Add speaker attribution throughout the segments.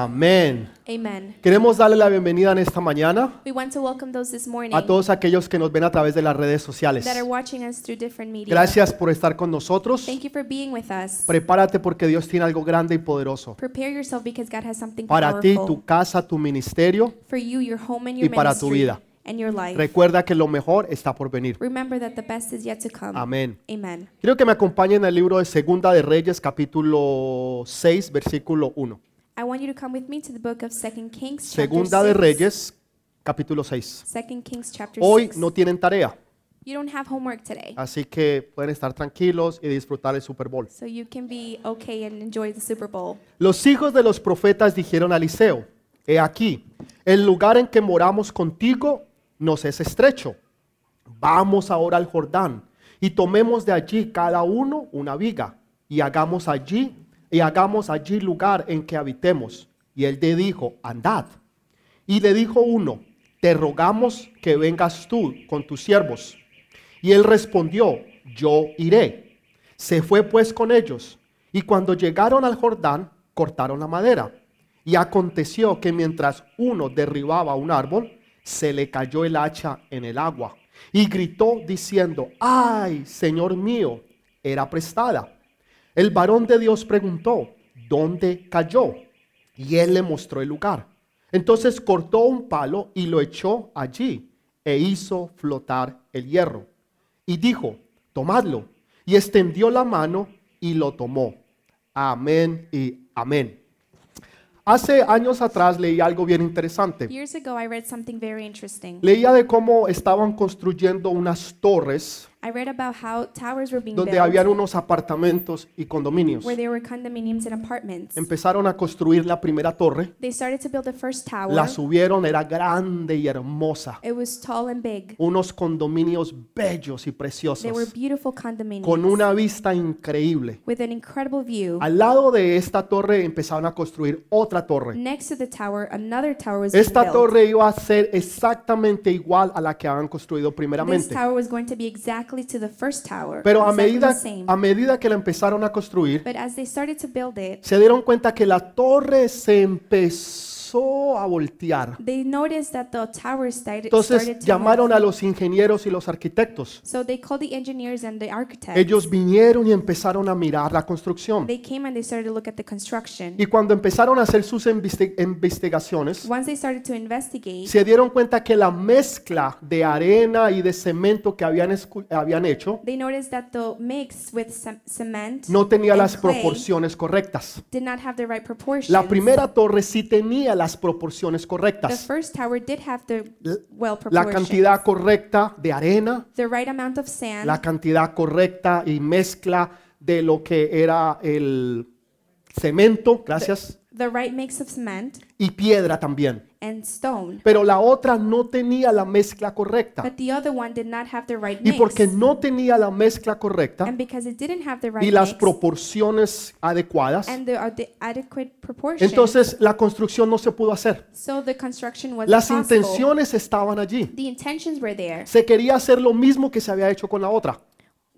Speaker 1: Amén.
Speaker 2: Amen.
Speaker 1: Queremos darle la bienvenida en esta mañana
Speaker 2: We want to welcome those this morning
Speaker 1: a todos aquellos que nos ven a través de las redes sociales.
Speaker 2: that are watching us through different media.
Speaker 1: Gracias por estar con nosotros.
Speaker 2: Thank you for being with us.
Speaker 1: Prepárate porque Dios tiene algo grande y poderoso
Speaker 2: Prepare yourself because God has something
Speaker 1: para ti,
Speaker 2: powerful
Speaker 1: tu casa, tu ministerio.
Speaker 2: for you, your home, and your
Speaker 1: y para tu
Speaker 2: ministry
Speaker 1: vida.
Speaker 2: and your life.
Speaker 1: Recuerda que lo mejor está por venir.
Speaker 2: Remember that the best is yet to come.
Speaker 1: Amén.
Speaker 2: Amen.
Speaker 1: Quiero que me acompañen al libro de Segunda de Reyes, capítulo 6, versículo 1.
Speaker 2: I want you to come with me to the book of 2 Kings chapter
Speaker 1: Segunda de
Speaker 2: 6.
Speaker 1: Reyes, capítulo 6.
Speaker 2: 2 Kings chapter
Speaker 1: Hoy
Speaker 2: 6.
Speaker 1: no Ah. tienen tarea,
Speaker 2: You don't have homework today,
Speaker 1: así que pueden estar tranquilos y disfrutar el Super Bowl.
Speaker 2: so you can be okay and enjoy the Super Bowl.
Speaker 1: Los hijos de los profetas dijeron a Eliseo, he aquí, el lugar en que moramos contigo nos es estrecho. Vamos ahora al Jordán y tomemos de allí cada uno una viga y hagamos allí y hagamos allí lugar en que habitemos. Y él le dijo, andad. Y le dijo uno, te rogamos que vengas tú con tus siervos. Y él respondió, yo iré. Se fue pues con ellos, y cuando llegaron al Jordán, cortaron la madera. Y aconteció que mientras uno derribaba un árbol, se le cayó el hacha en el agua, y gritó diciendo, ay, Señor mío, era prestada. El varón de Dios preguntó, ¿dónde cayó? Y él le mostró el lugar. Entonces cortó un palo y lo echó allí, e hizo flotar el hierro y dijo, tomadlo. Y extendió la mano y lo tomó. Amén y amén. Hace años atrás leí algo bien interesante.
Speaker 2: Years ago, I read something very interesting.
Speaker 1: Leía de cómo estaban construyendo unas torres
Speaker 2: I read about how towers were being
Speaker 1: donde
Speaker 2: built
Speaker 1: habían unos apartamentos y condominios.
Speaker 2: where there were condominiums and apartments.
Speaker 1: Empezaron a construir la primera torre,
Speaker 2: They started to build the first tower.
Speaker 1: la subieron, era grande y hermosa.
Speaker 2: It was tall and big.
Speaker 1: Unos condominios bellos y
Speaker 2: They were
Speaker 1: preciosos,
Speaker 2: beautiful condominiums
Speaker 1: con una vista increíble.
Speaker 2: with an incredible view.
Speaker 1: Al lado de esta torre empezaron a construir otra torre.
Speaker 2: Next to the tower, another tower was being
Speaker 1: Esta
Speaker 2: built.
Speaker 1: torre iba a ser exactamente igual a la que habían construido
Speaker 2: This
Speaker 1: primeramente.
Speaker 2: tower was going to be exactly to the first tower.
Speaker 1: Pero a
Speaker 2: exactly
Speaker 1: medida,
Speaker 2: the same.
Speaker 1: a medida que la empezaron a construir,
Speaker 2: But as they started to build it,
Speaker 1: se dieron cuenta que la torre se empezó a voltear.
Speaker 2: they noticed that the tower started,
Speaker 1: Entonces
Speaker 2: started to
Speaker 1: llamaron
Speaker 2: move.
Speaker 1: a los ingenieros y los arquitectos.
Speaker 2: So they called the engineers and the architects.
Speaker 1: Ellos vinieron y empezaron a mirar la construcción.
Speaker 2: They came and they started to look at the construction.
Speaker 1: Y cuando empezaron a hacer sus investi- investigaciones,
Speaker 2: Once they started to investigate,
Speaker 1: se dieron cuenta que la mezcla de arena y de cemento que habían, escu- habían hecho
Speaker 2: they noticed that the mix with ce- cement
Speaker 1: no tenía
Speaker 2: and
Speaker 1: las
Speaker 2: clay
Speaker 1: proporciones correctas.
Speaker 2: did not have the right proportions.
Speaker 1: La primera torre sí tenía las proporciones
Speaker 2: The
Speaker 1: correctas.
Speaker 2: first tower did have the
Speaker 1: L-
Speaker 2: well
Speaker 1: La
Speaker 2: proportions.
Speaker 1: cantidad correcta de arena,
Speaker 2: the right amount of sand,
Speaker 1: la cantidad correcta y mezcla de lo que era el cemento, gracias,
Speaker 2: the right mix of cement
Speaker 1: y piedra también.
Speaker 2: and stone.
Speaker 1: Pero la otra no tenía la mezcla correcta.
Speaker 2: But the other one did not have the right
Speaker 1: Y
Speaker 2: mix.
Speaker 1: porque no tenía la mezcla correcta
Speaker 2: and because it didn't have the right
Speaker 1: y las
Speaker 2: mix
Speaker 1: proporciones adecuadas,
Speaker 2: and the ad- adequate proportions,
Speaker 1: entonces la construcción no se pudo hacer.
Speaker 2: so the construction was
Speaker 1: Las
Speaker 2: impossible.
Speaker 1: intenciones estaban allí.
Speaker 2: The intentions were there.
Speaker 1: se quería hacer lo mismo que se había hecho con la otra.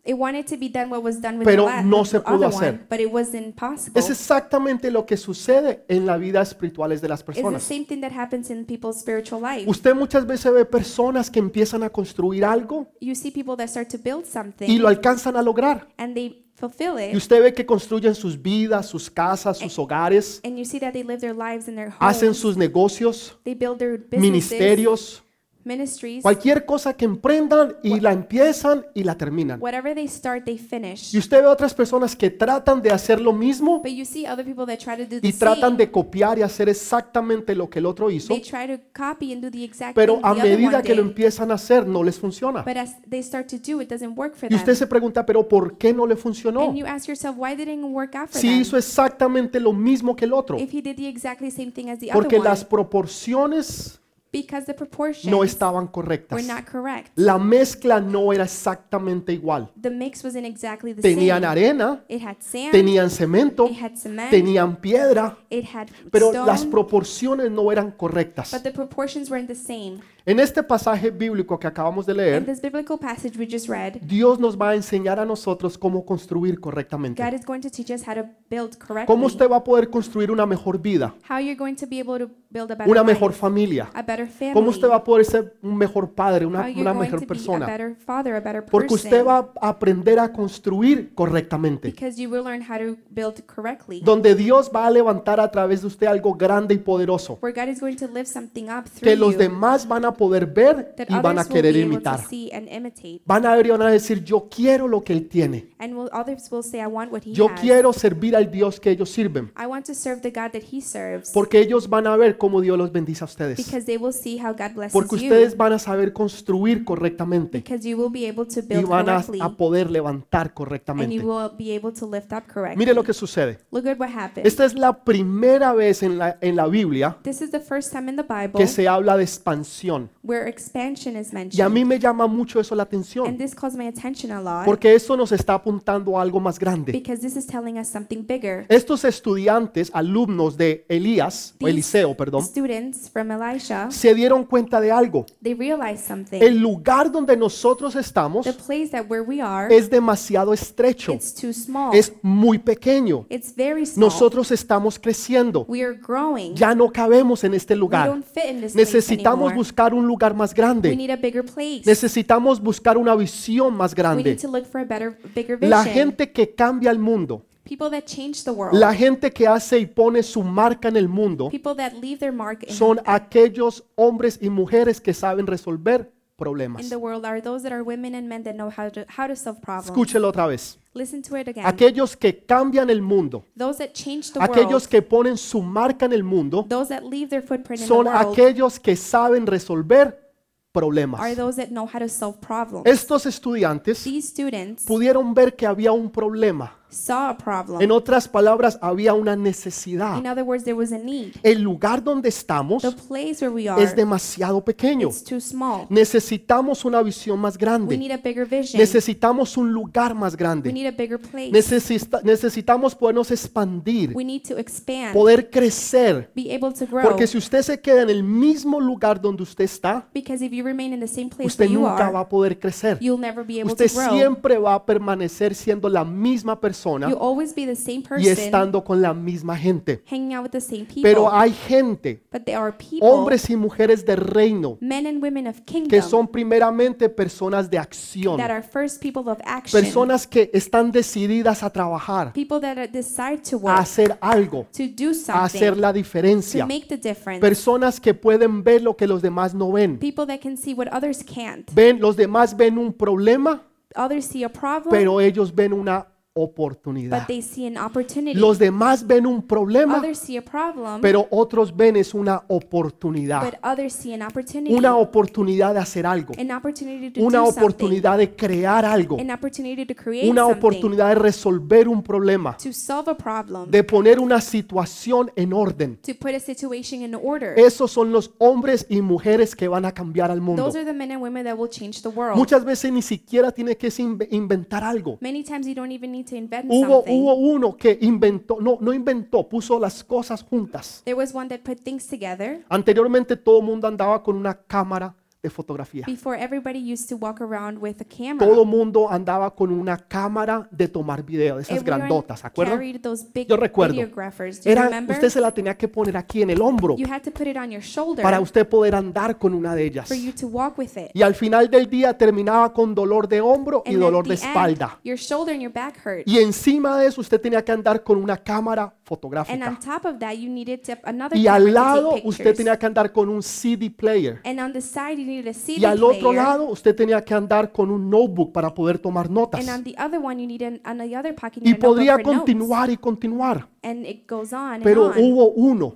Speaker 2: It wanted to be done what was done with
Speaker 1: Pero
Speaker 2: the la-
Speaker 1: no
Speaker 2: with
Speaker 1: se
Speaker 2: the
Speaker 1: pudo
Speaker 2: other
Speaker 1: hacer.
Speaker 2: one, but it wasn't possible.
Speaker 1: Es exactamente lo que sucede en la vida espirituales de las
Speaker 2: It's the
Speaker 1: personas.
Speaker 2: same thing that happens in people's spiritual life.
Speaker 1: Usted muchas veces ve personas que empiezan a construir algo
Speaker 2: You see people that start to build something
Speaker 1: y lo alcanzan a lograr.
Speaker 2: and they fulfill
Speaker 1: Y
Speaker 2: it,
Speaker 1: usted ve que construyen sus vidas, sus casas, sus hogares,
Speaker 2: and you see that they live their lives in their
Speaker 1: hacen
Speaker 2: Eh, homes.
Speaker 1: sus negocios,
Speaker 2: They build their businesses,
Speaker 1: ministerios,
Speaker 2: ministries.
Speaker 1: cualquier cosa que emprendan y la empiezan y la terminan.
Speaker 2: Whatever they start, they finish.
Speaker 1: Y usted ve otras personas que tratan de hacer lo mismo
Speaker 2: But you see other people that try to do the
Speaker 1: y tratan
Speaker 2: same.
Speaker 1: de copiar y hacer exactamente lo que el otro hizo.
Speaker 2: They try to copy and do the exact
Speaker 1: Pero
Speaker 2: thing
Speaker 1: a
Speaker 2: the other one
Speaker 1: medida que lo
Speaker 2: did.
Speaker 1: empiezan a hacer, no les funciona.
Speaker 2: But as they start to do, it doesn't work for
Speaker 1: Y usted
Speaker 2: them.
Speaker 1: se pregunta, pero ¿por qué no le funcionó?
Speaker 2: And you ask yourself, why didn't it work out for
Speaker 1: Si hizo
Speaker 2: them?
Speaker 1: exactamente lo mismo que el otro.
Speaker 2: If he did the exactly same thing as the other
Speaker 1: Porque
Speaker 2: one,
Speaker 1: las proporciones
Speaker 2: because the proportions
Speaker 1: no estaban
Speaker 2: were
Speaker 1: correctas.
Speaker 2: not correct.
Speaker 1: La mezcla no era exactamente igual.
Speaker 2: The mix wasn't exactly the
Speaker 1: Tenían
Speaker 2: same.
Speaker 1: arena,
Speaker 2: It had sand,
Speaker 1: tenían cemento,
Speaker 2: it had cement,
Speaker 1: tenían piedra,
Speaker 2: it had
Speaker 1: pero
Speaker 2: stone,
Speaker 1: las proporciones no eran correctas.
Speaker 2: but the proportions weren't the same.
Speaker 1: En este pasaje bíblico que acabamos de
Speaker 2: In
Speaker 1: leer,
Speaker 2: this biblical passage we just read,
Speaker 1: Dios nos va a enseñar a nosotros cómo construir correctamente.
Speaker 2: God is going to teach us how to build correctly.
Speaker 1: ¿Cómo usted va a poder construir una mejor vida,
Speaker 2: how you're going to be able to build a better
Speaker 1: una
Speaker 2: life,
Speaker 1: mejor familia?
Speaker 2: a better family.
Speaker 1: ¿Cómo usted va a poder ser un mejor padre,
Speaker 2: how
Speaker 1: una,
Speaker 2: you're
Speaker 1: una
Speaker 2: going
Speaker 1: mejor
Speaker 2: to be a
Speaker 1: persona?
Speaker 2: better father, a better
Speaker 1: Porque
Speaker 2: person.
Speaker 1: usted va a aprender a construir correctamente.
Speaker 2: because you will learn how to build correctly.
Speaker 1: Donde Dios va a levantar a través de usted algo grande y poderoso
Speaker 2: where God is going to lift something up through
Speaker 1: que los
Speaker 2: you
Speaker 1: demás van a poder ver
Speaker 2: that
Speaker 1: y van a
Speaker 2: others will be
Speaker 1: querer
Speaker 2: able
Speaker 1: imitar.
Speaker 2: to see and imitate.
Speaker 1: Van a ver y van a decir, yo quiero lo que Él tiene.
Speaker 2: And will, others will say, I want what he
Speaker 1: Yo
Speaker 2: has.
Speaker 1: quiero servir al Dios que ellos sirven.
Speaker 2: I want to serve the God that he serves.
Speaker 1: Porque ellos van a ver cómo Dios los bendice a ustedes.
Speaker 2: because they will see how God blesses
Speaker 1: Porque
Speaker 2: you.
Speaker 1: ustedes van a saber construir correctamente
Speaker 2: Because you will be able to
Speaker 1: y
Speaker 2: build
Speaker 1: van a,
Speaker 2: correctly.
Speaker 1: a poder levantar
Speaker 2: and you
Speaker 1: correctamente.
Speaker 2: will be able to lift up correctly.
Speaker 1: Mire lo que sucede.
Speaker 2: Look at what happened.
Speaker 1: Esta es la primera vez en la, en la Biblia
Speaker 2: this is the first time in the Bible
Speaker 1: que se habla de expansión.
Speaker 2: where expansion is mentioned.
Speaker 1: Y a mí me llama mucho eso la
Speaker 2: and
Speaker 1: atención,
Speaker 2: this calls my attention a lot
Speaker 1: porque eso nos está apuntando a algo más grande.
Speaker 2: because this is telling us something bigger.
Speaker 1: Estos estudiantes, alumnos de Elías, o
Speaker 2: These
Speaker 1: Eliseo, perdón,
Speaker 2: Students from Elisha,
Speaker 1: se dieron cuenta de algo.
Speaker 2: they realized something.
Speaker 1: El lugar donde nosotros estamos
Speaker 2: the place that where we are
Speaker 1: es demasiado estrecho,
Speaker 2: It's too small.
Speaker 1: es muy pequeño.
Speaker 2: it's very small.
Speaker 1: Nosotros estamos creciendo,
Speaker 2: we are growing.
Speaker 1: ya no cabemos en este
Speaker 2: we
Speaker 1: lugar.
Speaker 2: don't fit in this place
Speaker 1: Necesitamos
Speaker 2: anymore.
Speaker 1: buscar un lugar más
Speaker 2: We
Speaker 1: grande.
Speaker 2: need a bigger place.
Speaker 1: Necesitamos buscar una visión más
Speaker 2: we
Speaker 1: grande.
Speaker 2: need to look for a better, bigger vision.
Speaker 1: La gente que cambia el mundo,
Speaker 2: people that change the world.
Speaker 1: la gente que hace y pone su marca en el mundo,
Speaker 2: people that leave their mark in,
Speaker 1: son aquellos hombres y mujeres que saben resolver
Speaker 2: in
Speaker 1: problemas.
Speaker 2: the world are those that are women and men that know how to how to solve problems.
Speaker 1: Escúchelo otra vez.
Speaker 2: Listen to it again.
Speaker 1: Aquellos que cambian el mundo,
Speaker 2: those that change the
Speaker 1: aquellos
Speaker 2: world.
Speaker 1: que ponen su marca en el mundo,
Speaker 2: those that leave their footprint in the
Speaker 1: son
Speaker 2: world
Speaker 1: aquellos que saben resolver
Speaker 2: are
Speaker 1: problemas.
Speaker 2: those that know how to solve problems.
Speaker 1: Estos estudiantes
Speaker 2: These students
Speaker 1: pudieron ver que había un problema.
Speaker 2: saw a problem.
Speaker 1: En otras palabras, había una necesidad.
Speaker 2: in other words, there was a need.
Speaker 1: El lugar donde estamos
Speaker 2: The place where we are
Speaker 1: es demasiado pequeño.
Speaker 2: It's too small.
Speaker 1: Necesitamos una visión más
Speaker 2: We
Speaker 1: grande.
Speaker 2: need a bigger vision.
Speaker 1: Necesitamos un lugar más
Speaker 2: We
Speaker 1: grande.
Speaker 2: need a bigger place.
Speaker 1: Necesita- necesitamos podernos expandir,
Speaker 2: We need to expand.
Speaker 1: poder crecer.
Speaker 2: Be able to grow.
Speaker 1: Porque si usted se queda en el mismo lugar donde usted está,
Speaker 2: Because if you remain in the same place
Speaker 1: usted
Speaker 2: where you
Speaker 1: nunca va
Speaker 2: are,
Speaker 1: a poder crecer.
Speaker 2: you'll never be able
Speaker 1: Usted
Speaker 2: to grow.
Speaker 1: siempre va a permanecer siendo la misma persona
Speaker 2: You'll always be the same
Speaker 1: y
Speaker 2: person
Speaker 1: estando con la misma gente.
Speaker 2: hanging out with the same people.
Speaker 1: Pero hay gente,
Speaker 2: But there are people,
Speaker 1: hombres y mujeres de reino,
Speaker 2: men and women of
Speaker 1: que
Speaker 2: kingdom,
Speaker 1: son primeramente personas de acción,
Speaker 2: that are first people of action.
Speaker 1: personas que están decididas a trabajar,
Speaker 2: People that are- decide to
Speaker 1: a
Speaker 2: work,
Speaker 1: hacer algo,
Speaker 2: to do
Speaker 1: a hacer
Speaker 2: something,
Speaker 1: la
Speaker 2: to
Speaker 1: diferencia.
Speaker 2: make the difference.
Speaker 1: Personas que pueden ver lo que los demás no ven.
Speaker 2: People that can see what others can't.
Speaker 1: Ven, los demás ven un problema,
Speaker 2: Others see a problem,
Speaker 1: pero ellos ven una
Speaker 2: but
Speaker 1: oportunidad.
Speaker 2: they see an opportunity.
Speaker 1: Los demás ven un problema,
Speaker 2: Others see a problem,
Speaker 1: pero otros ven es una oportunidad,
Speaker 2: but others see an opportunity.
Speaker 1: una oportunidad de hacer algo,
Speaker 2: an opportunity to
Speaker 1: una
Speaker 2: do something.
Speaker 1: oportunidad de crear algo,
Speaker 2: An opportunity to create
Speaker 1: una
Speaker 2: something.
Speaker 1: oportunidad de resolver un problema,
Speaker 2: To solve a problem.
Speaker 1: de poner una situación en orden.
Speaker 2: to put a situation in order.
Speaker 1: Esos son los hombres y mujeres que van a cambiar al mundo.
Speaker 2: Those are the men and women that will change the world.
Speaker 1: Muchas veces ni siquiera tiene que se inve- inventar algo.
Speaker 2: Many times you don't even need to invent
Speaker 1: Hubo,
Speaker 2: something.
Speaker 1: hubo uno que inventó, no, no inventó, puso las cosas juntas.
Speaker 2: There was one that put things together.
Speaker 1: Anteriormente todo el mundo andaba con una cámara de fotografía.
Speaker 2: Before everybody used to walk around with a camera.
Speaker 1: Todo el mundo andaba con una cámara de tomar video, de esas
Speaker 2: Everyone
Speaker 1: grandotas, ¿se acuerdan?
Speaker 2: carried those big
Speaker 1: Yo recuerdo.
Speaker 2: videographers. Do you
Speaker 1: Era,
Speaker 2: remember?
Speaker 1: usted se la tenía que poner aquí en el hombro
Speaker 2: you had to put it on your shoulder
Speaker 1: para usted poder andar con una de ellas.
Speaker 2: for you to walk with it.
Speaker 1: Y al final del día terminaba con dolor de hombro y
Speaker 2: And at
Speaker 1: dolor de
Speaker 2: the end,
Speaker 1: espalda.
Speaker 2: your shoulder and your back hurt.
Speaker 1: Y encima de eso usted tenía que andar con una cámara
Speaker 2: And on
Speaker 1: fotográfica.
Speaker 2: top of that, you needed to, another
Speaker 1: Y
Speaker 2: camera
Speaker 1: al
Speaker 2: to
Speaker 1: lado
Speaker 2: take
Speaker 1: usted
Speaker 2: pictures.
Speaker 1: tenía que andar con un CD player.
Speaker 2: And on the side, you needed a CD
Speaker 1: Y al otro
Speaker 2: player.
Speaker 1: lado usted tenía que andar con un notebook para poder tomar notas.
Speaker 2: And on the other one, you need an, on the other pocket, you
Speaker 1: Y
Speaker 2: need a notebook
Speaker 1: podría
Speaker 2: for notes.
Speaker 1: continuar y continuar.
Speaker 2: And it goes on
Speaker 1: Pero
Speaker 2: and on.
Speaker 1: hubo uno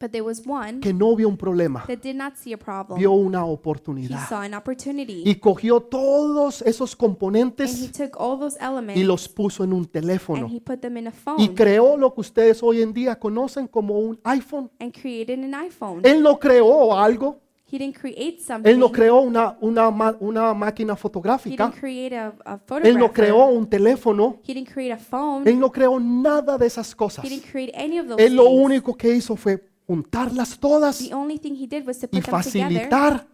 Speaker 2: but there was one
Speaker 1: que no vio un problema,
Speaker 2: that did not see a problem.
Speaker 1: vio una
Speaker 2: he
Speaker 1: oportunidad.
Speaker 2: saw an opportunity.
Speaker 1: Y cogió todos esos
Speaker 2: and he
Speaker 1: componentes
Speaker 2: took all those elements
Speaker 1: y los puso en un
Speaker 2: and
Speaker 1: teléfono.
Speaker 2: he put them in a phone
Speaker 1: Y creó lo que ustedes hoy en día conocen como un iPhone.
Speaker 2: and created an iPhone.
Speaker 1: Él no creó algo,
Speaker 2: He didn't create something.
Speaker 1: Él no creó una, una, ma- una máquina
Speaker 2: he
Speaker 1: fotográfica.
Speaker 2: didn't create a, a photograph.
Speaker 1: Él no creó un teléfono.
Speaker 2: He didn't create a phone.
Speaker 1: Él no creó nada de esas cosas.
Speaker 2: He didn't create any of those
Speaker 1: Él lo
Speaker 2: things.
Speaker 1: único que hizo fue juntarlas todas
Speaker 2: The only thing he did was to
Speaker 1: y
Speaker 2: put them together
Speaker 1: facilitar,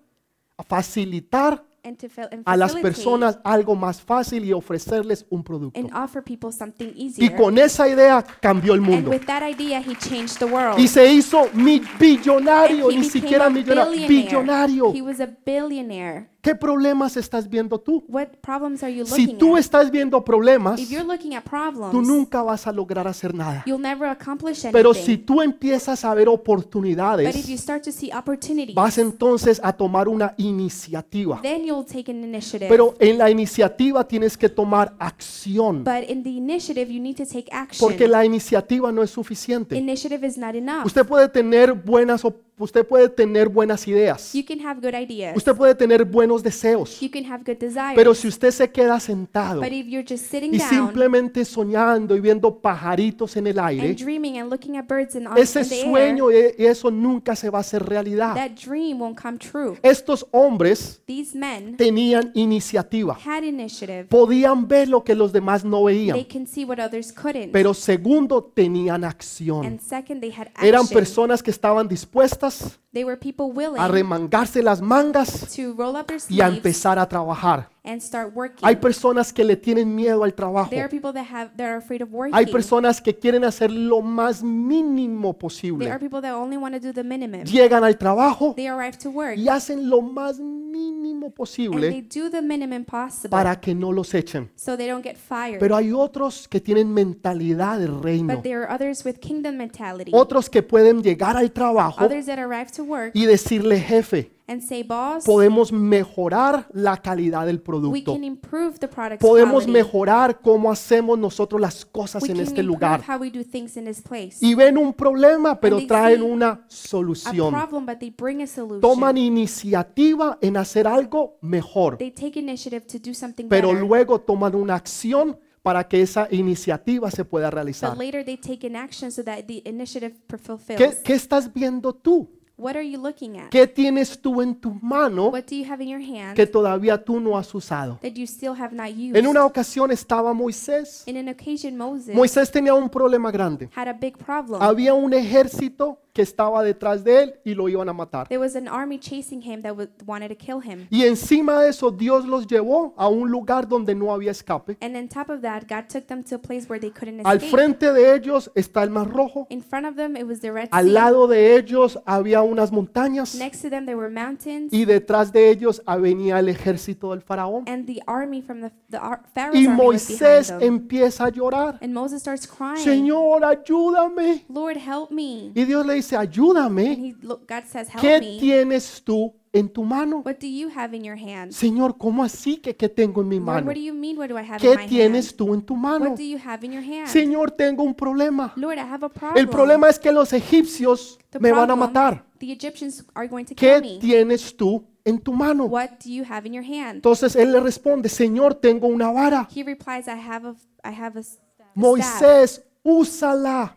Speaker 1: facilitar
Speaker 2: and to fill and
Speaker 1: a las
Speaker 2: facilitate
Speaker 1: personas algo más fácil y ofrecerles un producto.
Speaker 2: and offer people something
Speaker 1: Y
Speaker 2: easier.
Speaker 1: con esa idea cambió el
Speaker 2: And
Speaker 1: mundo.
Speaker 2: with that idea, he changed the world.
Speaker 1: Y se hizo mi billonario,
Speaker 2: And he
Speaker 1: ni
Speaker 2: became
Speaker 1: siquiera
Speaker 2: a
Speaker 1: millonario,
Speaker 2: billionaire.
Speaker 1: billonario.
Speaker 2: He was a billionaire.
Speaker 1: ¿Qué problemas estás viendo tú?
Speaker 2: What problems are you
Speaker 1: Si
Speaker 2: looking
Speaker 1: tú
Speaker 2: at?
Speaker 1: estás viendo problemas,
Speaker 2: If you're looking at
Speaker 1: tú
Speaker 2: problems,
Speaker 1: nunca vas a lograr hacer nada.
Speaker 2: you'll never accomplish anything.
Speaker 1: Pero si tú empiezas a ver
Speaker 2: but if you
Speaker 1: oportunidades,
Speaker 2: start to see opportunities,
Speaker 1: vas entonces a tomar una iniciativa.
Speaker 2: then you'll take an initiative.
Speaker 1: Pero en la iniciativa tienes que tomar acción,
Speaker 2: but in the initiative, you need to take action.
Speaker 1: porque la iniciativa no es suficiente.
Speaker 2: initiative is not enough.
Speaker 1: Usted puede tener buenas, op- usted puede tener buenas ideas,
Speaker 2: you can have good ideas.
Speaker 1: usted puede tener buenos deseos,
Speaker 2: you can have good desires.
Speaker 1: pero si usted se queda sentado
Speaker 2: but if you're just sitting
Speaker 1: y
Speaker 2: down
Speaker 1: simplemente soñando y viendo pajaritos en el
Speaker 2: and
Speaker 1: aire,
Speaker 2: dreaming and looking at birds and on
Speaker 1: ese
Speaker 2: in the
Speaker 1: sueño e- y eso nunca se va a hacer
Speaker 2: air,
Speaker 1: realidad.
Speaker 2: that dream won't come true.
Speaker 1: Estos hombres
Speaker 2: These men
Speaker 1: tenían iniciativa,
Speaker 2: had initiative.
Speaker 1: podían ver lo que los demás no
Speaker 2: They
Speaker 1: veían,
Speaker 2: can see what others couldn't.
Speaker 1: pero segundo tenían acción.
Speaker 2: and second, they had action.
Speaker 1: Eran personas que estaban dispuestas
Speaker 2: they were people willing
Speaker 1: a remangarse las mangas
Speaker 2: to roll up their
Speaker 1: y a
Speaker 2: sleeves
Speaker 1: empezar a trabajar.
Speaker 2: and start working.
Speaker 1: Hay personas que le tienen miedo al trabajo.
Speaker 2: there are people that have that are afraid of working.
Speaker 1: Hay personas que quieren hacer lo más mínimo
Speaker 2: there are
Speaker 1: posible.
Speaker 2: people that only want to do the minimum.
Speaker 1: Llegan al trabajo
Speaker 2: They arrive to work
Speaker 1: y hacen lo más mínimo
Speaker 2: and they
Speaker 1: posible
Speaker 2: do the minimum possible
Speaker 1: para que no los echen.
Speaker 2: so they don't get fired.
Speaker 1: Pero hay otros que tienen mentalidad de reino.
Speaker 2: but there are others with kingdom mentality.
Speaker 1: Otros que pueden llegar al trabajo
Speaker 2: others that arrive to work
Speaker 1: y decirle, jefe,
Speaker 2: and say, "Boss,
Speaker 1: podemos mejorar la calidad del
Speaker 2: we
Speaker 1: producto.
Speaker 2: can improve the product
Speaker 1: podemos
Speaker 2: quality.
Speaker 1: mejorar cómo hacemos nosotros las cosas
Speaker 2: we
Speaker 1: en
Speaker 2: can
Speaker 1: este
Speaker 2: improve
Speaker 1: lugar.
Speaker 2: how we do things in this place."
Speaker 1: Y ven un problema, pero
Speaker 2: they
Speaker 1: traen
Speaker 2: see
Speaker 1: una
Speaker 2: a
Speaker 1: solución.
Speaker 2: problem, but they bring a solution.
Speaker 1: Toman iniciativa en hacer algo mejor,
Speaker 2: they take initiative to do something
Speaker 1: pero
Speaker 2: better.
Speaker 1: luego toman una acción para que esa iniciativa se pueda
Speaker 2: but
Speaker 1: realizar.
Speaker 2: later they take an action so that the initiative per- fulfills.
Speaker 1: ¿Qué, qué estás viendo tú?
Speaker 2: what are you looking at?
Speaker 1: ¿Qué tienes tú en tu mano
Speaker 2: what do you have in your hand
Speaker 1: que todavía tú no has usado?
Speaker 2: that you still have not used?
Speaker 1: En una ocasión estaba Moisés.
Speaker 2: In an occasion, Moses
Speaker 1: Moisés tenía un problema grande.
Speaker 2: had a big problem.
Speaker 1: Había un ejército que estaba detrás de él y lo iban a matar.
Speaker 2: there was an army chasing him that wa- wanted to kill him.
Speaker 1: Y encima de eso Dios los llevó a un lugar donde no había escape.
Speaker 2: And on top of that, God took them to a place where they couldn't
Speaker 1: Al
Speaker 2: escape.
Speaker 1: frente de ellos está el Mar Rojo.
Speaker 2: in front of them, it was the Red Sea.
Speaker 1: Al lado de ellos había unas montañas.
Speaker 2: Next to them, there were mountains
Speaker 1: Y detrás de ellos venía el ejército del faraón.
Speaker 2: and the army from the, the ar- Pharaoh's
Speaker 1: Y
Speaker 2: army was behind
Speaker 1: Moisés
Speaker 2: them.
Speaker 1: empieza a llorar.
Speaker 2: and Moses starts crying.
Speaker 1: Señor, ayúdame.
Speaker 2: Lord, help me.
Speaker 1: Y Dios le dice,
Speaker 2: And
Speaker 1: ayúdame.
Speaker 2: he, look, God says, help
Speaker 1: ¿Qué
Speaker 2: me.
Speaker 1: tienes tú en tu mano?
Speaker 2: What do you have in your hand?
Speaker 1: Señor, ¿cómo así que qué tengo en mi
Speaker 2: Lord,
Speaker 1: mano?
Speaker 2: what do you mean? What do I have
Speaker 1: ¿Qué
Speaker 2: in my
Speaker 1: tienes tú en tu
Speaker 2: hand?
Speaker 1: mano?
Speaker 2: What do you have in your hand?
Speaker 1: Señor, tengo un problema.
Speaker 2: Lord, I have a problem.
Speaker 1: El problema es que los egipcios
Speaker 2: The
Speaker 1: me van a
Speaker 2: problem,
Speaker 1: matar.
Speaker 2: The Egyptians are going to kill
Speaker 1: ¿Qué
Speaker 2: me.
Speaker 1: tienes tú en tu mano?
Speaker 2: What do you have in your hand?
Speaker 1: Entonces él le responde, Señor, tengo una vara.
Speaker 2: He replies, I have a, I have a s- staff.
Speaker 1: Moisés, úsala.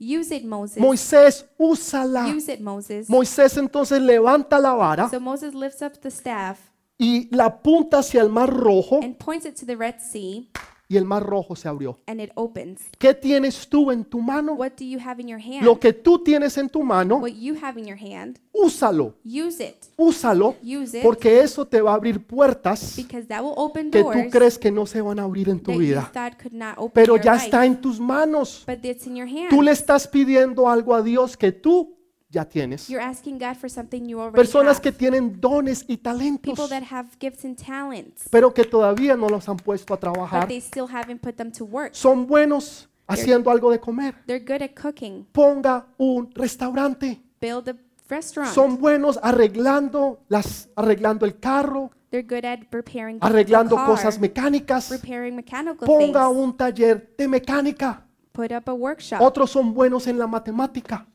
Speaker 2: Use it, Moses.
Speaker 1: Moisés, úsala.
Speaker 2: Use it, Moses.
Speaker 1: Moisés entonces levanta la vara
Speaker 2: So Moses lifts up the staff
Speaker 1: y la apunta hacia el mar rojo
Speaker 2: and points it to the Red Sea,
Speaker 1: y el mar rojo se abrió.
Speaker 2: and it opens.
Speaker 1: ¿Qué tienes tú en tu mano?
Speaker 2: What do you have in your hand?
Speaker 1: Lo que tú tienes en tu mano,
Speaker 2: What you have in your hand,
Speaker 1: úsalo,
Speaker 2: use it.
Speaker 1: úsalo,
Speaker 2: Use it
Speaker 1: porque eso te va a abrir puertas
Speaker 2: because that will open
Speaker 1: que tú
Speaker 2: doors
Speaker 1: crees que no se van a abrir en
Speaker 2: that
Speaker 1: tu
Speaker 2: you
Speaker 1: vida.
Speaker 2: thought could not open
Speaker 1: Pero
Speaker 2: in your
Speaker 1: ya
Speaker 2: life,
Speaker 1: está en tus manos.
Speaker 2: But it's in your hand.
Speaker 1: Tú le estás pidiendo algo a Dios que tú ya tienes.
Speaker 2: You're asking God for something you already
Speaker 1: Personas
Speaker 2: have.
Speaker 1: que tienen dones y talentos,
Speaker 2: People that have gifts and talents,
Speaker 1: pero que todavía no los han puesto a
Speaker 2: but
Speaker 1: trabajar.
Speaker 2: they still haven't put them to work.
Speaker 1: Son buenos haciendo algo de comer.
Speaker 2: They're good at cooking.
Speaker 1: Ponga un restaurante.
Speaker 2: Build a restaurant.
Speaker 1: Son buenos arreglando las arreglando el carro,
Speaker 2: They're good at repairing
Speaker 1: arreglando
Speaker 2: the car,
Speaker 1: cosas mecánicas.
Speaker 2: repairing mechanical
Speaker 1: Ponga
Speaker 2: things.
Speaker 1: un taller de mecánica.
Speaker 2: Put up a workshop.
Speaker 1: Otros son buenos en la matemática.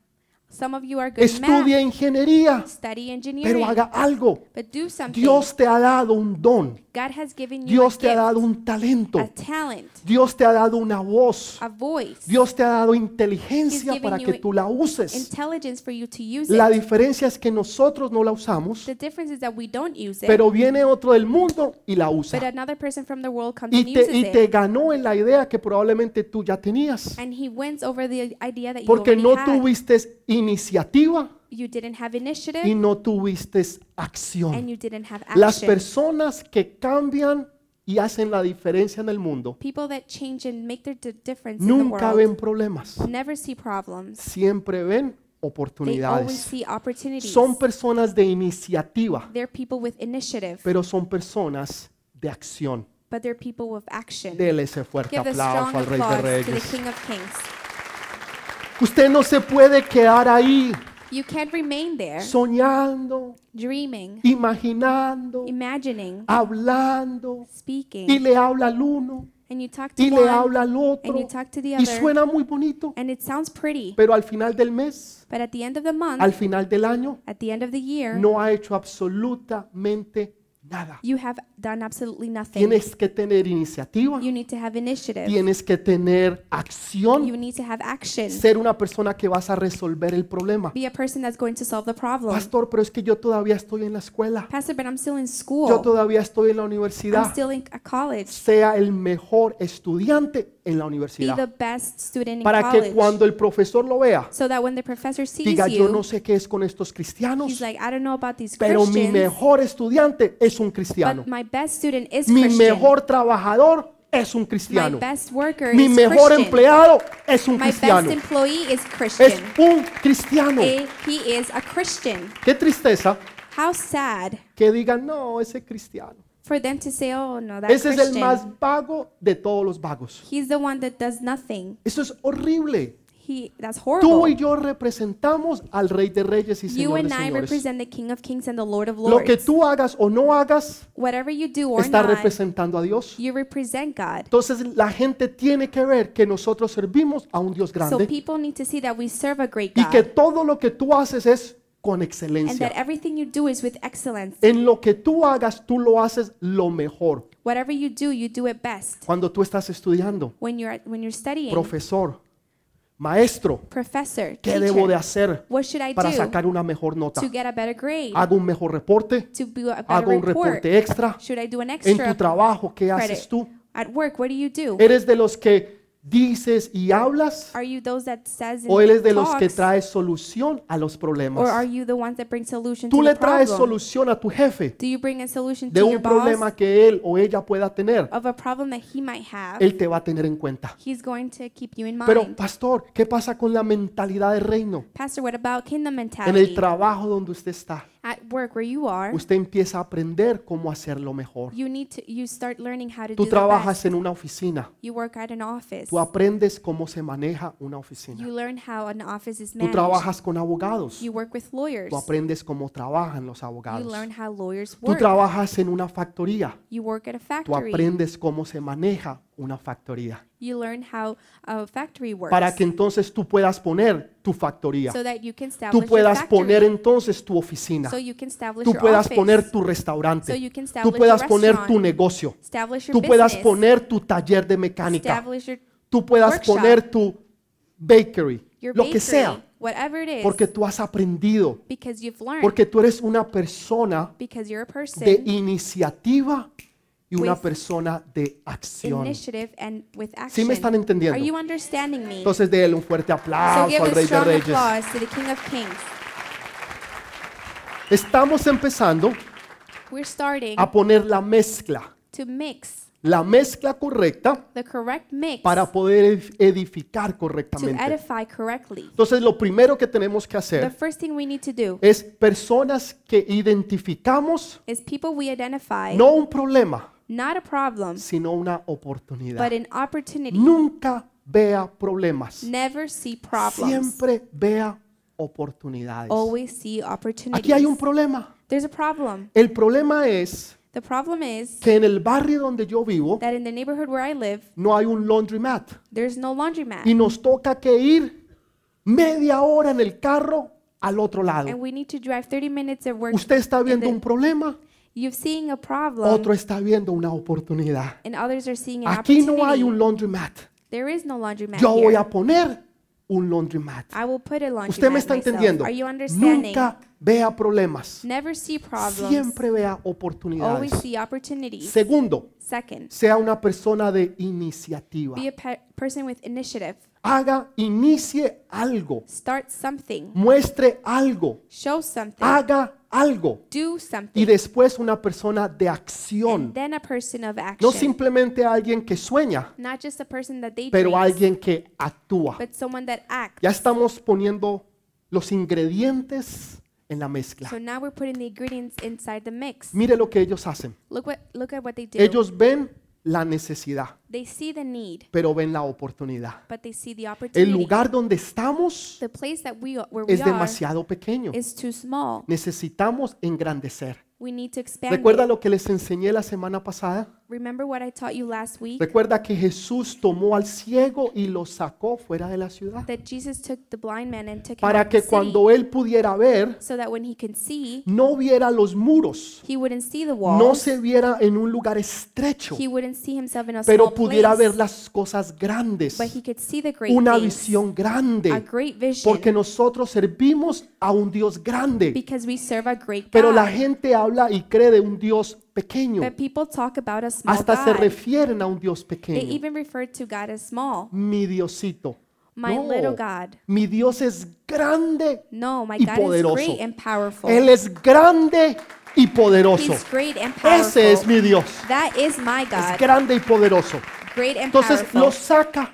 Speaker 2: Some of you are good in
Speaker 1: Estudie
Speaker 2: math.
Speaker 1: ingeniería,
Speaker 2: Study
Speaker 1: pero
Speaker 2: engineering.
Speaker 1: haga algo.
Speaker 2: But do something.
Speaker 1: Dios te ha dado un don.
Speaker 2: God has given you
Speaker 1: Dios te ha
Speaker 2: a,
Speaker 1: dado un talento.
Speaker 2: gift, a talent,
Speaker 1: Dios te ha dado una voz.
Speaker 2: a voice,
Speaker 1: Dios te ha dado inteligencia
Speaker 2: He's given
Speaker 1: para
Speaker 2: you
Speaker 1: que tú la uses.
Speaker 2: intelligence for you to use
Speaker 1: La
Speaker 2: it.
Speaker 1: diferencia es que nosotros no la usamos,
Speaker 2: The difference is that we don't use it,
Speaker 1: pero viene otro del mundo y la
Speaker 2: but
Speaker 1: usa.
Speaker 2: another person from the world comes and
Speaker 1: Y te,
Speaker 2: uses
Speaker 1: y te
Speaker 2: it.
Speaker 1: ganó en la idea que probablemente tú ya tenías,
Speaker 2: And he wins over the idea that you
Speaker 1: porque
Speaker 2: already
Speaker 1: no
Speaker 2: had.
Speaker 1: tuviste iniciativa
Speaker 2: You didn't
Speaker 1: y
Speaker 2: have initiative,
Speaker 1: no tuviste acción.
Speaker 2: and you didn't have
Speaker 1: Las
Speaker 2: action.
Speaker 1: personas que cambian y hacen la diferencia en el mundo
Speaker 2: People that change and make their di- difference in the
Speaker 1: nunca
Speaker 2: world
Speaker 1: ven problemas,
Speaker 2: never see problems.
Speaker 1: siempre ven
Speaker 2: They always
Speaker 1: oportunidades.
Speaker 2: see opportunities.
Speaker 1: Son personas de iniciativa,
Speaker 2: They're people with initiative,
Speaker 1: pero son personas de acción.
Speaker 2: but they're people with action.
Speaker 1: Dele ese fuerte
Speaker 2: Give a strong
Speaker 1: aplauso al Rey de
Speaker 2: applause to the
Speaker 1: Reyes.
Speaker 2: King of Kings.
Speaker 1: Usted no se puede quedar ahí
Speaker 2: You can't remain there
Speaker 1: soñando,
Speaker 2: dreaming,
Speaker 1: imaginando,
Speaker 2: imagining,
Speaker 1: hablando Ah, y
Speaker 2: speaking,
Speaker 1: le habla al uno
Speaker 2: and you talk to
Speaker 1: y le
Speaker 2: one,
Speaker 1: habla al otro
Speaker 2: and you talk to the
Speaker 1: y
Speaker 2: other.
Speaker 1: suena muy bonito,
Speaker 2: and it sounds pretty,
Speaker 1: pero al final del mes,
Speaker 2: but at the end of the
Speaker 1: al
Speaker 2: month,
Speaker 1: final del año,
Speaker 2: at the end of the year,
Speaker 1: no ha hecho absolutamente nada.
Speaker 2: you have done absolutely nothing.
Speaker 1: Tienes que tener iniciativa,
Speaker 2: You need to have initiative.
Speaker 1: tienes que tener
Speaker 2: You
Speaker 1: acción,
Speaker 2: need to have action.
Speaker 1: ser una persona que vas a resolver el problema.
Speaker 2: Be a person that's going to solve the problem.
Speaker 1: Pastor, pero es que yo todavía estoy en la escuela.
Speaker 2: Pastor, but I'm still in
Speaker 1: Yo
Speaker 2: school.
Speaker 1: todavía estoy en la
Speaker 2: I'm
Speaker 1: universidad.
Speaker 2: still in a college.
Speaker 1: Sea el mejor estudiante en la
Speaker 2: Be the
Speaker 1: universidad.
Speaker 2: best student in
Speaker 1: Para que
Speaker 2: college.
Speaker 1: cuando el profesor lo vea,
Speaker 2: So that when the professor sees
Speaker 1: diga, yo no
Speaker 2: you,
Speaker 1: sé qué es con estos cristianos,
Speaker 2: he's like, I don't know about these
Speaker 1: pero mi
Speaker 2: Christians,
Speaker 1: mejor estudiante es un cristiano.
Speaker 2: but my best student is
Speaker 1: Mi
Speaker 2: Christian.
Speaker 1: mejor trabajador es un
Speaker 2: My
Speaker 1: cristiano.
Speaker 2: best worker
Speaker 1: Mi
Speaker 2: is
Speaker 1: mejor
Speaker 2: Christian.
Speaker 1: empleado es un
Speaker 2: My best
Speaker 1: cristiano.
Speaker 2: employee is
Speaker 1: Es
Speaker 2: Christian.
Speaker 1: un cristiano.
Speaker 2: Eh, He is a Christian.
Speaker 1: Qué tristeza
Speaker 2: How sad
Speaker 1: que digan, no, ese cristiano.
Speaker 2: for them to say, oh no, that
Speaker 1: Ese es el
Speaker 2: Christian.
Speaker 1: más vago de todos los vagos.
Speaker 2: He's the one that does nothing.
Speaker 1: Eso es horrible.
Speaker 2: He, that's
Speaker 1: Tú y
Speaker 2: horrible.
Speaker 1: yo representamos al Rey de Reyes y
Speaker 2: You
Speaker 1: Señor de
Speaker 2: and I
Speaker 1: Señores.
Speaker 2: represent the King of Kings and the Lord of
Speaker 1: Lo que
Speaker 2: Lords.
Speaker 1: tú hagas o no hagas
Speaker 2: Whatever you do or
Speaker 1: está
Speaker 2: not,
Speaker 1: representando a Dios.
Speaker 2: you represent God.
Speaker 1: Entonces la gente tiene que ver que nosotros servimos a un Dios
Speaker 2: So
Speaker 1: grande
Speaker 2: people need to see that we serve a great
Speaker 1: y que
Speaker 2: God
Speaker 1: todo lo que tú haces es con
Speaker 2: and that
Speaker 1: excelencia.
Speaker 2: everything you do is with excellence.
Speaker 1: En lo que tú hagas, tú lo haces lo mejor.
Speaker 2: Whatever you do, you do it best.
Speaker 1: Cuando tú estás estudiando,
Speaker 2: When you're when you're studying,
Speaker 1: profesor, maestro,
Speaker 2: professor,
Speaker 1: ¿qué debo de
Speaker 2: teacher,
Speaker 1: hacer
Speaker 2: what should I
Speaker 1: para
Speaker 2: do
Speaker 1: sacar una mejor nota?
Speaker 2: to get a better grade?
Speaker 1: ¿Hago un mejor reporte?
Speaker 2: To do a better
Speaker 1: ¿Hago un
Speaker 2: report?
Speaker 1: reporte extra?
Speaker 2: Should I do an
Speaker 1: En tu
Speaker 2: extra
Speaker 1: trabajo, ¿qué haces
Speaker 2: credit?
Speaker 1: tú?
Speaker 2: At work, what do you do?
Speaker 1: ¿Eres de los que dices y hablas?
Speaker 2: Are you those that says
Speaker 1: ¿O eres de los que
Speaker 2: talks,
Speaker 1: traes solución a los
Speaker 2: or are
Speaker 1: problemas?
Speaker 2: you the ones that bring solution
Speaker 1: Tú
Speaker 2: to
Speaker 1: le
Speaker 2: the
Speaker 1: traes
Speaker 2: problem?
Speaker 1: solución a tu jefe
Speaker 2: Do you bring a solution
Speaker 1: de
Speaker 2: to your
Speaker 1: un
Speaker 2: boss Uh,
Speaker 1: problema que él o ella pueda tener.
Speaker 2: of a problem that he might have?
Speaker 1: Él te va a tener en cuenta.
Speaker 2: He's going to keep you in
Speaker 1: Pero,
Speaker 2: mind.
Speaker 1: pastor, ¿qué pasa con la mentalidad de reino?
Speaker 2: Pastor, what about kingdom
Speaker 1: En el
Speaker 2: mentality?
Speaker 1: trabajo donde usted está,
Speaker 2: At work where you are,
Speaker 1: usted empieza a aprender cómo hacerlo mejor.
Speaker 2: you need to you start learning how to
Speaker 1: Tú
Speaker 2: do the best.
Speaker 1: trabajas en una oficina,
Speaker 2: You work at an office.
Speaker 1: tú aprendes cómo se maneja una oficina.
Speaker 2: You learn how an office is
Speaker 1: Tú
Speaker 2: managed.
Speaker 1: trabajas con abogados,
Speaker 2: You work with lawyers.
Speaker 1: tú aprendes cómo trabajan los
Speaker 2: You
Speaker 1: abogados.
Speaker 2: learn how lawyers
Speaker 1: Tú
Speaker 2: work.
Speaker 1: trabajas en una factoría,
Speaker 2: You work at a
Speaker 1: tú
Speaker 2: factory.
Speaker 1: aprendes cómo se maneja una factoría.
Speaker 2: You learn how a factory works.
Speaker 1: Para que entonces tú puedas poner tu factoría,
Speaker 2: so that you can
Speaker 1: tú
Speaker 2: establish your
Speaker 1: puedas
Speaker 2: factory.
Speaker 1: poner entonces tu oficina,
Speaker 2: so you can establish
Speaker 1: tú
Speaker 2: your
Speaker 1: puedas
Speaker 2: office.
Speaker 1: poner tu
Speaker 2: so
Speaker 1: restaurante,
Speaker 2: you can
Speaker 1: tú
Speaker 2: establish
Speaker 1: puedas
Speaker 2: your
Speaker 1: poner tu
Speaker 2: restaurant.
Speaker 1: negocio,
Speaker 2: Establish
Speaker 1: tú
Speaker 2: your
Speaker 1: puedas
Speaker 2: business.
Speaker 1: poner tu taller de mecánica,
Speaker 2: establish your,
Speaker 1: tú puedas
Speaker 2: workshop.
Speaker 1: poner tu bakery,
Speaker 2: your
Speaker 1: lo
Speaker 2: bakery,
Speaker 1: que sea,
Speaker 2: whatever it is,
Speaker 1: porque tú has aprendido,
Speaker 2: because you've learned,
Speaker 1: porque tú eres una persona
Speaker 2: because you're a person.
Speaker 1: de iniciativa y una
Speaker 2: With
Speaker 1: persona de acción.
Speaker 2: initiative and with action.
Speaker 1: ¿Sí me están entendiendo?
Speaker 2: Are you understanding me?
Speaker 1: Entonces déle un fuerte
Speaker 2: so
Speaker 1: aplauso
Speaker 2: give
Speaker 1: al
Speaker 2: a
Speaker 1: Rey de
Speaker 2: strong
Speaker 1: Reyes.
Speaker 2: applause to the King of Kings.
Speaker 1: Estamos empezando
Speaker 2: We're starting
Speaker 1: a poner la mezcla,
Speaker 2: to mix
Speaker 1: la mezcla correcta
Speaker 2: the correct mix
Speaker 1: para poder edif- edificar
Speaker 2: to
Speaker 1: correctamente.
Speaker 2: edify correctly.
Speaker 1: Entonces lo primero que tenemos que
Speaker 2: The
Speaker 1: hacer
Speaker 2: first thing we need to do
Speaker 1: es personas que identificamos
Speaker 2: is people we identify,
Speaker 1: no un problema,
Speaker 2: not a problem,
Speaker 1: sino una oportunidad.
Speaker 2: but an opportunity.
Speaker 1: Nunca vea problemas,
Speaker 2: Never see problems.
Speaker 1: siempre vea oportunidades.
Speaker 2: Always see
Speaker 1: Aquí hay un
Speaker 2: opportunities.
Speaker 1: problema.
Speaker 2: There's a problem.
Speaker 1: El problema es
Speaker 2: The problem is
Speaker 1: que en el barrio donde yo vivo
Speaker 2: that in the neighborhood where I live,
Speaker 1: no hay un laundromat
Speaker 2: there's no laundromat.
Speaker 1: y nos toca que ir media hora en el carro al otro lado.
Speaker 2: and we need to drive 30 minutes of work.
Speaker 1: Usted está viendo
Speaker 2: then-
Speaker 1: un problema,
Speaker 2: You're seeing a problem,
Speaker 1: otro está viendo una oportunidad.
Speaker 2: and others are seeing an
Speaker 1: Aquí
Speaker 2: opportunity.
Speaker 1: no hay un laundromat.
Speaker 2: there is no laundromat
Speaker 1: Yo voy
Speaker 2: here.
Speaker 1: a poner un laundromat.
Speaker 2: I will put a laundromat
Speaker 1: Usted me está
Speaker 2: myself.
Speaker 1: entendiendo.
Speaker 2: Are you understanding?
Speaker 1: Nunca vea problemas.
Speaker 2: Never see problems.
Speaker 1: Siempre vea
Speaker 2: Always
Speaker 1: oportunidades.
Speaker 2: see opportunities.
Speaker 1: Segundo,
Speaker 2: Second,
Speaker 1: sea una persona de iniciativa.
Speaker 2: be a pe- person with initiative.
Speaker 1: Haga, inicie algo.
Speaker 2: Start
Speaker 1: Mm.
Speaker 2: something.
Speaker 1: Muestre algo.
Speaker 2: Show something.
Speaker 1: Ah, Haga algo.
Speaker 2: Do
Speaker 1: Y
Speaker 2: something.
Speaker 1: después una persona de
Speaker 2: And
Speaker 1: acción.
Speaker 2: then a person of action.
Speaker 1: No simplemente alguien que sueña,
Speaker 2: Not just a person that they
Speaker 1: pero
Speaker 2: dreams,
Speaker 1: alguien que actúa.
Speaker 2: but someone that acts.
Speaker 1: Ya estamos poniendo los ingredientes en la mezcla.
Speaker 2: So now we're putting the ingredients inside the mix.
Speaker 1: Mire lo que ellos hacen.
Speaker 2: Look what look at what they do.
Speaker 1: Ellos ven la necesidad,
Speaker 2: they see the need,
Speaker 1: pero ven la oportunidad.
Speaker 2: but they see the
Speaker 1: El
Speaker 2: opportunity.
Speaker 1: lugar donde estamos
Speaker 2: the place that we are- where we
Speaker 1: es
Speaker 2: are
Speaker 1: demasiado pequeño.
Speaker 2: is too small.
Speaker 1: Necesitamos engrandecer.
Speaker 2: We need to expand.
Speaker 1: ¿Recuerda
Speaker 2: it.
Speaker 1: lo que les enseñé la semana pasada?
Speaker 2: Remember what I taught you last week
Speaker 1: Recuerda que Jesús tomó al ciego y lo sacó fuera de la ciudad
Speaker 2: that Jesus took the blind man and took him out
Speaker 1: para
Speaker 2: of
Speaker 1: que
Speaker 2: the
Speaker 1: cuando él pudiera ver,
Speaker 2: city, so that when he can see,
Speaker 1: no viera los muros,
Speaker 2: he wouldn't see the wall.
Speaker 1: no se viera en un lugar estrecho,
Speaker 2: he wouldn't see himself in a small
Speaker 1: pero pudiera
Speaker 2: place,
Speaker 1: ver las cosas grandes,
Speaker 2: but he could see the great
Speaker 1: una
Speaker 2: things,
Speaker 1: visión
Speaker 2: a
Speaker 1: grande,
Speaker 2: great vision,
Speaker 1: porque nosotros servimos a un Dios grande,
Speaker 2: because we serve a great
Speaker 1: pero
Speaker 2: God.
Speaker 1: la gente habla y cree de un Dios pequeño,
Speaker 2: But people talk about a small
Speaker 1: hasta se
Speaker 2: God.
Speaker 1: refieren a un Dios
Speaker 2: They
Speaker 1: pequeño.
Speaker 2: even refer to God as small.
Speaker 1: Mi Diosito.
Speaker 2: My
Speaker 1: No.
Speaker 2: little God.
Speaker 1: Mi Dios es grande
Speaker 2: No, my
Speaker 1: y
Speaker 2: God
Speaker 1: poderoso.
Speaker 2: is great and powerful.
Speaker 1: Él es grande y poderoso.
Speaker 2: He's great and powerful.
Speaker 1: Ese es mi Dios.
Speaker 2: That is my
Speaker 1: Es
Speaker 2: God.
Speaker 1: grande y poderoso.
Speaker 2: great and
Speaker 1: Entonces
Speaker 2: powerful.
Speaker 1: lo saca.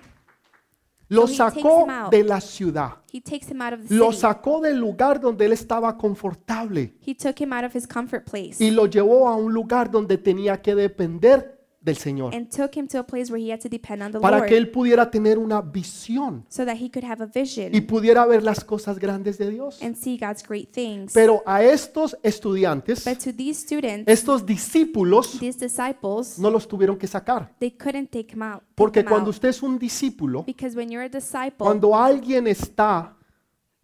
Speaker 1: Lo
Speaker 2: So he
Speaker 1: sacó
Speaker 2: takes him out.
Speaker 1: de la ciudad.
Speaker 2: he takes him out of the
Speaker 1: Lo
Speaker 2: city.
Speaker 1: sacó del lugar donde él estaba confortable
Speaker 2: He took him out of his comfort place
Speaker 1: y lo llevó a un lugar donde tenía que depender del Señor
Speaker 2: and took him to a place where he had to depend on the
Speaker 1: para
Speaker 2: Lord
Speaker 1: que él pudiera tener una visión
Speaker 2: so that he could have a
Speaker 1: y
Speaker 2: vision
Speaker 1: pudiera ver las cosas grandes de Dios.
Speaker 2: and see God's great things.
Speaker 1: Pero a estos estudiantes,
Speaker 2: but to these students,
Speaker 1: estos discípulos,
Speaker 2: these disciples,
Speaker 1: no los tuvieron que sacar.
Speaker 2: they couldn't take him out. take
Speaker 1: Porque
Speaker 2: him out.
Speaker 1: cuando usted es un discípulo,
Speaker 2: because when you're a disciple,
Speaker 1: cuando alguien está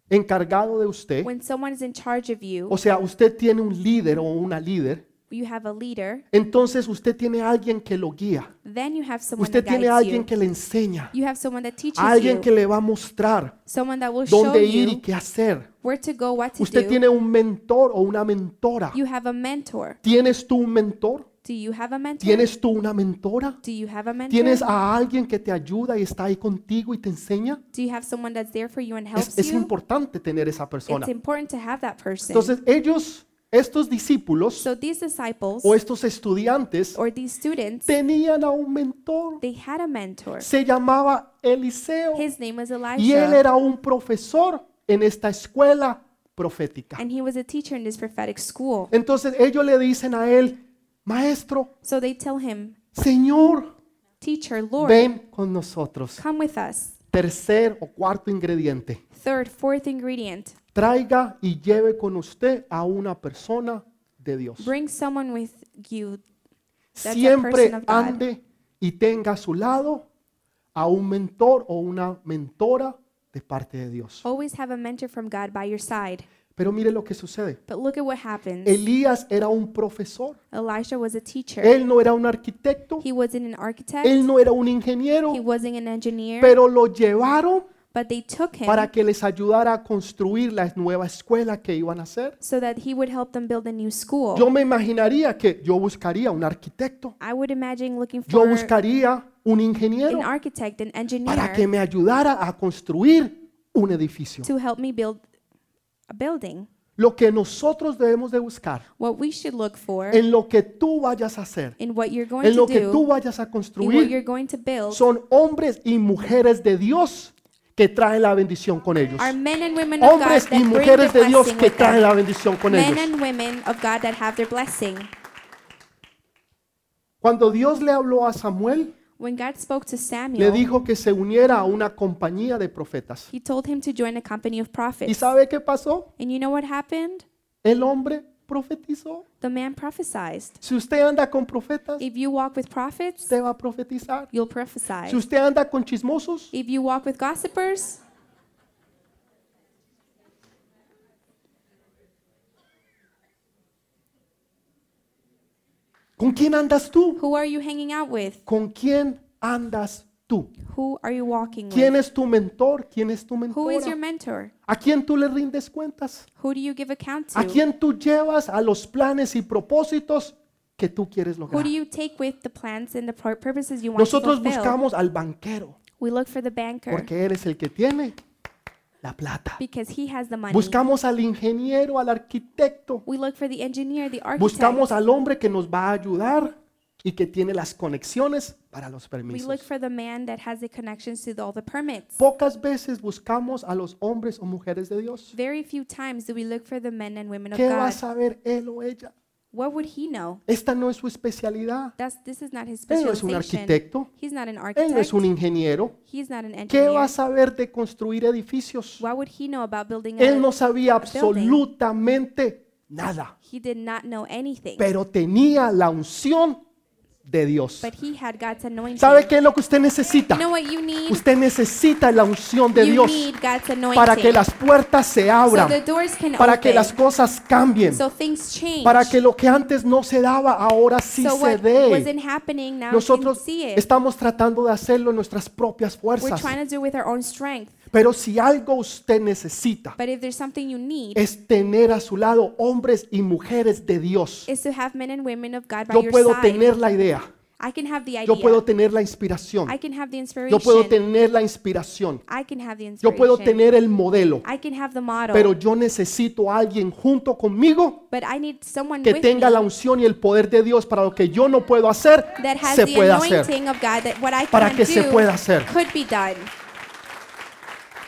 Speaker 1: encargado de usted,
Speaker 2: when someone is in charge of you,
Speaker 1: o sea, usted tiene un líder o una líder,
Speaker 2: you have a leader,
Speaker 1: entonces usted tiene a alguien que lo guía.
Speaker 2: then you have someone
Speaker 1: Usted
Speaker 2: that guides
Speaker 1: tiene a alguien
Speaker 2: you.
Speaker 1: que le enseña,
Speaker 2: You have someone that teaches
Speaker 1: a alguien
Speaker 2: you.
Speaker 1: que le va a mostrar
Speaker 2: someone that will show
Speaker 1: dónde ir y
Speaker 2: you
Speaker 1: qué hacer.
Speaker 2: where to go, what to
Speaker 1: Usted
Speaker 2: do.
Speaker 1: tiene un mentor o una mentora.
Speaker 2: you have a mentor.
Speaker 1: ¿Tienes tú un mentor?
Speaker 2: Do you have a mentor?
Speaker 1: ¿Tienes tú una mentora?
Speaker 2: do you have a mentor?
Speaker 1: ¿Tienes a alguien que te ayuda y está ahí contigo y te enseña?
Speaker 2: do you have someone that's there for you and
Speaker 1: Es,
Speaker 2: helps
Speaker 1: es
Speaker 2: you?
Speaker 1: importante tener esa persona.
Speaker 2: It's important to have that person.
Speaker 1: Entonces ellos, estos discípulos
Speaker 2: so these disciples
Speaker 1: o estos estudiantes
Speaker 2: or these students,
Speaker 1: tenían a un mentor.
Speaker 2: they had a mentor.
Speaker 1: Se llamaba Eliseo
Speaker 2: His name was Elijah.
Speaker 1: y él era un profesor en esta escuela profética.
Speaker 2: and he was a teacher in this prophetic school.
Speaker 1: Entonces ellos le dicen a él, maestro,
Speaker 2: So they tell him,
Speaker 1: Señor,
Speaker 2: Teacher, Lord,
Speaker 1: ven con nosotros.
Speaker 2: come with us.
Speaker 1: Tercer o cuarto ingrediente.
Speaker 2: Third, fourth ingredient
Speaker 1: Traiga y lleve con usted a una persona de Dios.
Speaker 2: bring someone with you That's a
Speaker 1: Siempre
Speaker 2: person of God.
Speaker 1: ande y tenga a su lado a un mentor o una mentora de parte de Dios.
Speaker 2: Always have a mentor from God by your side.
Speaker 1: Pero mire lo que sucede.
Speaker 2: But look at what happens.
Speaker 1: Elías era un profesor.
Speaker 2: Elijah was a teacher.
Speaker 1: Él no era un arquitecto.
Speaker 2: he wasn't an architect.
Speaker 1: Él no era un ingeniero.
Speaker 2: he wasn't an engineer.
Speaker 1: Pero lo llevaron
Speaker 2: but they took him
Speaker 1: para que les ayudara a construir la nueva escuela que iban a hacer.
Speaker 2: so that he would help them build a new school.
Speaker 1: Yo me imaginaría que yo buscaría un arquitecto.
Speaker 2: I would imagine looking
Speaker 1: Yo
Speaker 2: for
Speaker 1: buscaría un
Speaker 2: an
Speaker 1: ingeniero
Speaker 2: architect, an engineer,
Speaker 1: para que me ayudara a construir un edificio.
Speaker 2: to help me build a building.
Speaker 1: Lo que nosotros debemos de buscar,
Speaker 2: What we should look for
Speaker 1: en lo que tú vayas a hacer,
Speaker 2: in what you're going
Speaker 1: en lo
Speaker 2: to
Speaker 1: que tú
Speaker 2: do,
Speaker 1: vayas a
Speaker 2: in what you're
Speaker 1: construir,
Speaker 2: going to build,
Speaker 1: son hombres y mujeres de Dios que traen la bendición con ellos.
Speaker 2: are men and women of God
Speaker 1: Hombres
Speaker 2: that
Speaker 1: y
Speaker 2: bring
Speaker 1: mujeres
Speaker 2: the
Speaker 1: de Dios
Speaker 2: blessing
Speaker 1: que
Speaker 2: with
Speaker 1: traen
Speaker 2: them.
Speaker 1: la bendición con
Speaker 2: Men
Speaker 1: ellos.
Speaker 2: and women of God that have their blessing.
Speaker 1: Cuando Dios le habló a Samuel,
Speaker 2: When God spoke to
Speaker 1: le
Speaker 2: Samuel,
Speaker 1: dijo que se uniera a una compañía de profetas.
Speaker 2: He told him to join a company of
Speaker 1: ¿Y
Speaker 2: prophets.
Speaker 1: sabe qué pasó?
Speaker 2: And you know what happened?
Speaker 1: El hombre profetizó.
Speaker 2: The man prophesied.
Speaker 1: Si usted anda con profetas,
Speaker 2: If you walk with prophets,
Speaker 1: usted va a profetizar.
Speaker 2: you'll
Speaker 1: Si
Speaker 2: prophesy.
Speaker 1: usted anda con chismosos,
Speaker 2: If you walk with gossipers,
Speaker 1: ¿Con quién andas tú?
Speaker 2: Who are you hanging out with?
Speaker 1: ¿Con quién andas tú?
Speaker 2: Who are you walking with?
Speaker 1: ¿Quién es tu mentor? ¿Quién es tu
Speaker 2: Who is your
Speaker 1: mentora?
Speaker 2: mentor?
Speaker 1: ¿A quién tú le rindes cuentas?
Speaker 2: Who do you give account
Speaker 1: ¿A
Speaker 2: to?
Speaker 1: quién tú llevas a los planes y propósitos que tú quieres
Speaker 2: Who
Speaker 1: lograr?
Speaker 2: do you take with the plans and the pur- purposes you want
Speaker 1: Nosotros
Speaker 2: to fulfill?
Speaker 1: buscamos al banquero
Speaker 2: We look for the banker
Speaker 1: porque eres el que tiene la plata.
Speaker 2: because he has the money.
Speaker 1: Buscamos al ingeniero, al arquitecto.
Speaker 2: we look for the engineer, the architect.
Speaker 1: Buscamos al hombre que nos va a ayudar y que tiene las conexiones para los
Speaker 2: we look
Speaker 1: permisos.
Speaker 2: for the man that has the connections to the- all the permits.
Speaker 1: Pocas veces buscamos a los hombres o mujeres de Dios.
Speaker 2: Very few times do we look for the men and women of
Speaker 1: ¿Qué va a
Speaker 2: God.
Speaker 1: saber él o ella?
Speaker 2: What would he know?
Speaker 1: Esta no es su especialidad.
Speaker 2: That's, this is not his
Speaker 1: Él no es un
Speaker 2: specialization.
Speaker 1: arquitecto.
Speaker 2: He's not an
Speaker 1: Él no es
Speaker 2: architect.
Speaker 1: un ingeniero.
Speaker 2: He's not an
Speaker 1: ¿Qué va
Speaker 2: engineer.
Speaker 1: a saber de construir edificios?
Speaker 2: What would he know about building
Speaker 1: Él no
Speaker 2: a
Speaker 1: sabía absolutamente nada,
Speaker 2: He did not know anything.
Speaker 1: pero tenía la unción de Dios.
Speaker 2: But he had God's anointing.
Speaker 1: ¿Sabe qué es lo que usted
Speaker 2: You
Speaker 1: necesita?
Speaker 2: know what you need?
Speaker 1: Usted necesita la unción de
Speaker 2: You
Speaker 1: Dios
Speaker 2: need God's anointing.
Speaker 1: para que las puertas se
Speaker 2: so
Speaker 1: abran,
Speaker 2: the doors can
Speaker 1: para que
Speaker 2: open.
Speaker 1: las cosas cambien,
Speaker 2: so things change.
Speaker 1: para que lo que antes no se daba ahora sí
Speaker 2: so
Speaker 1: se
Speaker 2: what
Speaker 1: dé.
Speaker 2: wasn't happening now
Speaker 1: Nosotros
Speaker 2: you can see it.
Speaker 1: estamos tratando de hacerlo en nuestras propias
Speaker 2: We're
Speaker 1: fuerzas,
Speaker 2: trying to do with our own strength.
Speaker 1: pero si algo usted necesita
Speaker 2: But if there's something you need,
Speaker 1: es tener a su lado hombres y mujeres de Dios.
Speaker 2: is to have men and women of God by
Speaker 1: Yo
Speaker 2: your
Speaker 1: puedo
Speaker 2: side.
Speaker 1: tener la idea,
Speaker 2: I can have the idea.
Speaker 1: yo puedo tener la inspiración,
Speaker 2: I can have the inspiration.
Speaker 1: yo puedo tener la inspiración,
Speaker 2: I can have the
Speaker 1: yo
Speaker 2: inspiration.
Speaker 1: puedo tener el modelo,
Speaker 2: I can have the model.
Speaker 1: pero yo necesito a alguien junto conmigo
Speaker 2: but I need someone
Speaker 1: que
Speaker 2: with
Speaker 1: tenga
Speaker 2: me
Speaker 1: la unción y el poder de Dios para lo que yo no puedo hacer,
Speaker 2: that has
Speaker 1: se
Speaker 2: the
Speaker 1: pueda hacer.
Speaker 2: anointing of God that what I
Speaker 1: Para
Speaker 2: can
Speaker 1: que se
Speaker 2: do
Speaker 1: pueda hacer.
Speaker 2: could be done.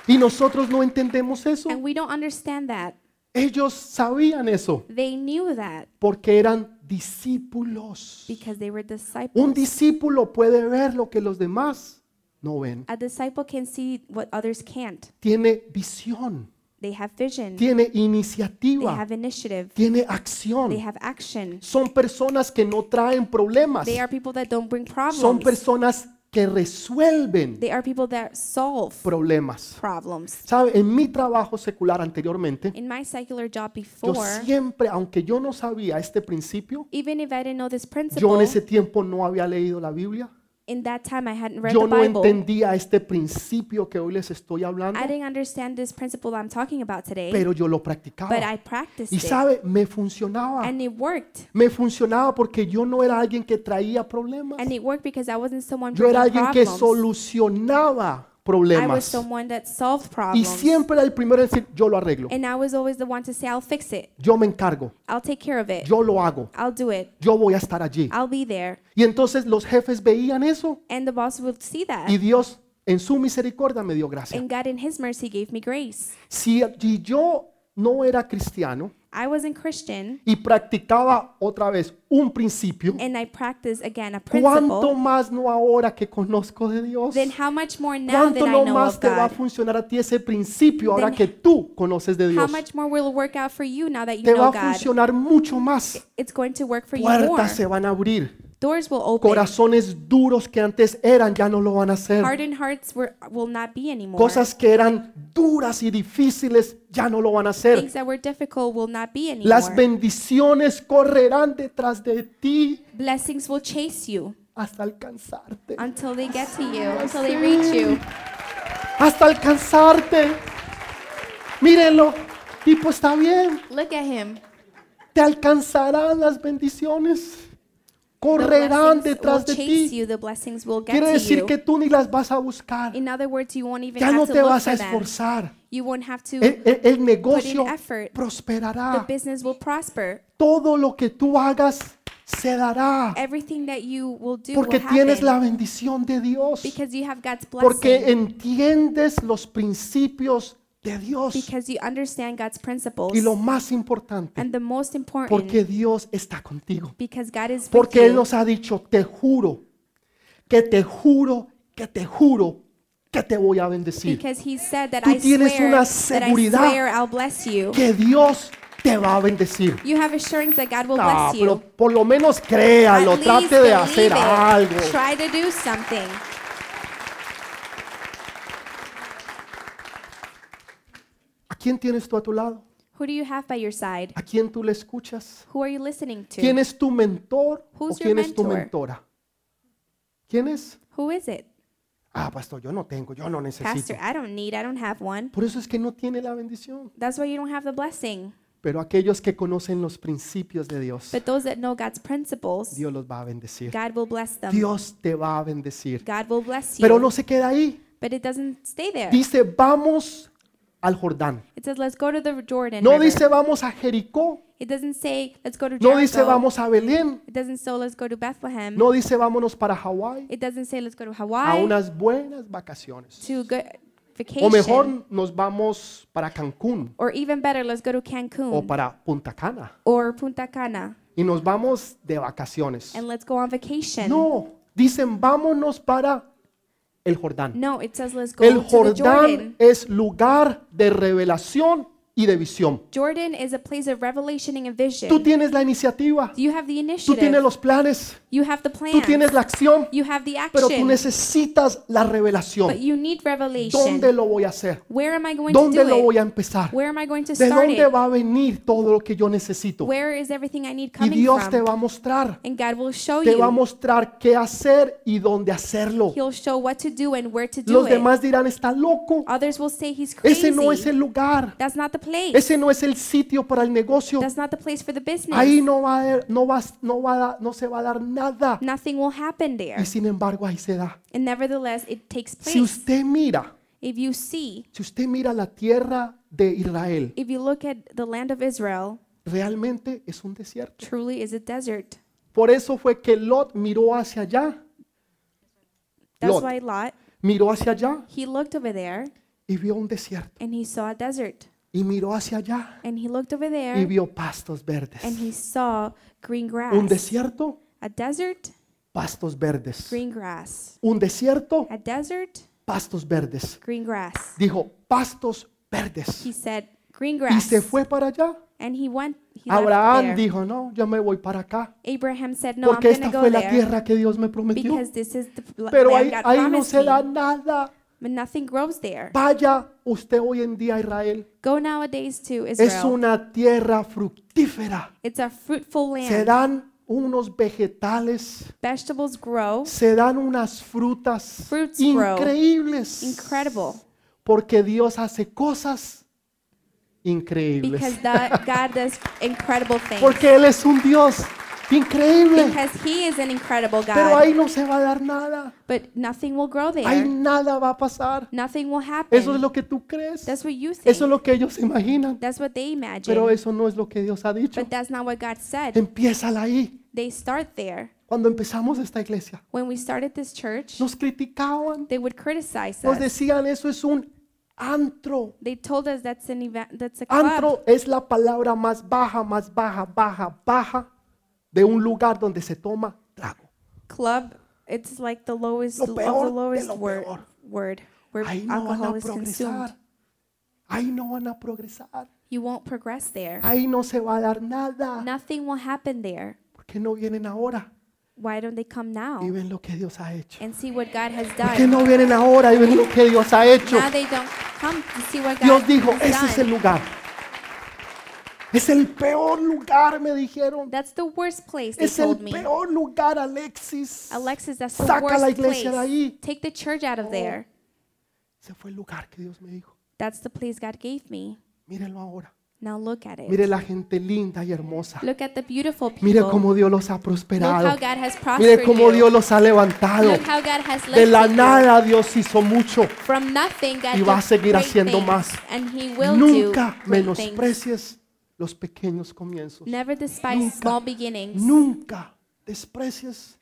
Speaker 1: Y nosotros no entendemos eso.
Speaker 2: And we don't understand that.
Speaker 1: Ellos sabían eso
Speaker 2: They knew that
Speaker 1: porque eran discípulos.
Speaker 2: because they were disciples.
Speaker 1: Un discípulo puede ver lo que los demás no ven.
Speaker 2: A disciple can see what others can't.
Speaker 1: Tiene visión,
Speaker 2: They have vision.
Speaker 1: tiene
Speaker 2: They
Speaker 1: iniciativa,
Speaker 2: have initiative.
Speaker 1: tiene
Speaker 2: They
Speaker 1: acción.
Speaker 2: have action.
Speaker 1: Son personas que no traen problemas.
Speaker 2: They are people that don't bring
Speaker 1: Son
Speaker 2: problems.
Speaker 1: personas que resuelven
Speaker 2: They are people that solve
Speaker 1: problemas.
Speaker 2: problems.
Speaker 1: ¿Sabe? En mi trabajo secular anteriormente,
Speaker 2: In my secular job
Speaker 1: Yo
Speaker 2: before,
Speaker 1: siempre, aunque yo no sabía este principio,
Speaker 2: even if I didn't know this
Speaker 1: yo en
Speaker 2: principle,
Speaker 1: ese tiempo no había leído la Biblia,
Speaker 2: in that time I hadn't read
Speaker 1: yo
Speaker 2: the
Speaker 1: no
Speaker 2: Bible.
Speaker 1: entendía este principio que hoy les estoy hablando,
Speaker 2: I didn't understand this principle I'm talking about today,
Speaker 1: pero yo lo
Speaker 2: but
Speaker 1: practicaba.
Speaker 2: I practiced
Speaker 1: Y
Speaker 2: it.
Speaker 1: sabe, me funcionaba.
Speaker 2: And it worked.
Speaker 1: Me funcionaba porque yo no era alguien que traía problemas.
Speaker 2: And it worked because I wasn't someone
Speaker 1: Yo era
Speaker 2: bringing
Speaker 1: alguien que
Speaker 2: problems.
Speaker 1: solucionaba
Speaker 2: I was
Speaker 1: problemas.
Speaker 2: someone that solved
Speaker 1: Y
Speaker 2: problems.
Speaker 1: siempre era el primero en decir, yo lo arreglo,
Speaker 2: And I was always the one to say, I'll fix it.
Speaker 1: yo me encargo,
Speaker 2: I'll take care of it.
Speaker 1: yo lo hago,
Speaker 2: I'll do it.
Speaker 1: yo voy a estar allí.
Speaker 2: I'll be there.
Speaker 1: Y entonces los jefes veían eso
Speaker 2: And the boss would see that.
Speaker 1: y Dios en su misericordia me dio gracia.
Speaker 2: And God, in His mercy, gave me grace.
Speaker 1: Si si yo no era cristiano
Speaker 2: I wasn't Christian,
Speaker 1: y practicaba otra vez un principio,
Speaker 2: and I practiced again a
Speaker 1: ¿cuánto
Speaker 2: principle.
Speaker 1: más no ahora que conozco de Dios?
Speaker 2: Then how much more now that
Speaker 1: ¿Cuánto
Speaker 2: I
Speaker 1: no
Speaker 2: know
Speaker 1: más
Speaker 2: of
Speaker 1: te va a
Speaker 2: God?
Speaker 1: funcionar a ti ese principio ahora
Speaker 2: Then
Speaker 1: que tú conoces de
Speaker 2: How
Speaker 1: Dios?
Speaker 2: much more will it work out for you now that you
Speaker 1: Te va
Speaker 2: know
Speaker 1: a
Speaker 2: God?
Speaker 1: funcionar mucho más.
Speaker 2: It's going to work for you more.
Speaker 1: Puertas se van a abrir.
Speaker 2: Doors will open.
Speaker 1: Corazones duros que antes eran ya no lo van a hacer.
Speaker 2: Hardened hearts were, will not be anymore.
Speaker 1: Cosas que eran duras y difíciles ya no lo van a hacer.
Speaker 2: Things that were difficult will not be anymore.
Speaker 1: Las bendiciones correrán detrás de ti.
Speaker 2: Blessings will chase you
Speaker 1: hasta alcanzarte.
Speaker 2: until they get to you, until they reach you.
Speaker 1: Hasta alcanzarte. Mírenlo. Tipo está bien.
Speaker 2: Look at him.
Speaker 1: Te alcanzarán las bendiciones.
Speaker 2: The
Speaker 1: Correrán
Speaker 2: blessings will
Speaker 1: detrás de
Speaker 2: chase
Speaker 1: ti.
Speaker 2: you. The blessings will get
Speaker 1: Quiere
Speaker 2: to
Speaker 1: decir
Speaker 2: you.
Speaker 1: que tú ni las vas a buscar.
Speaker 2: In other words, you won't even
Speaker 1: Ya no
Speaker 2: have
Speaker 1: te
Speaker 2: to look
Speaker 1: vas a
Speaker 2: for them.
Speaker 1: esforzar. Eh,
Speaker 2: You won't have to.
Speaker 1: El, el- el negocio
Speaker 2: effort. The
Speaker 1: prosperará.
Speaker 2: business will prosper.
Speaker 1: Todo lo que tú hagas se dará.
Speaker 2: Everything that you will do
Speaker 1: Porque
Speaker 2: will happen
Speaker 1: tienes la bendición de Dios.
Speaker 2: because you have God's blessing.
Speaker 1: Porque entiendes los principios de Dios.
Speaker 2: because you understand God's principles.
Speaker 1: Y lo más importante,
Speaker 2: and the most important,
Speaker 1: porque Dios está contigo.
Speaker 2: because God is with
Speaker 1: Porque Él
Speaker 2: you.
Speaker 1: nos ha dicho, te juro, que te juro, que te juro, que te voy a bendecir.
Speaker 2: Because he said that
Speaker 1: Tú
Speaker 2: I
Speaker 1: tienes
Speaker 2: swear,
Speaker 1: una
Speaker 2: that I
Speaker 1: seguridad
Speaker 2: swear I'll bless you.
Speaker 1: Que Dios te va a bendecir.
Speaker 2: You have assurance that God will
Speaker 1: Ah,
Speaker 2: bless
Speaker 1: pero
Speaker 2: you.
Speaker 1: por lo menos
Speaker 2: At
Speaker 1: créalo,
Speaker 2: least
Speaker 1: trate de
Speaker 2: believe
Speaker 1: hacer
Speaker 2: it.
Speaker 1: algo.
Speaker 2: Try to do something.
Speaker 1: ¿A quién tienes tú a tu lado?
Speaker 2: Who do you have by your side?
Speaker 1: ¿A quién tú le escuchas?
Speaker 2: Who are you listening to?
Speaker 1: ¿Quién es tu mentor o
Speaker 2: Who's your
Speaker 1: quién es tu
Speaker 2: mentor?
Speaker 1: mentora? ¿Quién es?
Speaker 2: Who is it?
Speaker 1: Ah, pastor, yo no tengo, yo no necesito.
Speaker 2: Pastor, I don't need, I don't have one.
Speaker 1: Por eso es que no tiene la bendición.
Speaker 2: That's why you don't have the blessing.
Speaker 1: Pero aquellos que conocen los principios de Dios,
Speaker 2: But those that know God's principles,
Speaker 1: Dios los va a bendecir.
Speaker 2: God will bless them.
Speaker 1: Dios te va a bendecir.
Speaker 2: God will bless you.
Speaker 1: Pero no se queda ahí.
Speaker 2: but it doesn't stay there.
Speaker 1: Dice, vamos al Jordán.
Speaker 2: It says, let's go to the Jordan.
Speaker 1: No
Speaker 2: River.
Speaker 1: dice, vamos a Jericó.
Speaker 2: it doesn't say, let's go to
Speaker 1: No
Speaker 2: Jericho.
Speaker 1: dice, vamos a Belén.
Speaker 2: It doesn't say, let's go to Bethlehem.
Speaker 1: No dice, vámonos para Hawái.
Speaker 2: It doesn't say, let's go to
Speaker 1: A
Speaker 2: Hawaii.
Speaker 1: unas buenas vacaciones.
Speaker 2: to good vacation.
Speaker 1: O mejor, nos vamos para Cancún
Speaker 2: or even better, let's go to Cancun
Speaker 1: o para Punta Cana.
Speaker 2: or Punta Cana
Speaker 1: Y nos vamos de vacaciones.
Speaker 2: and let's go on vacation.
Speaker 1: No, dicen vámonos para el Jordán.
Speaker 2: No, it says let's go
Speaker 1: El
Speaker 2: to the
Speaker 1: Jordán
Speaker 2: Jordan.
Speaker 1: es lugar de revelación y de visión.
Speaker 2: Jordan is a place of revelation and
Speaker 1: Tú
Speaker 2: vision.
Speaker 1: tienes la iniciativa,
Speaker 2: You have
Speaker 1: tú
Speaker 2: the
Speaker 1: tienes
Speaker 2: initiative.
Speaker 1: los planes,
Speaker 2: You have the plan.
Speaker 1: tú tienes la acción,
Speaker 2: You have the
Speaker 1: pero tú
Speaker 2: action.
Speaker 1: necesitas la
Speaker 2: But
Speaker 1: revelación.
Speaker 2: you need revelation.
Speaker 1: ¿Dónde lo voy a hacer?
Speaker 2: Where am I going to
Speaker 1: ¿Dónde
Speaker 2: do
Speaker 1: lo
Speaker 2: it?
Speaker 1: voy a empezar?
Speaker 2: Where am I going to
Speaker 1: ¿De
Speaker 2: start
Speaker 1: dónde
Speaker 2: it?
Speaker 1: va a venir todo lo que yo necesito?
Speaker 2: Where is everything I need
Speaker 1: Y
Speaker 2: coming
Speaker 1: Dios te
Speaker 2: from?
Speaker 1: va a mostrar,
Speaker 2: And God will show
Speaker 1: te va a
Speaker 2: you.
Speaker 1: mostrar qué hacer y dónde hacerlo.
Speaker 2: He'll show what to do and where to do
Speaker 1: Los
Speaker 2: it.
Speaker 1: demás dirán, está loco,
Speaker 2: Others will say he's crazy.
Speaker 1: ese no es el lugar.
Speaker 2: That's not the place.
Speaker 1: Ese no es el sitio para el negocio.
Speaker 2: That's not the place for the business.
Speaker 1: Ahí no va a haber- no va- no va a dar- no se va a dar nada.
Speaker 2: Nothing will happen there.
Speaker 1: Y sin embargo ahí se da.
Speaker 2: And nevertheless, it takes
Speaker 1: Si
Speaker 2: place.
Speaker 1: usted mira,
Speaker 2: If you see,
Speaker 1: si usted mira la tierra de Israel,
Speaker 2: if you look at the land of Israel,
Speaker 1: realmente es un desierto.
Speaker 2: truly is a desert.
Speaker 1: Por eso fue que Lot miró hacia allá,
Speaker 2: That's
Speaker 1: Lot.
Speaker 2: why Lot,
Speaker 1: miró hacia allá
Speaker 2: he looked over there
Speaker 1: y vio un desierto.
Speaker 2: and he saw a desert.
Speaker 1: Y miró hacia allá
Speaker 2: And he looked over
Speaker 1: y
Speaker 2: there
Speaker 1: vio pastos
Speaker 2: and
Speaker 1: verdes.
Speaker 2: he saw green
Speaker 1: Un
Speaker 2: grass.
Speaker 1: desierto,
Speaker 2: A desert,
Speaker 1: pastos verdes.
Speaker 2: green grass.
Speaker 1: Un desierto,
Speaker 2: A desert,
Speaker 1: pastos verdes.
Speaker 2: green grass.
Speaker 1: Dijo, pastos verdes.
Speaker 2: He said, green
Speaker 1: Y
Speaker 2: grass.
Speaker 1: se fue para allá.
Speaker 2: And he went, he left
Speaker 1: Abraham
Speaker 2: there.
Speaker 1: dijo, no, yo me voy para acá.
Speaker 2: Abraham said, no, I'm
Speaker 1: Porque
Speaker 2: going to
Speaker 1: esta
Speaker 2: go
Speaker 1: fue la
Speaker 2: there
Speaker 1: tierra que Dios me prometió.
Speaker 2: because this is the pl-
Speaker 1: Pero
Speaker 2: land
Speaker 1: ahí,
Speaker 2: God
Speaker 1: ahí no
Speaker 2: promised
Speaker 1: se
Speaker 2: me.
Speaker 1: da nada.
Speaker 2: But nothing grows there.
Speaker 1: Vaya usted hoy en día a Israel.
Speaker 2: Go nowadays to
Speaker 1: Es
Speaker 2: Israel.
Speaker 1: una tierra fructífera.
Speaker 2: It's a fruitful
Speaker 1: Se
Speaker 2: land.
Speaker 1: dan unos vegetales,
Speaker 2: Vegetables grow.
Speaker 1: se dan unas frutas
Speaker 2: Fruits grow.
Speaker 1: increíbles.
Speaker 2: Incredible.
Speaker 1: Porque Dios hace cosas increíbles.
Speaker 2: Because that God does incredible things.
Speaker 1: Porque Él es un Dios increíble.
Speaker 2: Because He is an incredible
Speaker 1: Pero
Speaker 2: God.
Speaker 1: ahí no se va a dar nada.
Speaker 2: But nothing will grow
Speaker 1: Ahí
Speaker 2: there.
Speaker 1: nada va a pasar.
Speaker 2: Nothing will
Speaker 1: Eso es
Speaker 2: happen.
Speaker 1: lo que tú crees.
Speaker 2: That's what you
Speaker 1: Eso es
Speaker 2: think.
Speaker 1: lo que ellos imaginan.
Speaker 2: That's what they
Speaker 1: Pero
Speaker 2: imagine.
Speaker 1: eso no es lo que Dios ha dicho.
Speaker 2: But that's not what God said.
Speaker 1: Empieza ahí.
Speaker 2: They start there.
Speaker 1: Cuando empezamos esta iglesia,
Speaker 2: When we started this church,
Speaker 1: nos criticaban.
Speaker 2: they would criticize
Speaker 1: Nos
Speaker 2: us.
Speaker 1: decían, eso es un antro.
Speaker 2: They told us that's an event, that's a club.
Speaker 1: Antro es la palabra más baja, más baja, baja, baja de un lugar donde se toma trago.
Speaker 2: Club. It's like the lowest
Speaker 1: Lo
Speaker 2: of
Speaker 1: peor
Speaker 2: the
Speaker 1: de
Speaker 2: lowest
Speaker 1: lo
Speaker 2: word
Speaker 1: peor.
Speaker 2: word where
Speaker 1: Ahí no van
Speaker 2: alcohol
Speaker 1: a
Speaker 2: is consumed.
Speaker 1: progresar. Ahí no van a progresar.
Speaker 2: You won't progress there.
Speaker 1: Ahí no se va a dar nada.
Speaker 2: Nothing will happen there.
Speaker 1: ¿Por qué no vienen ahora
Speaker 2: Why don't they come
Speaker 1: y
Speaker 2: now
Speaker 1: ven lo que Dios ha hecho?
Speaker 2: and see what God has
Speaker 1: ¿Por qué
Speaker 2: done?
Speaker 1: no vienen ahora y ven lo que Dios ha hecho?
Speaker 2: Now they don't come to see what God
Speaker 1: Dios dijo, ese
Speaker 2: has
Speaker 1: es el
Speaker 2: done.
Speaker 1: lugar. Es el peor lugar, me dijeron.
Speaker 2: That's the worst place, they
Speaker 1: Es el
Speaker 2: told me.
Speaker 1: peor lugar, Alexis.
Speaker 2: Alexis, that's the
Speaker 1: Saca la
Speaker 2: worst
Speaker 1: iglesia de
Speaker 2: place.
Speaker 1: ahí. Oh.
Speaker 2: Take the church out of there.
Speaker 1: Ese fue el lugar que Dios me dijo.
Speaker 2: That's the place God gave me.
Speaker 1: Mírenlo ahora.
Speaker 2: Now look at it.
Speaker 1: Mire la gente linda y hermosa.
Speaker 2: Look at the beautiful
Speaker 1: Mire
Speaker 2: people.
Speaker 1: cómo Dios los ha
Speaker 2: Look how
Speaker 1: prosperado.
Speaker 2: God
Speaker 1: Mire
Speaker 2: has prospered
Speaker 1: cómo Dios
Speaker 2: you.
Speaker 1: los ha levantado.
Speaker 2: Look how God has
Speaker 1: De la
Speaker 2: lifted you.
Speaker 1: nada Dios hizo mucho.
Speaker 2: From nothing, God
Speaker 1: Y va a
Speaker 2: did
Speaker 1: seguir
Speaker 2: great
Speaker 1: haciendo
Speaker 2: things,
Speaker 1: más.
Speaker 2: And he will do
Speaker 1: Nunca
Speaker 2: great things.
Speaker 1: menosprecies los pequeños comienzos.
Speaker 2: Never despise
Speaker 1: Nunca.
Speaker 2: small beginnings.
Speaker 1: Nunca desprecies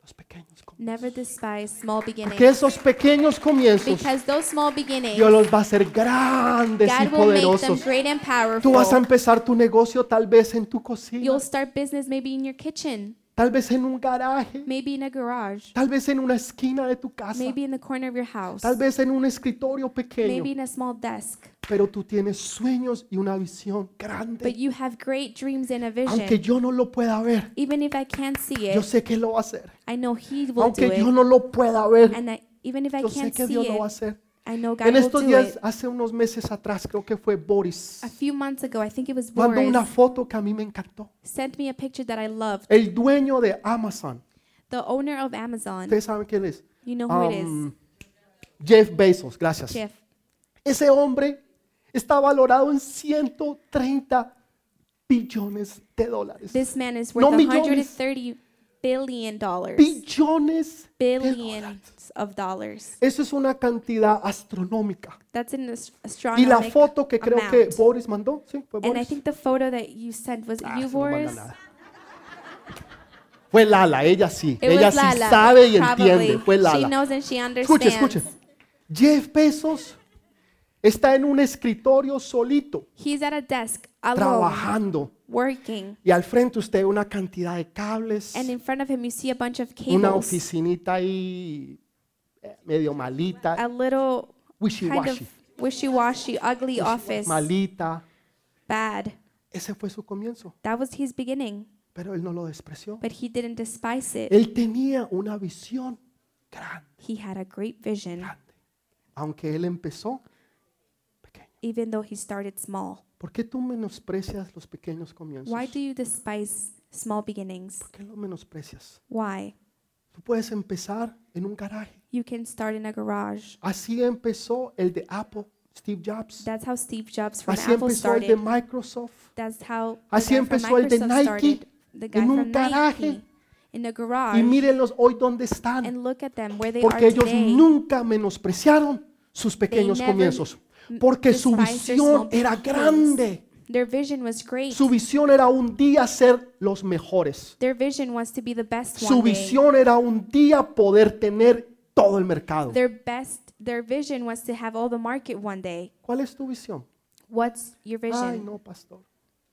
Speaker 1: los pequeños comienzos.
Speaker 2: Never despise small beginnings.
Speaker 1: Porque esos pequeños comienzos
Speaker 2: because those small beginnings,
Speaker 1: Dios los va a hacer grandes y
Speaker 2: God will make them
Speaker 1: poderosos.
Speaker 2: great and powerful.
Speaker 1: Tú vas a empezar tu negocio tal vez en tu
Speaker 2: You'll
Speaker 1: cocina,
Speaker 2: start business maybe in your kitchen,
Speaker 1: tal vez en un garaje,
Speaker 2: maybe in a garage,
Speaker 1: tal vez en una esquina de tu casa,
Speaker 2: maybe in the corner of your house,
Speaker 1: tal vez en un escritorio
Speaker 2: maybe
Speaker 1: pequeño,
Speaker 2: in a small desk.
Speaker 1: pero tú tienes sueños y una visión
Speaker 2: But
Speaker 1: grande.
Speaker 2: you have great dreams and a vision.
Speaker 1: Aunque yo no lo pueda ver,
Speaker 2: even if I can't see it,
Speaker 1: yo sé que lo va a hacer.
Speaker 2: I know He will do
Speaker 1: Aunque
Speaker 2: it.
Speaker 1: yo no lo pueda ver,
Speaker 2: and I, even if I
Speaker 1: yo sé
Speaker 2: can't
Speaker 1: que
Speaker 2: see
Speaker 1: Dios lo va a
Speaker 2: it,
Speaker 1: hacer.
Speaker 2: I know God
Speaker 1: En estos
Speaker 2: will do
Speaker 1: días,
Speaker 2: it.
Speaker 1: hace unos meses atrás, creo que fue Boris,
Speaker 2: A few months ago, I think it was
Speaker 1: mandó
Speaker 2: Boris,
Speaker 1: una foto que a mí me encantó.
Speaker 2: sent me a picture that I loved.
Speaker 1: El dueño de Amazon,
Speaker 2: The owner of Amazon.
Speaker 1: ustedes saben quién es.
Speaker 2: You know who it is.
Speaker 1: Um, Jeff Bezos, gracias.
Speaker 2: Jeff.
Speaker 1: Ese hombre está valorado en 130 billones de dólares.
Speaker 2: This man is worth
Speaker 1: No millones.
Speaker 2: 130 billion dollars.
Speaker 1: Billones de dólares.
Speaker 2: Billions of dollars.
Speaker 1: Eso es una cantidad astronómica.
Speaker 2: That's an ast-
Speaker 1: Y la
Speaker 2: astronomical
Speaker 1: foto que creo que
Speaker 2: amount.
Speaker 1: Boris mandó, sí, fue
Speaker 2: And I
Speaker 1: Boris.
Speaker 2: think the photo that you sent was it
Speaker 1: Ah,
Speaker 2: you,
Speaker 1: eso no manda
Speaker 2: Boris.
Speaker 1: nada. Fue Lala, ella sí.
Speaker 2: It
Speaker 1: ella
Speaker 2: was
Speaker 1: sí
Speaker 2: Lala,
Speaker 1: sabe y
Speaker 2: probably.
Speaker 1: entiende. Fue
Speaker 2: She
Speaker 1: Lala.
Speaker 2: knows and she understands.
Speaker 1: Escuche, escuche. Jeff Bezos está en un escritorio solito,
Speaker 2: He's at a desk alone,
Speaker 1: trabajando.
Speaker 2: working,
Speaker 1: Y al frente usted ve una cantidad de cables,
Speaker 2: and in front of him you see a bunch of
Speaker 1: una
Speaker 2: cables,
Speaker 1: oficinita ahí eh, medio malita,
Speaker 2: a little kind of
Speaker 1: wishy-washy,
Speaker 2: wishy-washy, ugly office,
Speaker 1: malita.
Speaker 2: bad.
Speaker 1: Ese fue su comienzo,
Speaker 2: That was his beginning,
Speaker 1: pero él no lo despreció.
Speaker 2: but he didn't despise it.
Speaker 1: Él tenía una visión grande,
Speaker 2: He had a great vision,
Speaker 1: grande, aunque él empezó pequeño.
Speaker 2: even though he started small.
Speaker 1: ¿Por qué tú menosprecias los pequeños comienzos?
Speaker 2: Why do you despise small beginnings?
Speaker 1: ¿Por qué lo menosprecias?
Speaker 2: Why?
Speaker 1: Tú puedes empezar en un garaje.
Speaker 2: You can start in a garage.
Speaker 1: Así empezó el de Apple, Steve Jobs.
Speaker 2: That's how Steve Jobs from
Speaker 1: Así
Speaker 2: Apple
Speaker 1: empezó el de
Speaker 2: started.
Speaker 1: Microsoft.
Speaker 2: That's how the
Speaker 1: Así
Speaker 2: guy from
Speaker 1: empezó el de
Speaker 2: Microsoft
Speaker 1: Nike
Speaker 2: started. The guy
Speaker 1: en un
Speaker 2: from
Speaker 1: garaje.
Speaker 2: Nike in a garage.
Speaker 1: Y mírenlos hoy donde están,
Speaker 2: and look at them where they
Speaker 1: porque
Speaker 2: are
Speaker 1: ellos
Speaker 2: today.
Speaker 1: nunca menospreciaron sus pequeños
Speaker 2: never
Speaker 1: comienzos,
Speaker 2: m-
Speaker 1: porque su
Speaker 2: despised their
Speaker 1: visión
Speaker 2: small
Speaker 1: era
Speaker 2: beginnings.
Speaker 1: grande.
Speaker 2: Their vision was great.
Speaker 1: Su visión era un día ser los mejores.
Speaker 2: Their vision was to be the best
Speaker 1: Su
Speaker 2: one day.
Speaker 1: visión era un día poder tener todo el mercado.
Speaker 2: Their best. Their vision was to have all the market one day.
Speaker 1: ¿Cuál es tu visión?
Speaker 2: What's your vision?
Speaker 1: Ay, no, pastor.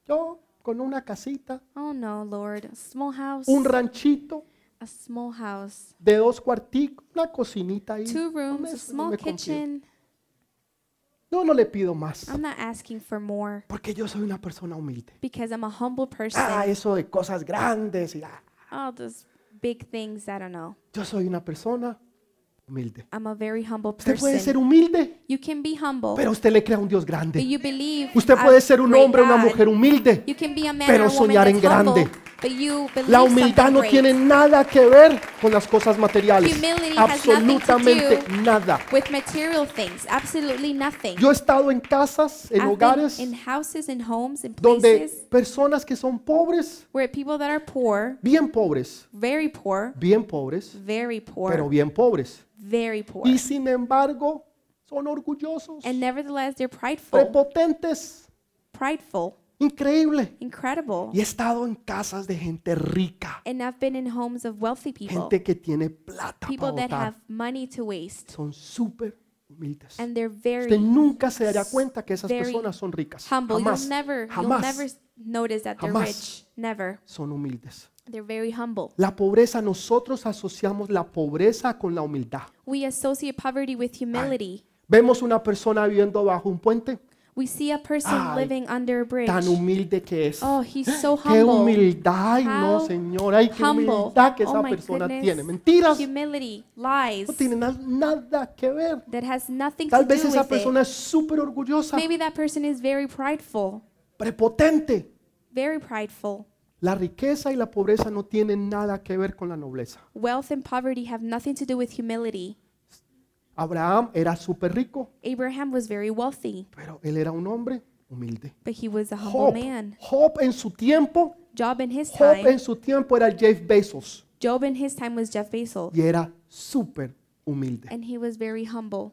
Speaker 1: Yo con una casita,
Speaker 2: Oh no, Lord, a small house.
Speaker 1: un ranchito
Speaker 2: a small house.
Speaker 1: de dos cuarticos, una cocinita ahí.
Speaker 2: Two
Speaker 1: Con
Speaker 2: rooms, a
Speaker 1: eso yo
Speaker 2: small
Speaker 1: me confío.
Speaker 2: kitchen.
Speaker 1: No, no le pido más,
Speaker 2: I'm not asking for more
Speaker 1: porque yo soy una persona humilde.
Speaker 2: because I'm a humble person.
Speaker 1: Ah, eso de cosas grandes. y ah,
Speaker 2: all those big things, I don't know.
Speaker 1: yo soy una persona humilde.
Speaker 2: I'm a very humble
Speaker 1: Usted puede ser
Speaker 2: person.
Speaker 1: humilde,
Speaker 2: You can be humble,
Speaker 1: pero usted le crea a un Dios
Speaker 2: but
Speaker 1: grande.
Speaker 2: Oh. you believe.
Speaker 1: Usted
Speaker 2: a
Speaker 1: puede ser un
Speaker 2: great
Speaker 1: hombre o una
Speaker 2: God.
Speaker 1: mujer humilde.
Speaker 2: You can be a man
Speaker 1: pero
Speaker 2: or a woman
Speaker 1: soñar en
Speaker 2: that's humble,
Speaker 1: grande.
Speaker 2: but you believe
Speaker 1: La humildad
Speaker 2: something
Speaker 1: no
Speaker 2: great.
Speaker 1: tiene nada que ver con las cosas materiales.
Speaker 2: Humility has nothing to
Speaker 1: Absolutamente
Speaker 2: do
Speaker 1: nada.
Speaker 2: with material things, absolutely nothing.
Speaker 1: Yo he estado en casas, en
Speaker 2: I've been
Speaker 1: hogares,
Speaker 2: in houses, in homes, in
Speaker 1: donde
Speaker 2: places
Speaker 1: personas que son pobres,
Speaker 2: where people that are poor,
Speaker 1: bien pobres,
Speaker 2: very poor,
Speaker 1: bien pobres,
Speaker 2: very poor,
Speaker 1: pero bien pobres.
Speaker 2: very poor,
Speaker 1: Y sin embargo, son orgullosos,
Speaker 2: and nevertheless they're prideful,
Speaker 1: prepotentes,
Speaker 2: prideful,
Speaker 1: increíble.
Speaker 2: incredible.
Speaker 1: Y he estado en casas de gente rica,
Speaker 2: And I've been in homes of wealthy people,
Speaker 1: gente que tiene plata
Speaker 2: people
Speaker 1: para
Speaker 2: that have
Speaker 1: botar.
Speaker 2: money to waste,
Speaker 1: Son súper humildes.
Speaker 2: and they're
Speaker 1: Usted
Speaker 2: very
Speaker 1: nunca se dará cuenta que esas
Speaker 2: very
Speaker 1: personas son ricas.
Speaker 2: humble.
Speaker 1: Jamás,
Speaker 2: you'll never, you'll never
Speaker 1: jamás
Speaker 2: s- notice that they're
Speaker 1: Jamás.
Speaker 2: rich. Never.
Speaker 1: son humildes.
Speaker 2: They're very humble.
Speaker 1: La pobreza, nosotros asociamos la pobreza con la humildad.
Speaker 2: We associate poverty with humility.
Speaker 1: Vemos una persona viviendo bajo un puente,
Speaker 2: We see a person
Speaker 1: Ay,
Speaker 2: living under a bridge.
Speaker 1: tan humilde que es.
Speaker 2: Oh, he's so
Speaker 1: Qué
Speaker 2: humble.
Speaker 1: humildad, ay no,
Speaker 2: How
Speaker 1: señora, ay qué
Speaker 2: humble.
Speaker 1: humildad que
Speaker 2: Oh
Speaker 1: esa
Speaker 2: my
Speaker 1: persona
Speaker 2: goodness.
Speaker 1: tiene. Mentiras,
Speaker 2: Humility, lies
Speaker 1: no tiene na- nada que ver.
Speaker 2: that has nothing
Speaker 1: Tal
Speaker 2: to
Speaker 1: vez
Speaker 2: do
Speaker 1: esa
Speaker 2: with
Speaker 1: persona es súper orgullosa,
Speaker 2: it. Maybe that person is very prideful,
Speaker 1: prepotente.
Speaker 2: very prideful.
Speaker 1: La riqueza y la pobreza no tienen nada que ver con la nobleza.
Speaker 2: Wealth and poverty have nothing to do with humility.
Speaker 1: Abraham era súper rico,
Speaker 2: Abraham was very wealthy,
Speaker 1: pero él era un hombre humilde.
Speaker 2: but he was a humble
Speaker 1: Job,
Speaker 2: man.
Speaker 1: Job en su tiempo,
Speaker 2: Job in his
Speaker 1: Job
Speaker 2: time,
Speaker 1: en su tiempo era Jeff Bezos
Speaker 2: Job in his time was Jeff Bezos,
Speaker 1: y era súper humilde.
Speaker 2: and he was very humble.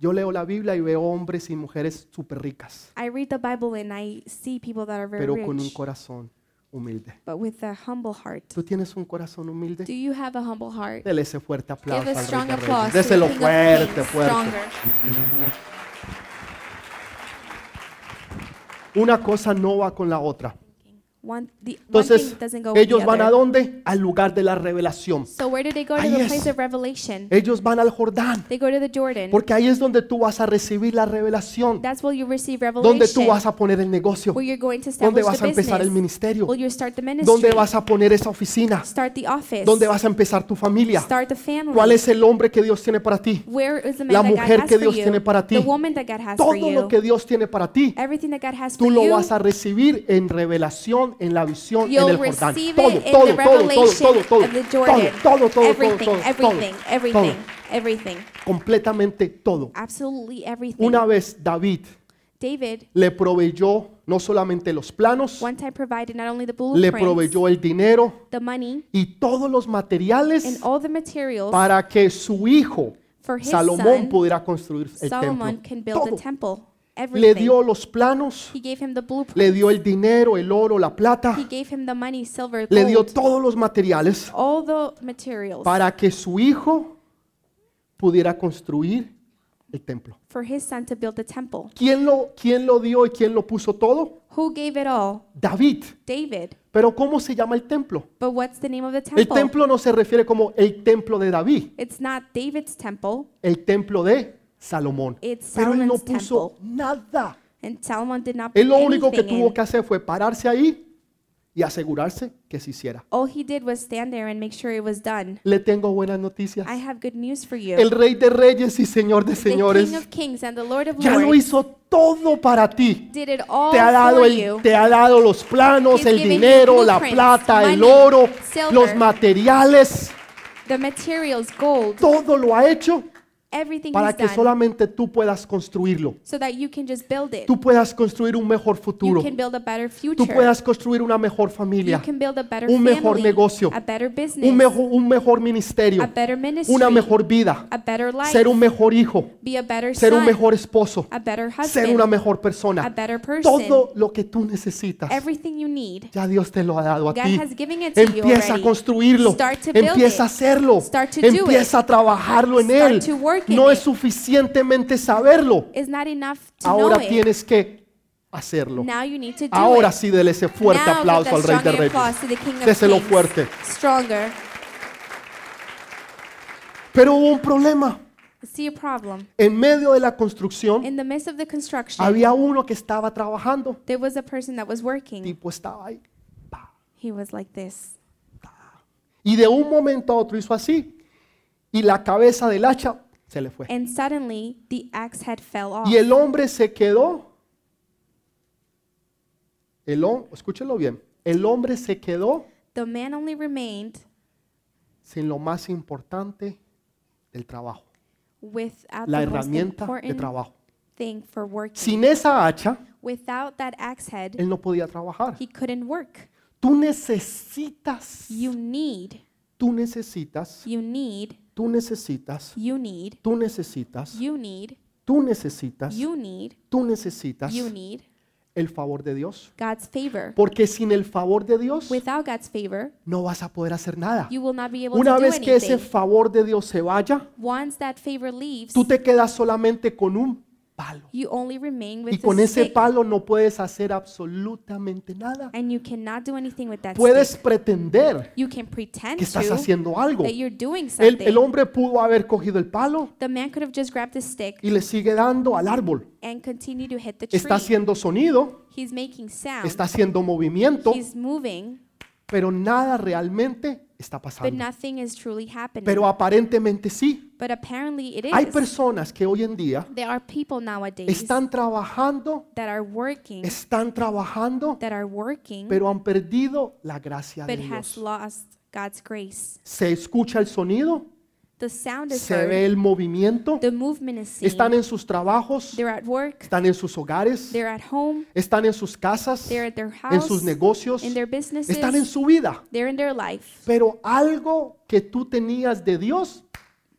Speaker 1: Yo leo la Biblia y veo hombres y mujeres súper ricas,
Speaker 2: I read the Bible and I see people that are very
Speaker 1: pero con un
Speaker 2: rich,
Speaker 1: corazón humilde.
Speaker 2: but with a humble heart.
Speaker 1: ¿Tú tienes un corazón humilde?
Speaker 2: Do you have a humble heart?
Speaker 1: Dele ese fuerte aplauso.
Speaker 2: Give a
Speaker 1: al Rey
Speaker 2: strong
Speaker 1: de Reyes.
Speaker 2: applause. to the
Speaker 1: Déselo
Speaker 2: King of
Speaker 1: fuerte,
Speaker 2: Kings.
Speaker 1: fuerte.
Speaker 2: Stronger.
Speaker 1: Una cosa no va con la otra.
Speaker 2: One, the, one
Speaker 1: Entonces,
Speaker 2: thing doesn't go with
Speaker 1: ellos
Speaker 2: the
Speaker 1: van a
Speaker 2: other.
Speaker 1: dónde? Al lugar de la revelación.
Speaker 2: So where do they go?
Speaker 1: Ahí
Speaker 2: to the
Speaker 1: es.
Speaker 2: place of revelation.
Speaker 1: Ellos van al Jordán,
Speaker 2: They go to the Jordan.
Speaker 1: porque ahí es donde tú vas a recibir la revelación,
Speaker 2: That's where you receive
Speaker 1: donde tú
Speaker 2: revelation.
Speaker 1: vas a poner el negocio,
Speaker 2: where you're going to
Speaker 1: donde
Speaker 2: establish
Speaker 1: vas a
Speaker 2: the
Speaker 1: empezar el
Speaker 2: business.
Speaker 1: ministerio,
Speaker 2: Will you start the ministry?
Speaker 1: donde vas a poner esa oficina,
Speaker 2: Start the office.
Speaker 1: donde vas a empezar tu familia.
Speaker 2: Start the family.
Speaker 1: ¿Cuál es el hombre que Dios tiene para ti?
Speaker 2: Where is the man
Speaker 1: la
Speaker 2: that God
Speaker 1: mujer
Speaker 2: has
Speaker 1: que
Speaker 2: for
Speaker 1: Dios
Speaker 2: you?
Speaker 1: tiene para ti?
Speaker 2: The woman that God has for
Speaker 1: Todo
Speaker 2: you.
Speaker 1: lo que Dios tiene para ti,
Speaker 2: Everything that God has
Speaker 1: tú
Speaker 2: for
Speaker 1: lo
Speaker 2: you,
Speaker 1: vas a recibir en revelación, en la visión, en
Speaker 2: you'll
Speaker 1: el Jordán.
Speaker 2: receive
Speaker 1: Todo,
Speaker 2: it in
Speaker 1: todo,
Speaker 2: the
Speaker 1: todo, todo,
Speaker 2: revelation
Speaker 1: todo, todo,
Speaker 2: of the Jordan.
Speaker 1: todo, todo, todo, todo,
Speaker 2: everything,
Speaker 1: todo,
Speaker 2: everything,
Speaker 1: todo,
Speaker 2: everything,
Speaker 1: todo.
Speaker 2: everything,
Speaker 1: completamente todo.
Speaker 2: absolutely everything.
Speaker 1: Una vez David
Speaker 2: David
Speaker 1: le proveyó no solamente los planos,
Speaker 2: one time provided not only the
Speaker 1: le
Speaker 2: blueprints,
Speaker 1: proveyó el dinero
Speaker 2: the money,
Speaker 1: y todos los
Speaker 2: and
Speaker 1: materiales
Speaker 2: all the materials
Speaker 1: para que su hijo
Speaker 2: for his
Speaker 1: Salomón
Speaker 2: son
Speaker 1: pudiera construir el
Speaker 2: Solomon can
Speaker 1: templo.
Speaker 2: build
Speaker 1: Todo.
Speaker 2: a temple.
Speaker 1: Le
Speaker 2: Everything.
Speaker 1: dio los planos,
Speaker 2: he gave him the blueprint.
Speaker 1: le dio el dinero, el oro, la plata,
Speaker 2: He gave him the money, silver,
Speaker 1: le dio
Speaker 2: gold,
Speaker 1: todos los materiales
Speaker 2: all the materials
Speaker 1: para que su hijo pudiera construir el templo.
Speaker 2: for his son to build the temple.
Speaker 1: ¿Quién lo, quién lo dio y quién lo puso todo?
Speaker 2: Who gave it all?
Speaker 1: David.
Speaker 2: David.
Speaker 1: Pero ¿cómo se llama el templo?
Speaker 2: But what's the name of the temple?
Speaker 1: El templo no se refiere como el templo de David,
Speaker 2: It's not David's temple,
Speaker 1: el templo de Salomón.
Speaker 2: It's
Speaker 1: Pero él no
Speaker 2: Solomon's
Speaker 1: puso nada.
Speaker 2: and Solomon did not put
Speaker 1: Él lo único que
Speaker 2: anything
Speaker 1: tuvo
Speaker 2: in.
Speaker 1: que hacer fue pararse ahí y asegurarse que se hiciera.
Speaker 2: All he did was stand there and make sure it was done.
Speaker 1: Le tengo buenas noticias.
Speaker 2: I have good news for you.
Speaker 1: El rey de reyes y señor de
Speaker 2: The King
Speaker 1: señores
Speaker 2: of Kings and the Lord of
Speaker 1: ya lo
Speaker 2: Lords
Speaker 1: hizo todo para ti.
Speaker 2: did it all
Speaker 1: Te ha dado,
Speaker 2: for
Speaker 1: el,
Speaker 2: you.
Speaker 1: te ha dado los planos,
Speaker 2: He's
Speaker 1: el
Speaker 2: given you
Speaker 1: dinero, la
Speaker 2: blueprints,
Speaker 1: plata, el
Speaker 2: money,
Speaker 1: oro,
Speaker 2: silver.
Speaker 1: los materiales.
Speaker 2: The materials, gold,
Speaker 1: Todo lo ha hecho
Speaker 2: everything
Speaker 1: para
Speaker 2: he's
Speaker 1: que
Speaker 2: done,
Speaker 1: solamente tú puedas construirlo.
Speaker 2: so that you can just build it.
Speaker 1: Tú puedas construir un mejor
Speaker 2: You
Speaker 1: futuro.
Speaker 2: can build a better
Speaker 1: Tú
Speaker 2: future.
Speaker 1: puedas construir una mejor
Speaker 2: You
Speaker 1: familia,
Speaker 2: can build a better
Speaker 1: un mejor
Speaker 2: family,
Speaker 1: negocio,
Speaker 2: a better business,
Speaker 1: un mejor, un mejor ministerio,
Speaker 2: a better ministry,
Speaker 1: una mejor vida,
Speaker 2: a better life,
Speaker 1: ser un mejor hijo,
Speaker 2: be a better
Speaker 1: ser un
Speaker 2: son,
Speaker 1: mejor esposo,
Speaker 2: a better husband,
Speaker 1: ser una mejor
Speaker 2: a
Speaker 1: persona.
Speaker 2: better person.
Speaker 1: Todo lo que tú necesitas,
Speaker 2: Everything you need,
Speaker 1: ya Dios te lo ha dado a
Speaker 2: God
Speaker 1: ti.
Speaker 2: has given it to you
Speaker 1: Empieza a
Speaker 2: already.
Speaker 1: construirlo,
Speaker 2: Start to build
Speaker 1: empieza a
Speaker 2: it.
Speaker 1: hacerlo,
Speaker 2: Start to do
Speaker 1: empieza a trabajarlo en
Speaker 2: Start
Speaker 1: él.
Speaker 2: to work in
Speaker 1: No es
Speaker 2: it.
Speaker 1: suficientemente saberlo,
Speaker 2: is not enough to
Speaker 1: ahora
Speaker 2: know it.
Speaker 1: tienes que hacerlo.
Speaker 2: Now you need to do
Speaker 1: Ahora
Speaker 2: it.
Speaker 1: sí, dele ese fuerte
Speaker 2: Now give
Speaker 1: aplauso
Speaker 2: that
Speaker 1: al Rey de
Speaker 2: stronger
Speaker 1: Reyes.
Speaker 2: applause to the King of
Speaker 1: Déselo
Speaker 2: Kings.
Speaker 1: fuerte.
Speaker 2: Stronger.
Speaker 1: Pero hubo un problema.
Speaker 2: See a problem.
Speaker 1: En medio de la construcción
Speaker 2: In the midst of the construction,
Speaker 1: había uno que estaba trabajando.
Speaker 2: there was a person that was working.
Speaker 1: El tipo estaba ahí. pa.
Speaker 2: He was like this.
Speaker 1: Y de un momento a otro hizo así. Y la cabeza del hacha se le fue.
Speaker 2: And suddenly, the axe head fell off.
Speaker 1: Y el hombre se quedó. El hom- escúchenlo bien. El hombre se quedó
Speaker 2: The man only remained
Speaker 1: sin lo más importante del trabajo.
Speaker 2: without
Speaker 1: La
Speaker 2: the most
Speaker 1: herramienta de
Speaker 2: important
Speaker 1: trabajo.
Speaker 2: thing for working.
Speaker 1: Sin esa hacha,
Speaker 2: Without that axe head,
Speaker 1: él no podía trabajar.
Speaker 2: he couldn't work.
Speaker 1: Tú necesitas,
Speaker 2: You need,
Speaker 1: tú necesitas,
Speaker 2: you need,
Speaker 1: tú necesitas,
Speaker 2: you need,
Speaker 1: tú necesitas,
Speaker 2: you need,
Speaker 1: tú necesitas,
Speaker 2: you need,
Speaker 1: tú necesitas
Speaker 2: you need
Speaker 1: el favor de Dios.
Speaker 2: God's favor.
Speaker 1: Porque sin el favor de Dios
Speaker 2: Without God's favor,
Speaker 1: no vas a poder hacer nada.
Speaker 2: you will not be able to
Speaker 1: Una
Speaker 2: do
Speaker 1: vez que ese
Speaker 2: anything.
Speaker 1: favor de Dios se vaya,
Speaker 2: Once that favor leaves,
Speaker 1: tú te quedas solamente con un palo.
Speaker 2: you only remain
Speaker 1: Y
Speaker 2: with
Speaker 1: con
Speaker 2: the
Speaker 1: ese
Speaker 2: stick,
Speaker 1: palo no puedes hacer absolutamente nada.
Speaker 2: and you cannot do anything with that
Speaker 1: Puedes
Speaker 2: stick.
Speaker 1: pretender
Speaker 2: You can pretend
Speaker 1: que estás
Speaker 2: to
Speaker 1: haciendo algo.
Speaker 2: that you're doing
Speaker 1: El,
Speaker 2: something.
Speaker 1: el hombre pudo haber cogido el palo
Speaker 2: the man could have just grabbed a stick
Speaker 1: y le sigue dando al árbol.
Speaker 2: and continued to hit the tree.
Speaker 1: Está haciendo sonido,
Speaker 2: He's making sound.
Speaker 1: está haciendo movimiento,
Speaker 2: He's moving,
Speaker 1: pero nada realmente está
Speaker 2: but
Speaker 1: pasando.
Speaker 2: nothing is truly happening.
Speaker 1: Pero aparentemente sí.
Speaker 2: but apparently it
Speaker 1: Hay
Speaker 2: is.
Speaker 1: personas que hoy en día
Speaker 2: There are people nowadays
Speaker 1: están trabajando,
Speaker 2: that are working,
Speaker 1: están trabajando,
Speaker 2: that are working,
Speaker 1: pero han perdido la gracia de
Speaker 2: but has
Speaker 1: Dios.
Speaker 2: lost God's grace.
Speaker 1: Se escucha el sonido,
Speaker 2: The sound is
Speaker 1: se
Speaker 2: heard.
Speaker 1: ve el movimiento,
Speaker 2: The movement is seen.
Speaker 1: están en sus trabajos,
Speaker 2: They're at work.
Speaker 1: están en sus hogares,
Speaker 2: They're at home.
Speaker 1: están en sus casas,
Speaker 2: They're at their
Speaker 1: en
Speaker 2: house.
Speaker 1: sus negocios,
Speaker 2: in their businesses.
Speaker 1: están en su vida.
Speaker 2: They're in their life.
Speaker 1: Pero algo que tú tenías de Dios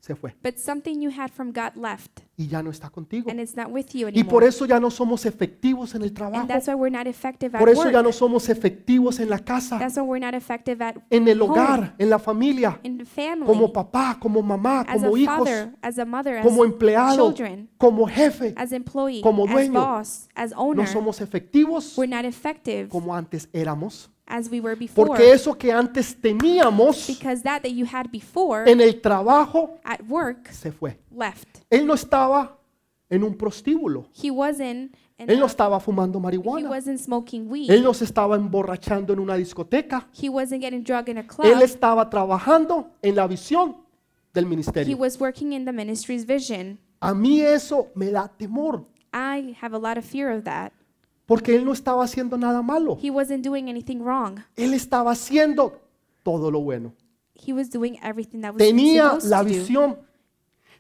Speaker 1: se fue
Speaker 2: But something you had from God left,
Speaker 1: y ya no está contigo.
Speaker 2: and it's not with you
Speaker 1: Y por
Speaker 2: anymore.
Speaker 1: eso ya no somos efectivos en el trabajo.
Speaker 2: And that's why we're not effective at
Speaker 1: Por eso ya
Speaker 2: work.
Speaker 1: no somos efectivos en la casa,
Speaker 2: That's why we're not effective at
Speaker 1: en el
Speaker 2: home,
Speaker 1: hogar, en la familia,
Speaker 2: in the family,
Speaker 1: como papá, como mamá,
Speaker 2: as
Speaker 1: como
Speaker 2: a
Speaker 1: hijos,
Speaker 2: father, as a mother, as
Speaker 1: como empleado,
Speaker 2: children,
Speaker 1: como jefe.
Speaker 2: as employee,
Speaker 1: como
Speaker 2: as
Speaker 1: dueño.
Speaker 2: boss, as owner.
Speaker 1: No somos efectivos
Speaker 2: we're not effective
Speaker 1: como antes éramos.
Speaker 2: as we were before.
Speaker 1: Porque eso que antes teníamos
Speaker 2: because that that you had before
Speaker 1: en el trabajo
Speaker 2: at work
Speaker 1: se fue.
Speaker 2: left.
Speaker 1: Él no estaba en un prostíbulo.
Speaker 2: He wasn't. in
Speaker 1: Él no
Speaker 2: a-
Speaker 1: estaba fumando
Speaker 2: He
Speaker 1: marihuana.
Speaker 2: wasn't smoking weed.
Speaker 1: Él no se estaba emborrachando en una discoteca.
Speaker 2: he wasn't getting drug in a club.
Speaker 1: Él estaba trabajando en la visión del
Speaker 2: he
Speaker 1: ministerio.
Speaker 2: was working in the ministry's vision.
Speaker 1: A mí eso me da temor,
Speaker 2: I have a lot of fear of that.
Speaker 1: porque él no estaba haciendo nada malo.
Speaker 2: He wasn't doing anything wrong.
Speaker 1: Él estaba haciendo todo lo bueno.
Speaker 2: He was doing everything that was
Speaker 1: Tenía
Speaker 2: supposed
Speaker 1: la
Speaker 2: to do.
Speaker 1: visión,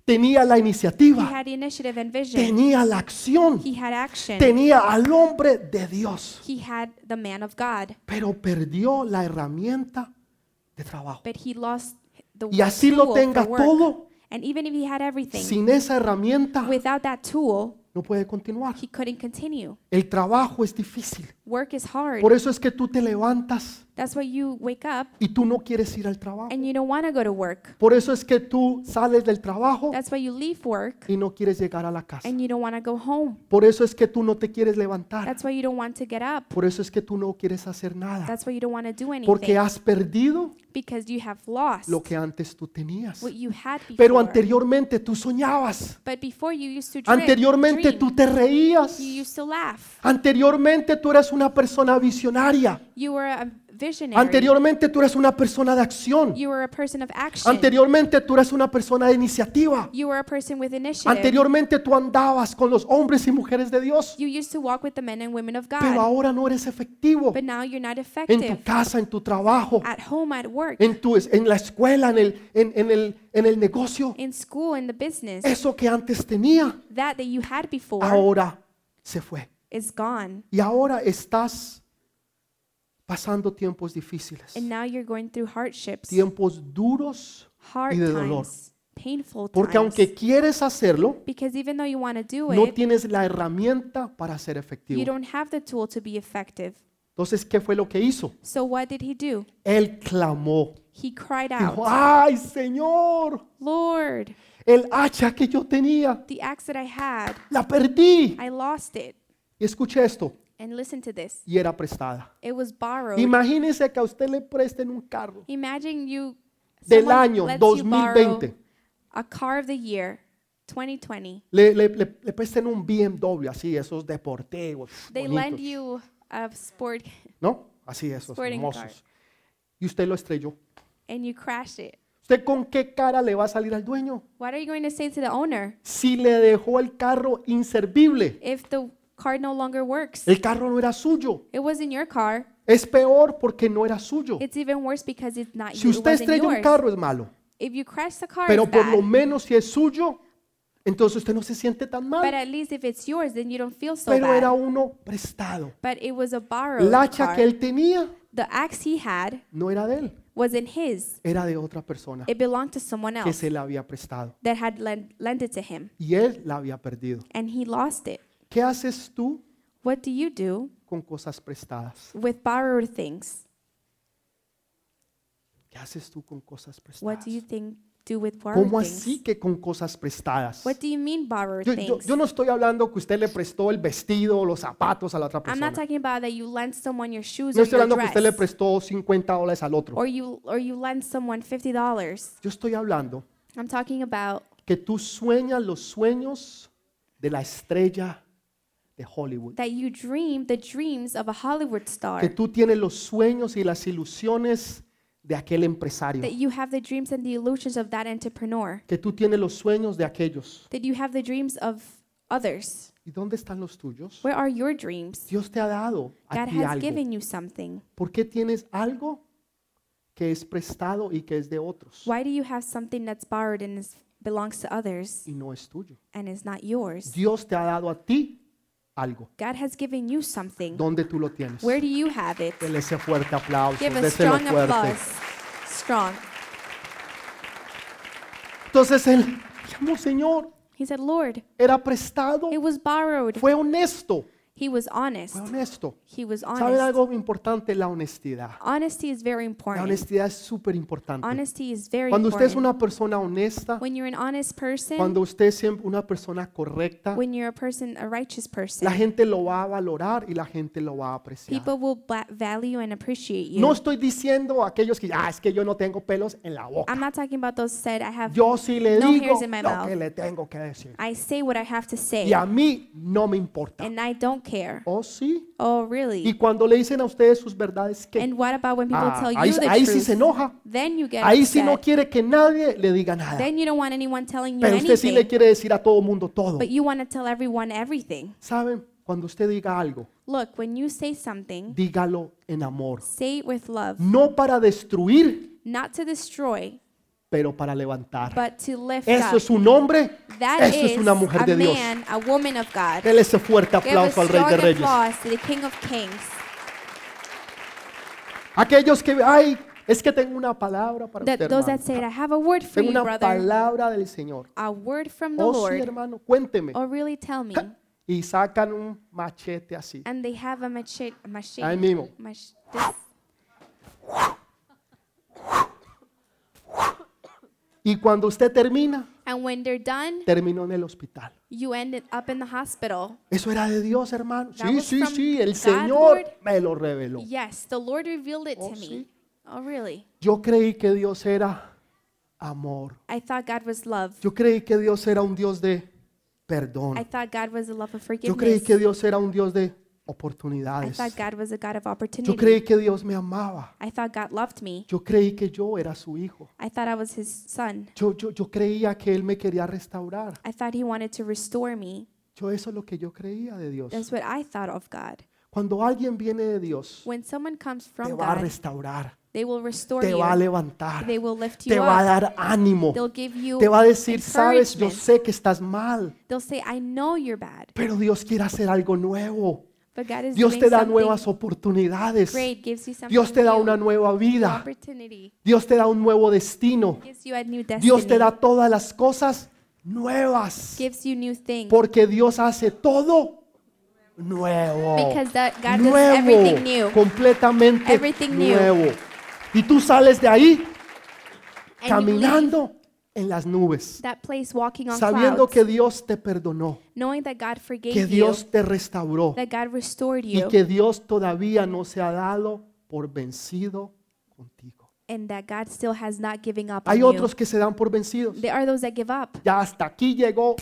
Speaker 1: tenía la
Speaker 2: He
Speaker 1: iniciativa,
Speaker 2: had initiative and vision.
Speaker 1: tenía la acción,
Speaker 2: he had action.
Speaker 1: tenía al hombre de Dios,
Speaker 2: he had the man of God,
Speaker 1: pero perdió la herramienta de trabajo.
Speaker 2: but he lost the
Speaker 1: Y así lo
Speaker 2: tool
Speaker 1: tenga
Speaker 2: for work.
Speaker 1: todo,
Speaker 2: And even if he had everything,
Speaker 1: sin esa herramienta
Speaker 2: without that tool,
Speaker 1: no puede continuar.
Speaker 2: he couldn't continue.
Speaker 1: El trabajo es difícil.
Speaker 2: Work is hard.
Speaker 1: Por eso es que tú te levantas
Speaker 2: That's why you wake up
Speaker 1: y tú no quieres ir al trabajo.
Speaker 2: and you don't want to go to work.
Speaker 1: Por eso es que tú sales del trabajo
Speaker 2: That's why you leave work
Speaker 1: y no quieres llegar a la casa.
Speaker 2: and you don't want to go home.
Speaker 1: Por eso es que tú no te quieres levantar.
Speaker 2: That's why you don't want to get up.
Speaker 1: Por eso es que tú no quieres hacer nada.
Speaker 2: That's why you don't want to do
Speaker 1: Porque
Speaker 2: anything
Speaker 1: has perdido
Speaker 2: because you have lost
Speaker 1: lo que antes tú tenías.
Speaker 2: what you had before.
Speaker 1: Pero anteriormente tú soñabas.
Speaker 2: but before you used to dream,
Speaker 1: Anteriormente
Speaker 2: dream.
Speaker 1: tú te reías.
Speaker 2: you used to laugh.
Speaker 1: Anteriormente tú eras una persona visionaria.
Speaker 2: You were a visionary.
Speaker 1: Anteriormente tú eras una persona de acción.
Speaker 2: you were a person of action.
Speaker 1: Anteriormente tú eras una persona de iniciativa.
Speaker 2: you were a person with initiative.
Speaker 1: Anteriormente tú andabas con los hombres y mujeres de Dios.
Speaker 2: you used to walk with the men and women of God.
Speaker 1: Pero ahora no eres efectivo
Speaker 2: but now you're not
Speaker 1: en
Speaker 2: effective.
Speaker 1: tu casa, en tu trabajo,
Speaker 2: at home, at work,
Speaker 1: en, tu, en la escuela, en el, en, en el, en el negocio.
Speaker 2: in school, in the business.
Speaker 1: Eso que antes tenía,
Speaker 2: that that you had before
Speaker 1: ahora se fue.
Speaker 2: is gone.
Speaker 1: Y ahora estás pasando tiempos difíciles,
Speaker 2: And now you're going through hardships,
Speaker 1: tiempos duros
Speaker 2: hard
Speaker 1: y de dolor.
Speaker 2: times, painful
Speaker 1: Porque
Speaker 2: times.
Speaker 1: aunque quieres hacerlo,
Speaker 2: because even though you want to do
Speaker 1: no
Speaker 2: it,
Speaker 1: tienes la herramienta para ser
Speaker 2: you
Speaker 1: efectivo.
Speaker 2: don't have the tool to be effective.
Speaker 1: Entonces, ¿qué fue lo que hizo?
Speaker 2: So what did he do?
Speaker 1: Él clamó.
Speaker 2: He cried
Speaker 1: Dijo,
Speaker 2: out,
Speaker 1: ay Señor,
Speaker 2: Lord,
Speaker 1: el hacha que yo tenía,
Speaker 2: the axe that I had,
Speaker 1: la perdí.
Speaker 2: I lost it.
Speaker 1: Y escuché esto,
Speaker 2: And listen to this.
Speaker 1: y era prestada.
Speaker 2: It was borrowed.
Speaker 1: Imagínese que a usted le presten un carro.
Speaker 2: Imagine you
Speaker 1: Del
Speaker 2: someone
Speaker 1: año
Speaker 2: lets you borrow
Speaker 1: 2020.
Speaker 2: a car of the year 2020.
Speaker 1: Le, le- le- le presten un BMW, así, esos deportivos.
Speaker 2: They lend
Speaker 1: bonitos,
Speaker 2: you a sport
Speaker 1: ¿No? Así, esos
Speaker 2: sporting
Speaker 1: hermosos.
Speaker 2: car.
Speaker 1: Y usted lo estrelló.
Speaker 2: and you crash it.
Speaker 1: ¿Usted con qué cara le va a salir al dueño?
Speaker 2: What are you going to say to the owner
Speaker 1: Si le dejó el carro inservible.
Speaker 2: if the car no longer works?
Speaker 1: El carro no era suyo.
Speaker 2: It wasn't your car.
Speaker 1: Es peor porque no era suyo.
Speaker 2: It's even worse because it's not
Speaker 1: Si
Speaker 2: you. It
Speaker 1: usted
Speaker 2: wasn't
Speaker 1: estrella un
Speaker 2: yours.
Speaker 1: carro es malo,
Speaker 2: If you crash the car,
Speaker 1: pero
Speaker 2: it's
Speaker 1: por lo
Speaker 2: bad.
Speaker 1: menos si es suyo, entonces usted no se siente tan
Speaker 2: But
Speaker 1: mal.
Speaker 2: at least if it's yours, then you don't feel so
Speaker 1: Pero
Speaker 2: bad.
Speaker 1: era uno prestado.
Speaker 2: but it was a borrowed
Speaker 1: La hacha
Speaker 2: car.
Speaker 1: que él tenía
Speaker 2: The axe he had
Speaker 1: no era de él,
Speaker 2: wasn't his.
Speaker 1: era de otra persona
Speaker 2: It belonged to someone
Speaker 1: que
Speaker 2: else
Speaker 1: se la había prestado
Speaker 2: that had lent, lent it to him,
Speaker 1: y él la había perdido.
Speaker 2: and he lost it.
Speaker 1: ¿Qué haces tú
Speaker 2: What do you do
Speaker 1: con cosas prestadas?
Speaker 2: with borrowed things?
Speaker 1: ¿Qué haces tú con cosas
Speaker 2: What
Speaker 1: prestadas?
Speaker 2: do you think do with borrowed
Speaker 1: ¿Cómo
Speaker 2: things?
Speaker 1: así que con cosas prestadas?
Speaker 2: What do you mean borrowed
Speaker 1: Yo, yo-
Speaker 2: things?
Speaker 1: yo no estoy hablando que usted le prestó el vestido o los zapatos a la otra
Speaker 2: I'm not
Speaker 1: persona.
Speaker 2: talking about that you lend someone your shoes
Speaker 1: No
Speaker 2: or
Speaker 1: estoy
Speaker 2: your
Speaker 1: hablando que usted le
Speaker 2: dress,
Speaker 1: prestó 50 dólares al otro.
Speaker 2: or you or you lend someone fifty dollars.
Speaker 1: Yo estoy hablando
Speaker 2: I'm talking about
Speaker 1: que tú sueñas los sueños de la estrella de Hollywood.
Speaker 2: that you dream the dreams of a Hollywood star,
Speaker 1: que tú tienes los sueños y las ilusiones de aquel empresario,
Speaker 2: that you have the dreams and the illusions of that entrepreneur,
Speaker 1: que tú tienes los sueños de aquellos.
Speaker 2: that you have the dreams of others.
Speaker 1: ¿Y dónde están los tuyos?
Speaker 2: Where are your dreams?
Speaker 1: Dios te ha dado a
Speaker 2: Pues, God
Speaker 1: ti
Speaker 2: has
Speaker 1: algo.
Speaker 2: given you something.
Speaker 1: ¿Por qué tienes algo que es prestado y que es de otros
Speaker 2: Why do you have something that's borrowed and is, belongs to others
Speaker 1: y no es tuyo?
Speaker 2: and is not yours?
Speaker 1: Dios te ha dado a ti algo.
Speaker 2: God has given you something.
Speaker 1: ¿Dónde tú lo tienes?
Speaker 2: Where do you have it?
Speaker 1: Dele ese fuerte aplauso,
Speaker 2: Give a
Speaker 1: déselo
Speaker 2: strong
Speaker 1: fuerte.
Speaker 2: applause. Strong.
Speaker 1: Entonces él llamó, Señor,
Speaker 2: He said, Lord,
Speaker 1: era prestado,
Speaker 2: it was borrowed.
Speaker 1: fue honesto,
Speaker 2: He was honest.
Speaker 1: fue honesto.
Speaker 2: He was
Speaker 1: ¿Saben
Speaker 2: honest.
Speaker 1: algo importante? La honestidad.
Speaker 2: Honesty is very
Speaker 1: La
Speaker 2: important.
Speaker 1: honestidad es súper importante.
Speaker 2: Honesty is very
Speaker 1: Cuando usted es
Speaker 2: important.
Speaker 1: una persona honesta,
Speaker 2: When you're an honest person,
Speaker 1: cuando usted es siempre una persona correcta,
Speaker 2: when you're a person, a righteous
Speaker 1: la
Speaker 2: person,
Speaker 1: gente lo va a valorar y la gente lo va a apreciar.
Speaker 2: people will ba- value and appreciate
Speaker 1: No
Speaker 2: you.
Speaker 1: estoy diciendo a aquellos que, ah, es que yo no tengo pelos en la boca.
Speaker 2: I'm not talking about those said I have.
Speaker 1: Yo sí le
Speaker 2: No
Speaker 1: digo
Speaker 2: hairs in my
Speaker 1: lo
Speaker 2: mouth.
Speaker 1: que le tengo que decir.
Speaker 2: I say what I have to
Speaker 1: Y
Speaker 2: say,
Speaker 1: a mí no me importa.
Speaker 2: and I don't care.
Speaker 1: ¿Oh sí?
Speaker 2: Oh,
Speaker 1: Y
Speaker 2: really?
Speaker 1: cuando le dicen a ustedes sus verdades, ¿qué?
Speaker 2: And what about when people
Speaker 1: Ah,
Speaker 2: tell
Speaker 1: ahí,
Speaker 2: you the
Speaker 1: ahí sí se
Speaker 2: truth?
Speaker 1: enoja.
Speaker 2: Then you get
Speaker 1: Ahí sí no
Speaker 2: upset.
Speaker 1: quiere que nadie le diga nada.
Speaker 2: Then you don't want anyone telling you
Speaker 1: Pero usted sí le
Speaker 2: anything,
Speaker 1: quiere decir a todo mundo todo.
Speaker 2: but you want to tell everyone everything.
Speaker 1: ¿Saben? Cuando usted diga algo,
Speaker 2: Look, when you say something,
Speaker 1: dígalo en amor.
Speaker 2: say it with love,
Speaker 1: No para destruir,
Speaker 2: not to destroy,
Speaker 1: pero para levantar.
Speaker 2: but to lift
Speaker 1: Eso
Speaker 2: up.
Speaker 1: es un hombre,
Speaker 2: That
Speaker 1: eso
Speaker 2: is
Speaker 1: es una mujer de
Speaker 2: a
Speaker 1: Dios.
Speaker 2: man, a woman of God.
Speaker 1: Dele ese fuerte
Speaker 2: Give a
Speaker 1: aplauso al
Speaker 2: strong
Speaker 1: Rey de Reyes.
Speaker 2: applause to the King of Kings.
Speaker 1: Aquellos que, ay, es que tengo una palabra para
Speaker 2: That,
Speaker 1: usted,
Speaker 2: those
Speaker 1: hermano.
Speaker 2: that say, I have a word for
Speaker 1: Tengo
Speaker 2: you,
Speaker 1: una
Speaker 2: brother.
Speaker 1: palabra del Señor.
Speaker 2: A word from the
Speaker 1: Oh, sí,
Speaker 2: Lord.
Speaker 1: hermano, cuénteme.
Speaker 2: Or really tell me.
Speaker 1: Y sacan un machete así.
Speaker 2: And they have a machete. machete
Speaker 1: Ahí mismo.
Speaker 2: mach- this-
Speaker 1: Y cuando usted termina,
Speaker 2: and when they're done,
Speaker 1: terminó en el hospital.
Speaker 2: you end it up in the hospital.
Speaker 1: Eso era de Dios, hermano.
Speaker 2: That
Speaker 1: Sí,
Speaker 2: was
Speaker 1: sí,
Speaker 2: from
Speaker 1: sí, el
Speaker 2: God,
Speaker 1: Señor
Speaker 2: Lord.
Speaker 1: me lo reveló.
Speaker 2: Yes, the Lord revealed it
Speaker 1: Oh,
Speaker 2: to me. Oh, really?
Speaker 1: Yo creí que Dios era amor.
Speaker 2: I thought God was love.
Speaker 1: Yo creí que Dios era un Dios de
Speaker 2: I
Speaker 1: perdón.
Speaker 2: thought God was a love of
Speaker 1: Yo creí
Speaker 2: forgiveness.
Speaker 1: que Dios era un Dios de
Speaker 2: I
Speaker 1: oportunidades.
Speaker 2: thought God was a God of
Speaker 1: Yo
Speaker 2: opportunity.
Speaker 1: creí que Dios me amaba.
Speaker 2: I thought God loved me.
Speaker 1: Yo creí que yo era su hijo.
Speaker 2: I thought I was his son.
Speaker 1: Yo, yo, yo creía que Él me quería restaurar.
Speaker 2: I thought he wanted to restore me.
Speaker 1: Yo eso es lo que yo creía de Dios.
Speaker 2: That's what I thought of God.
Speaker 1: Cuando alguien viene de Dios,
Speaker 2: When someone comes
Speaker 1: te
Speaker 2: from
Speaker 1: va a
Speaker 2: God,
Speaker 1: restaurar,
Speaker 2: they will restore
Speaker 1: te va a
Speaker 2: you.
Speaker 1: levantar,
Speaker 2: They will lift
Speaker 1: te
Speaker 2: you
Speaker 1: va a
Speaker 2: up.
Speaker 1: dar ánimo,
Speaker 2: They'll give you
Speaker 1: te va a decir, sabes, yo
Speaker 2: encouragement.
Speaker 1: sé que estás mal,
Speaker 2: They'll say, I know you're bad,
Speaker 1: pero Dios quiere hacer algo nuevo.
Speaker 2: but God is
Speaker 1: Dios
Speaker 2: doing
Speaker 1: te da
Speaker 2: something
Speaker 1: nuevas oportunidades.
Speaker 2: great, gives you something
Speaker 1: Dios te da
Speaker 2: new,
Speaker 1: una nueva vida.
Speaker 2: opportunity,
Speaker 1: Dios te da un nuevo destino.
Speaker 2: gives you a new destiny,
Speaker 1: Dios te da todas las cosas nuevas.
Speaker 2: gives you new things.
Speaker 1: Porque Dios hace todo nuevo.
Speaker 2: Because that- God does everything
Speaker 1: Nuevo.
Speaker 2: new.
Speaker 1: Completamente
Speaker 2: Everything new.
Speaker 1: nuevo. Y tú sales de ahí
Speaker 2: And you
Speaker 1: caminando en las nubes.
Speaker 2: leave that place walking on
Speaker 1: Sabiendo
Speaker 2: clouds,
Speaker 1: que Dios te perdonó.
Speaker 2: knowing that God forgave
Speaker 1: Que Dios te restauró.
Speaker 2: you, that God restored
Speaker 1: Y
Speaker 2: you,
Speaker 1: que Dios todavía no se ha dado por vencido contigo.
Speaker 2: and that God still has not given up
Speaker 1: Hay
Speaker 2: on
Speaker 1: otros que se dan por vencidos.
Speaker 2: you. There are those that give up.
Speaker 1: Ya hasta aquí llegó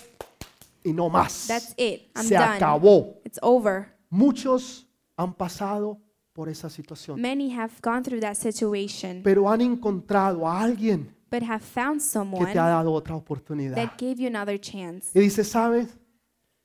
Speaker 1: y no
Speaker 2: That's
Speaker 1: más.
Speaker 2: it. I'm
Speaker 1: Se
Speaker 2: done.
Speaker 1: acabó.
Speaker 2: It's over.
Speaker 1: Muchos han pasado por esa situación,
Speaker 2: Many have gone through that situation,
Speaker 1: pero han encontrado a alguien
Speaker 2: but have found
Speaker 1: que
Speaker 2: someone
Speaker 1: te ha dado otra oportunidad.
Speaker 2: that gave you another chance.
Speaker 1: Y dice, ¿sabes?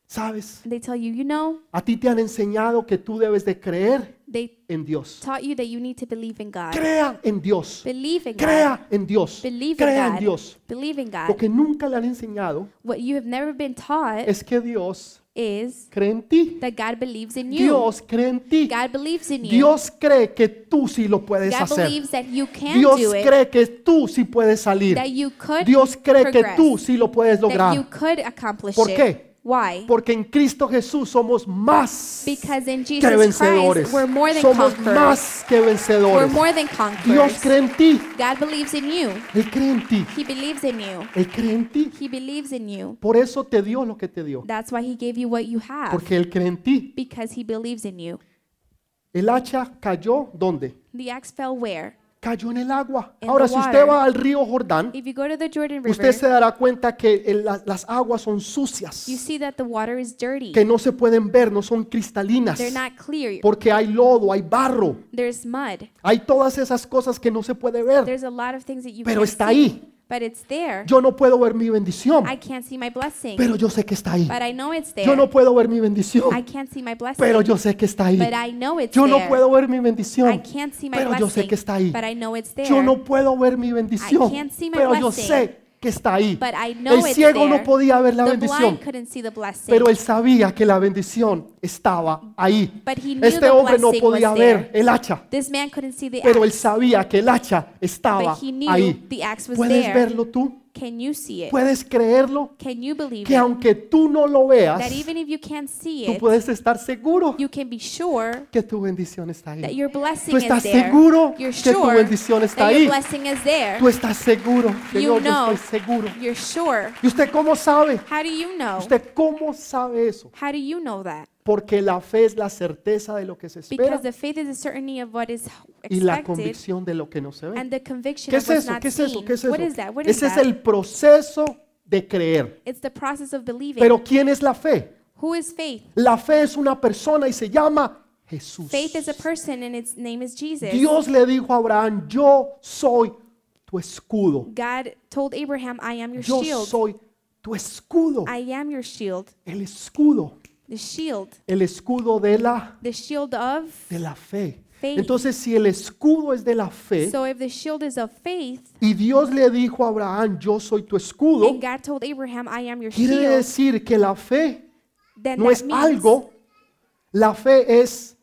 Speaker 1: ¿Sabes?
Speaker 2: They tell you, you know,
Speaker 1: A ti te han enseñado que tú debes de creer
Speaker 2: they
Speaker 1: en Dios.
Speaker 2: taught you that you need to believe in God.
Speaker 1: Crea en Dios.
Speaker 2: Believe in God.
Speaker 1: Crea en Dios.
Speaker 2: Believe in
Speaker 1: Crea en
Speaker 2: God.
Speaker 1: Dios.
Speaker 2: Believe in
Speaker 1: Lo
Speaker 2: God.
Speaker 1: que nunca le han enseñado
Speaker 2: What you have never been taught
Speaker 1: es que Dios
Speaker 2: is
Speaker 1: cree en ti.
Speaker 2: that God believes in you.
Speaker 1: Dios cree en ti.
Speaker 2: God believes in you.
Speaker 1: Dios cree que tú sí lo puedes
Speaker 2: God
Speaker 1: hacer.
Speaker 2: believes that you can
Speaker 1: Dios
Speaker 2: do it,
Speaker 1: cree que tú sí puedes salir.
Speaker 2: that you could
Speaker 1: Dios cree que
Speaker 2: progress,
Speaker 1: tú sí lo puedes
Speaker 2: that you
Speaker 1: lograr.
Speaker 2: could accomplish
Speaker 1: ¿Por qué?
Speaker 2: it. Why?
Speaker 1: Porque en Cristo Jesús somos más
Speaker 2: Because in
Speaker 1: que
Speaker 2: Jesus
Speaker 1: vencedores.
Speaker 2: Christ, we're more than
Speaker 1: Somos
Speaker 2: conquerors.
Speaker 1: más que
Speaker 2: We're
Speaker 1: vencedores.
Speaker 2: more than
Speaker 1: Dios
Speaker 2: conquerors.
Speaker 1: cree en ti.
Speaker 2: God believes in you.
Speaker 1: Él cree en ti.
Speaker 2: He believes in you.
Speaker 1: Él cree en ti.
Speaker 2: He believes in you.
Speaker 1: Por eso te dio lo que te dio.
Speaker 2: That's why he gave you what you have.
Speaker 1: Porque Él cree en ti.
Speaker 2: Because he believes in you.
Speaker 1: El hacha cayó ¿dónde?
Speaker 2: The axe fell where?
Speaker 1: Cayó en el agua.
Speaker 2: In
Speaker 1: Ahora,
Speaker 2: the
Speaker 1: si usted
Speaker 2: water.
Speaker 1: va al río Jordán,
Speaker 2: If you go to the Jordan River,
Speaker 1: usted se dará cuenta que el- las- las aguas son sucias,
Speaker 2: you see that the water is dirty.
Speaker 1: que no se pueden ver, no son cristalinas,
Speaker 2: They're not clear.
Speaker 1: porque hay lodo, hay barro.
Speaker 2: There's mud.
Speaker 1: Hay todas esas cosas que no se puede ver.
Speaker 2: There's a lot of things that you
Speaker 1: Pero
Speaker 2: can't
Speaker 1: está
Speaker 2: see.
Speaker 1: ahí.
Speaker 2: But it's there.
Speaker 1: Yo no puedo ver mi bendición,
Speaker 2: I can't see my blessing.
Speaker 1: pero yo sé que está ahí.
Speaker 2: but I know it's there.
Speaker 1: Yo no puedo ver mi
Speaker 2: I
Speaker 1: bendición,
Speaker 2: can't see my blessing.
Speaker 1: pero yo sé que está ahí.
Speaker 2: but I know it's
Speaker 1: Yo no
Speaker 2: there.
Speaker 1: puedo ver mi
Speaker 2: I
Speaker 1: bendición,
Speaker 2: can't see my
Speaker 1: pero yo sé
Speaker 2: blessing.
Speaker 1: que está ahí.
Speaker 2: But I know it's there.
Speaker 1: Yo no puedo ver mi bendición,
Speaker 2: can't see my
Speaker 1: pero yo
Speaker 2: blessing.
Speaker 1: sé que está ahí.
Speaker 2: But I know
Speaker 1: El
Speaker 2: it's
Speaker 1: ciego no
Speaker 2: there.
Speaker 1: podía ver la
Speaker 2: the
Speaker 1: bendición,
Speaker 2: blind couldn't see the blessing.
Speaker 1: pero él sabía que la bendición estaba ahí.
Speaker 2: But he knew
Speaker 1: Este
Speaker 2: the
Speaker 1: hombre no
Speaker 2: blessing
Speaker 1: podía
Speaker 2: was there.
Speaker 1: ver el hacha,
Speaker 2: this man couldn't see the
Speaker 1: pero él
Speaker 2: axe.
Speaker 1: sabía que el hacha estaba
Speaker 2: But he knew
Speaker 1: ahí.
Speaker 2: the axe was
Speaker 1: ¿Puedes
Speaker 2: there.
Speaker 1: verlo tú?
Speaker 2: Can you see it?
Speaker 1: ¿Puedes creerlo?
Speaker 2: Can you believe
Speaker 1: Que
Speaker 2: it?
Speaker 1: aunque tú no lo veas,
Speaker 2: That even if you can't see
Speaker 1: tú
Speaker 2: it,
Speaker 1: puedes estar seguro
Speaker 2: you can be sure
Speaker 1: que tu bendición está
Speaker 2: that
Speaker 1: ahí.
Speaker 2: your blessing
Speaker 1: Tú estás
Speaker 2: is there.
Speaker 1: seguro
Speaker 2: You're
Speaker 1: que tu
Speaker 2: sure
Speaker 1: bendición está
Speaker 2: that your
Speaker 1: ahí.
Speaker 2: blessing is there.
Speaker 1: Tú estás seguro.
Speaker 2: You
Speaker 1: Señor, yo
Speaker 2: know.
Speaker 1: estoy seguro.
Speaker 2: You're sure.
Speaker 1: ¿Y usted cómo sabe?
Speaker 2: How do you know?
Speaker 1: ¿Usted cómo sabe eso?
Speaker 2: How do you know that?
Speaker 1: Porque la fe es la certeza de lo que se espera
Speaker 2: Because the faith is the certainty of what is
Speaker 1: y la
Speaker 2: expected
Speaker 1: convicción de lo que no se ve.
Speaker 2: and the conviction
Speaker 1: ¿Qué
Speaker 2: of
Speaker 1: es
Speaker 2: what's
Speaker 1: eso?
Speaker 2: not
Speaker 1: ¿Qué es eso?
Speaker 2: seen.
Speaker 1: ¿Qué es
Speaker 2: What is
Speaker 1: eso?
Speaker 2: that? What is
Speaker 1: Ese es
Speaker 2: that?
Speaker 1: el proceso de creer.
Speaker 2: It's the process of believing.
Speaker 1: Pero ¿quién es la fe?
Speaker 2: Who is faith?
Speaker 1: La fe es una persona y se llama Jesús.
Speaker 2: Faith is a person and its name is Jesus.
Speaker 1: Dios le dijo a Abraham, yo soy tu escudo.
Speaker 2: God told Abraham, I am your
Speaker 1: Yo
Speaker 2: shield.
Speaker 1: soy tu escudo.
Speaker 2: I am your shield.
Speaker 1: El escudo.
Speaker 2: The shield.
Speaker 1: El escudo de la,
Speaker 2: The shield of.
Speaker 1: de la fe.
Speaker 2: Faith.
Speaker 1: Entonces, si el escudo es de la fe
Speaker 2: So if the shield is of faith,
Speaker 1: y Dios le dijo a Abraham, yo soy tu escudo,
Speaker 2: and God told Abraham, I am your
Speaker 1: quiere
Speaker 2: shield,
Speaker 1: decir que la fe
Speaker 2: then
Speaker 1: no
Speaker 2: that
Speaker 1: es
Speaker 2: means
Speaker 1: algo, la fe es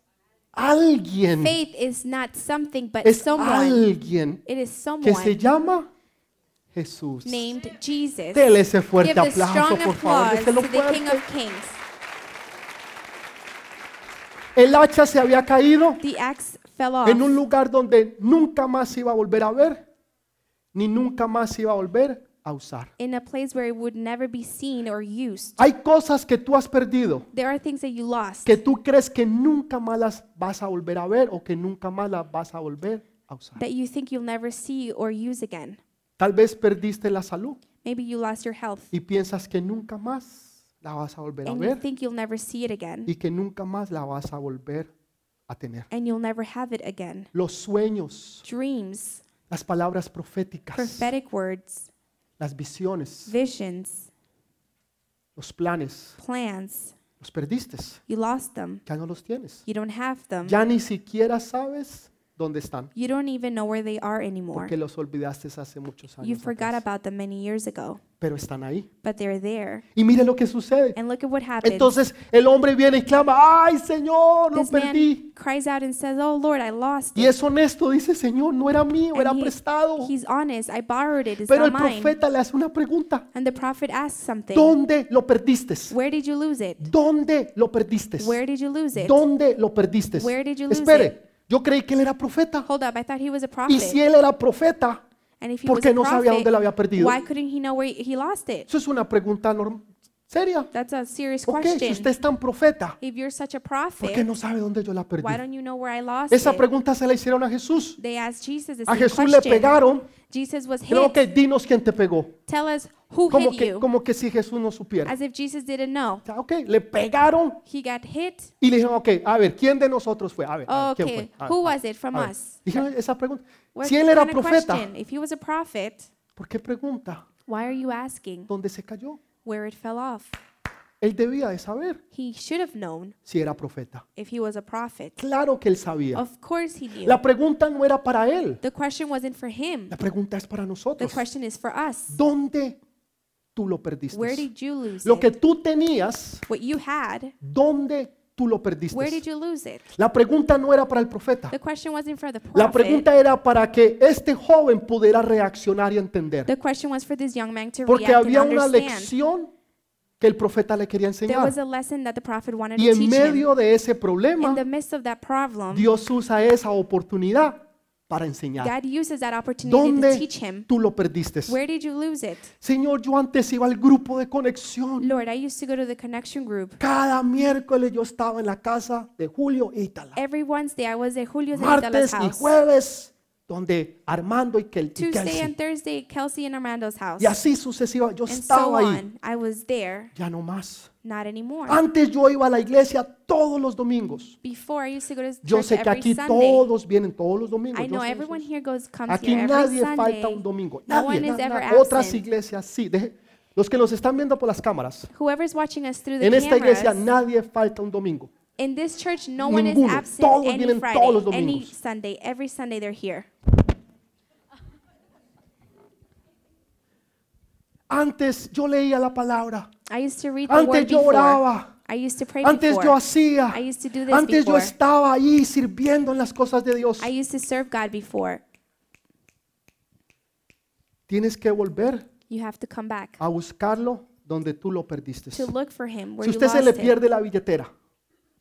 Speaker 1: alguien,
Speaker 2: faith is not something but
Speaker 1: es
Speaker 2: someone.
Speaker 1: alguien
Speaker 2: It is
Speaker 1: que se
Speaker 2: someone
Speaker 1: llama Jesús.
Speaker 2: named Jesus.
Speaker 1: Dele ese fuerte
Speaker 2: Give the
Speaker 1: aplauso,
Speaker 2: strong
Speaker 1: por favor.
Speaker 2: applause to
Speaker 1: déselo
Speaker 2: the King
Speaker 1: fuerte.
Speaker 2: of Kings.
Speaker 1: El hacha se había caído
Speaker 2: The axe fell off
Speaker 1: en un lugar donde nunca más se iba a volver a ver, ni nunca más se iba a volver a usar.
Speaker 2: in a place where it would never be seen or used.
Speaker 1: Hay cosas que tú has perdido,
Speaker 2: There are things that you lost
Speaker 1: Ah. que tú crees que nunca más las vas a volver a ver o que nunca más las vas a volver a usar.
Speaker 2: that you think you'll never see or use again.
Speaker 1: Tal vez perdiste la salud
Speaker 2: Maybe you lost your health
Speaker 1: y piensas que nunca más la vas a volver a
Speaker 2: and you
Speaker 1: ver
Speaker 2: think you'll never see it again
Speaker 1: y que nunca más la vas a volver a tener.
Speaker 2: and you'll never have it again.
Speaker 1: Los sueños,
Speaker 2: Dreams,
Speaker 1: las palabras proféticas,
Speaker 2: prophetic words,
Speaker 1: las visiones,
Speaker 2: visions,
Speaker 1: los planes,
Speaker 2: plans,
Speaker 1: los perdiste,
Speaker 2: you lost them.
Speaker 1: ya no los tienes.
Speaker 2: You don't have them.
Speaker 1: Ya ni siquiera sabes dónde están,
Speaker 2: You don't even know where they are anymore.
Speaker 1: porque los olvidaste hace muchos
Speaker 2: You
Speaker 1: años,
Speaker 2: forgot
Speaker 1: atrás,
Speaker 2: about them many years ago,
Speaker 1: pero están ahí.
Speaker 2: but they're there.
Speaker 1: Y mire lo que sucede.
Speaker 2: And look at what happened.
Speaker 1: Entonces el hombre viene y clama, ay Señor, lo
Speaker 2: This man
Speaker 1: perdí.
Speaker 2: cries out and says, Oh Lord, I lost
Speaker 1: Y
Speaker 2: it.
Speaker 1: es honesto, dice, Señor, no era mío, era
Speaker 2: And he-
Speaker 1: prestado.
Speaker 2: He's honest. I borrowed it. It's
Speaker 1: Pero el
Speaker 2: not mine.
Speaker 1: profeta le hace una pregunta.
Speaker 2: And the prophet asks something.
Speaker 1: ¿Dónde lo perdiste?
Speaker 2: Where did you lose it?
Speaker 1: ¿Dónde lo perdiste?
Speaker 2: Where did you lose it?
Speaker 1: ¿Dónde lo perdiste?
Speaker 2: Where did you lose it?
Speaker 1: Espere, yo creí que él era profeta.
Speaker 2: Hold up, I thought he was a
Speaker 1: Y si
Speaker 2: prophet.
Speaker 1: él era profeta,
Speaker 2: And if he
Speaker 1: ¿por
Speaker 2: was a
Speaker 1: qué no sabía dónde lo había
Speaker 2: prophet,
Speaker 1: perdido?
Speaker 2: why couldn't he know where he lost it?
Speaker 1: eso es una pregunta norm- seria.
Speaker 2: That's a serious
Speaker 1: Ok, si usted
Speaker 2: question.
Speaker 1: es tan profeta,
Speaker 2: If you're such a
Speaker 1: ¿por qué
Speaker 2: prophet,
Speaker 1: no sabe dónde yo la perdí?
Speaker 2: why don't you know where I lost
Speaker 1: Esa
Speaker 2: it?
Speaker 1: pregunta se la hicieron a Jesús.
Speaker 2: They asked Jesus the
Speaker 1: A
Speaker 2: same
Speaker 1: Jesús le
Speaker 2: question.
Speaker 1: pegaron.
Speaker 2: Jesus was
Speaker 1: Pero ok,
Speaker 2: hit.
Speaker 1: dinos quién te pegó.
Speaker 2: Tell us who
Speaker 1: Como
Speaker 2: hit
Speaker 1: que,
Speaker 2: you.
Speaker 1: como que si Jesús no supiera.
Speaker 2: As if Jesus didn't know.
Speaker 1: O sea, Ok, le pegaron
Speaker 2: He got hit.
Speaker 1: y le dijeron, ok, a ver, ¿quién de nosotros fue? A ver, a ver, ¿quién
Speaker 2: Okay,
Speaker 1: fue? A
Speaker 2: who
Speaker 1: ver, Ah, a
Speaker 2: was it from
Speaker 1: ver.
Speaker 2: us?
Speaker 1: Dijeron esa pregunta.
Speaker 2: What
Speaker 1: Si él era
Speaker 2: kind of
Speaker 1: profeta,
Speaker 2: question? If he was a prophet,
Speaker 1: ¿por qué pregunta
Speaker 2: why are you asking
Speaker 1: dónde se cayó?
Speaker 2: where it fell off?
Speaker 1: Él debía de saber
Speaker 2: He should have known
Speaker 1: si era profeta.
Speaker 2: if he was a prophet.
Speaker 1: Claro que él sabía.
Speaker 2: Of course he knew.
Speaker 1: La pregunta no era para él.
Speaker 2: The question wasn't for him.
Speaker 1: La pregunta es para
Speaker 2: The
Speaker 1: nosotros.
Speaker 2: question is for us.
Speaker 1: ¿Dónde tú lo perdiste?
Speaker 2: Where did you lose
Speaker 1: Lo que
Speaker 2: it?
Speaker 1: tú tenías,
Speaker 2: What you had,
Speaker 1: ¿dónde tú lo
Speaker 2: where did
Speaker 1: perdiste?
Speaker 2: you lose it?
Speaker 1: La pregunta no era para el profeta.
Speaker 2: The question wasn't for the
Speaker 1: La
Speaker 2: prophet.
Speaker 1: pregunta era para que este joven pudiera reaccionar y entender.
Speaker 2: The question was for this young man to
Speaker 1: Porque
Speaker 2: react and
Speaker 1: había una
Speaker 2: understand.
Speaker 1: lección que el profeta le quería
Speaker 2: There
Speaker 1: enseñar.
Speaker 2: was a lesson that the prophet wanted
Speaker 1: Y
Speaker 2: to
Speaker 1: en
Speaker 2: teach him.
Speaker 1: medio de ese
Speaker 2: In
Speaker 1: problema,
Speaker 2: the midst of that problem,
Speaker 1: Dios usa esa oportunidad para enseñar.
Speaker 2: God uses that opportunity to
Speaker 1: ¿Dónde
Speaker 2: teach him.
Speaker 1: tú lo perdiste?
Speaker 2: Where did you lose it?
Speaker 1: Señor, yo antes iba al grupo de conexión.
Speaker 2: Lord, I used to go to the connection group.
Speaker 1: Cada miércoles yo estaba en la casa de Julio Ítala.
Speaker 2: Every Wednesday, I was at Julio's and Itala's
Speaker 1: Martes y
Speaker 2: house.
Speaker 1: jueves, donde Armando y Kel- y
Speaker 2: Tuesday
Speaker 1: Kelsey.
Speaker 2: and Thursday, Kelsey and Armando's house.
Speaker 1: Y así sucesivamente. Yo
Speaker 2: and so
Speaker 1: estaba ahí.
Speaker 2: on. I was there.
Speaker 1: Ya no más.
Speaker 2: Not anymore.
Speaker 1: Antes yo iba a la iglesia todos los domingos.
Speaker 2: Before I used to go to
Speaker 1: Yo
Speaker 2: church
Speaker 1: sé que
Speaker 2: every
Speaker 1: aquí
Speaker 2: Sunday.
Speaker 1: todos vienen todos los domingos.
Speaker 2: I
Speaker 1: yo
Speaker 2: know
Speaker 1: sé
Speaker 2: everyone
Speaker 1: eso.
Speaker 2: here goes comes
Speaker 1: Aquí
Speaker 2: here every
Speaker 1: nadie
Speaker 2: Sunday.
Speaker 1: falta un domingo.
Speaker 2: No
Speaker 1: Nadie.
Speaker 2: one is
Speaker 1: na-
Speaker 2: ever
Speaker 1: na- Otras
Speaker 2: absent.
Speaker 1: iglesias sí. Deje- los que nos están viendo por las cámaras.
Speaker 2: Whoever's watching us through the
Speaker 1: En esta
Speaker 2: cameras,
Speaker 1: iglesia nadie falta un domingo.
Speaker 2: in this church, no one is
Speaker 1: Ninguno.
Speaker 2: absent
Speaker 1: Todos
Speaker 2: any
Speaker 1: vienen
Speaker 2: Friday,
Speaker 1: todos los
Speaker 2: any
Speaker 1: domingos.
Speaker 2: Sunday. Every Sunday they're here.
Speaker 1: Antes yo leía la palabra.
Speaker 2: I used to read the
Speaker 1: Antes
Speaker 2: word
Speaker 1: yo
Speaker 2: before.
Speaker 1: oraba.
Speaker 2: I used to pray
Speaker 1: Antes
Speaker 2: before.
Speaker 1: yo hacía.
Speaker 2: I used to do this
Speaker 1: Antes yo
Speaker 2: before.
Speaker 1: estaba ahí sirviendo en las cosas de Dios.
Speaker 2: I used to serve God before.
Speaker 1: Tienes que volver
Speaker 2: You have to come back
Speaker 1: a buscarlo donde tú lo perdiste.
Speaker 2: to
Speaker 1: Si
Speaker 2: look for him where you
Speaker 1: usted se le
Speaker 2: lost it.
Speaker 1: pierde la billetera,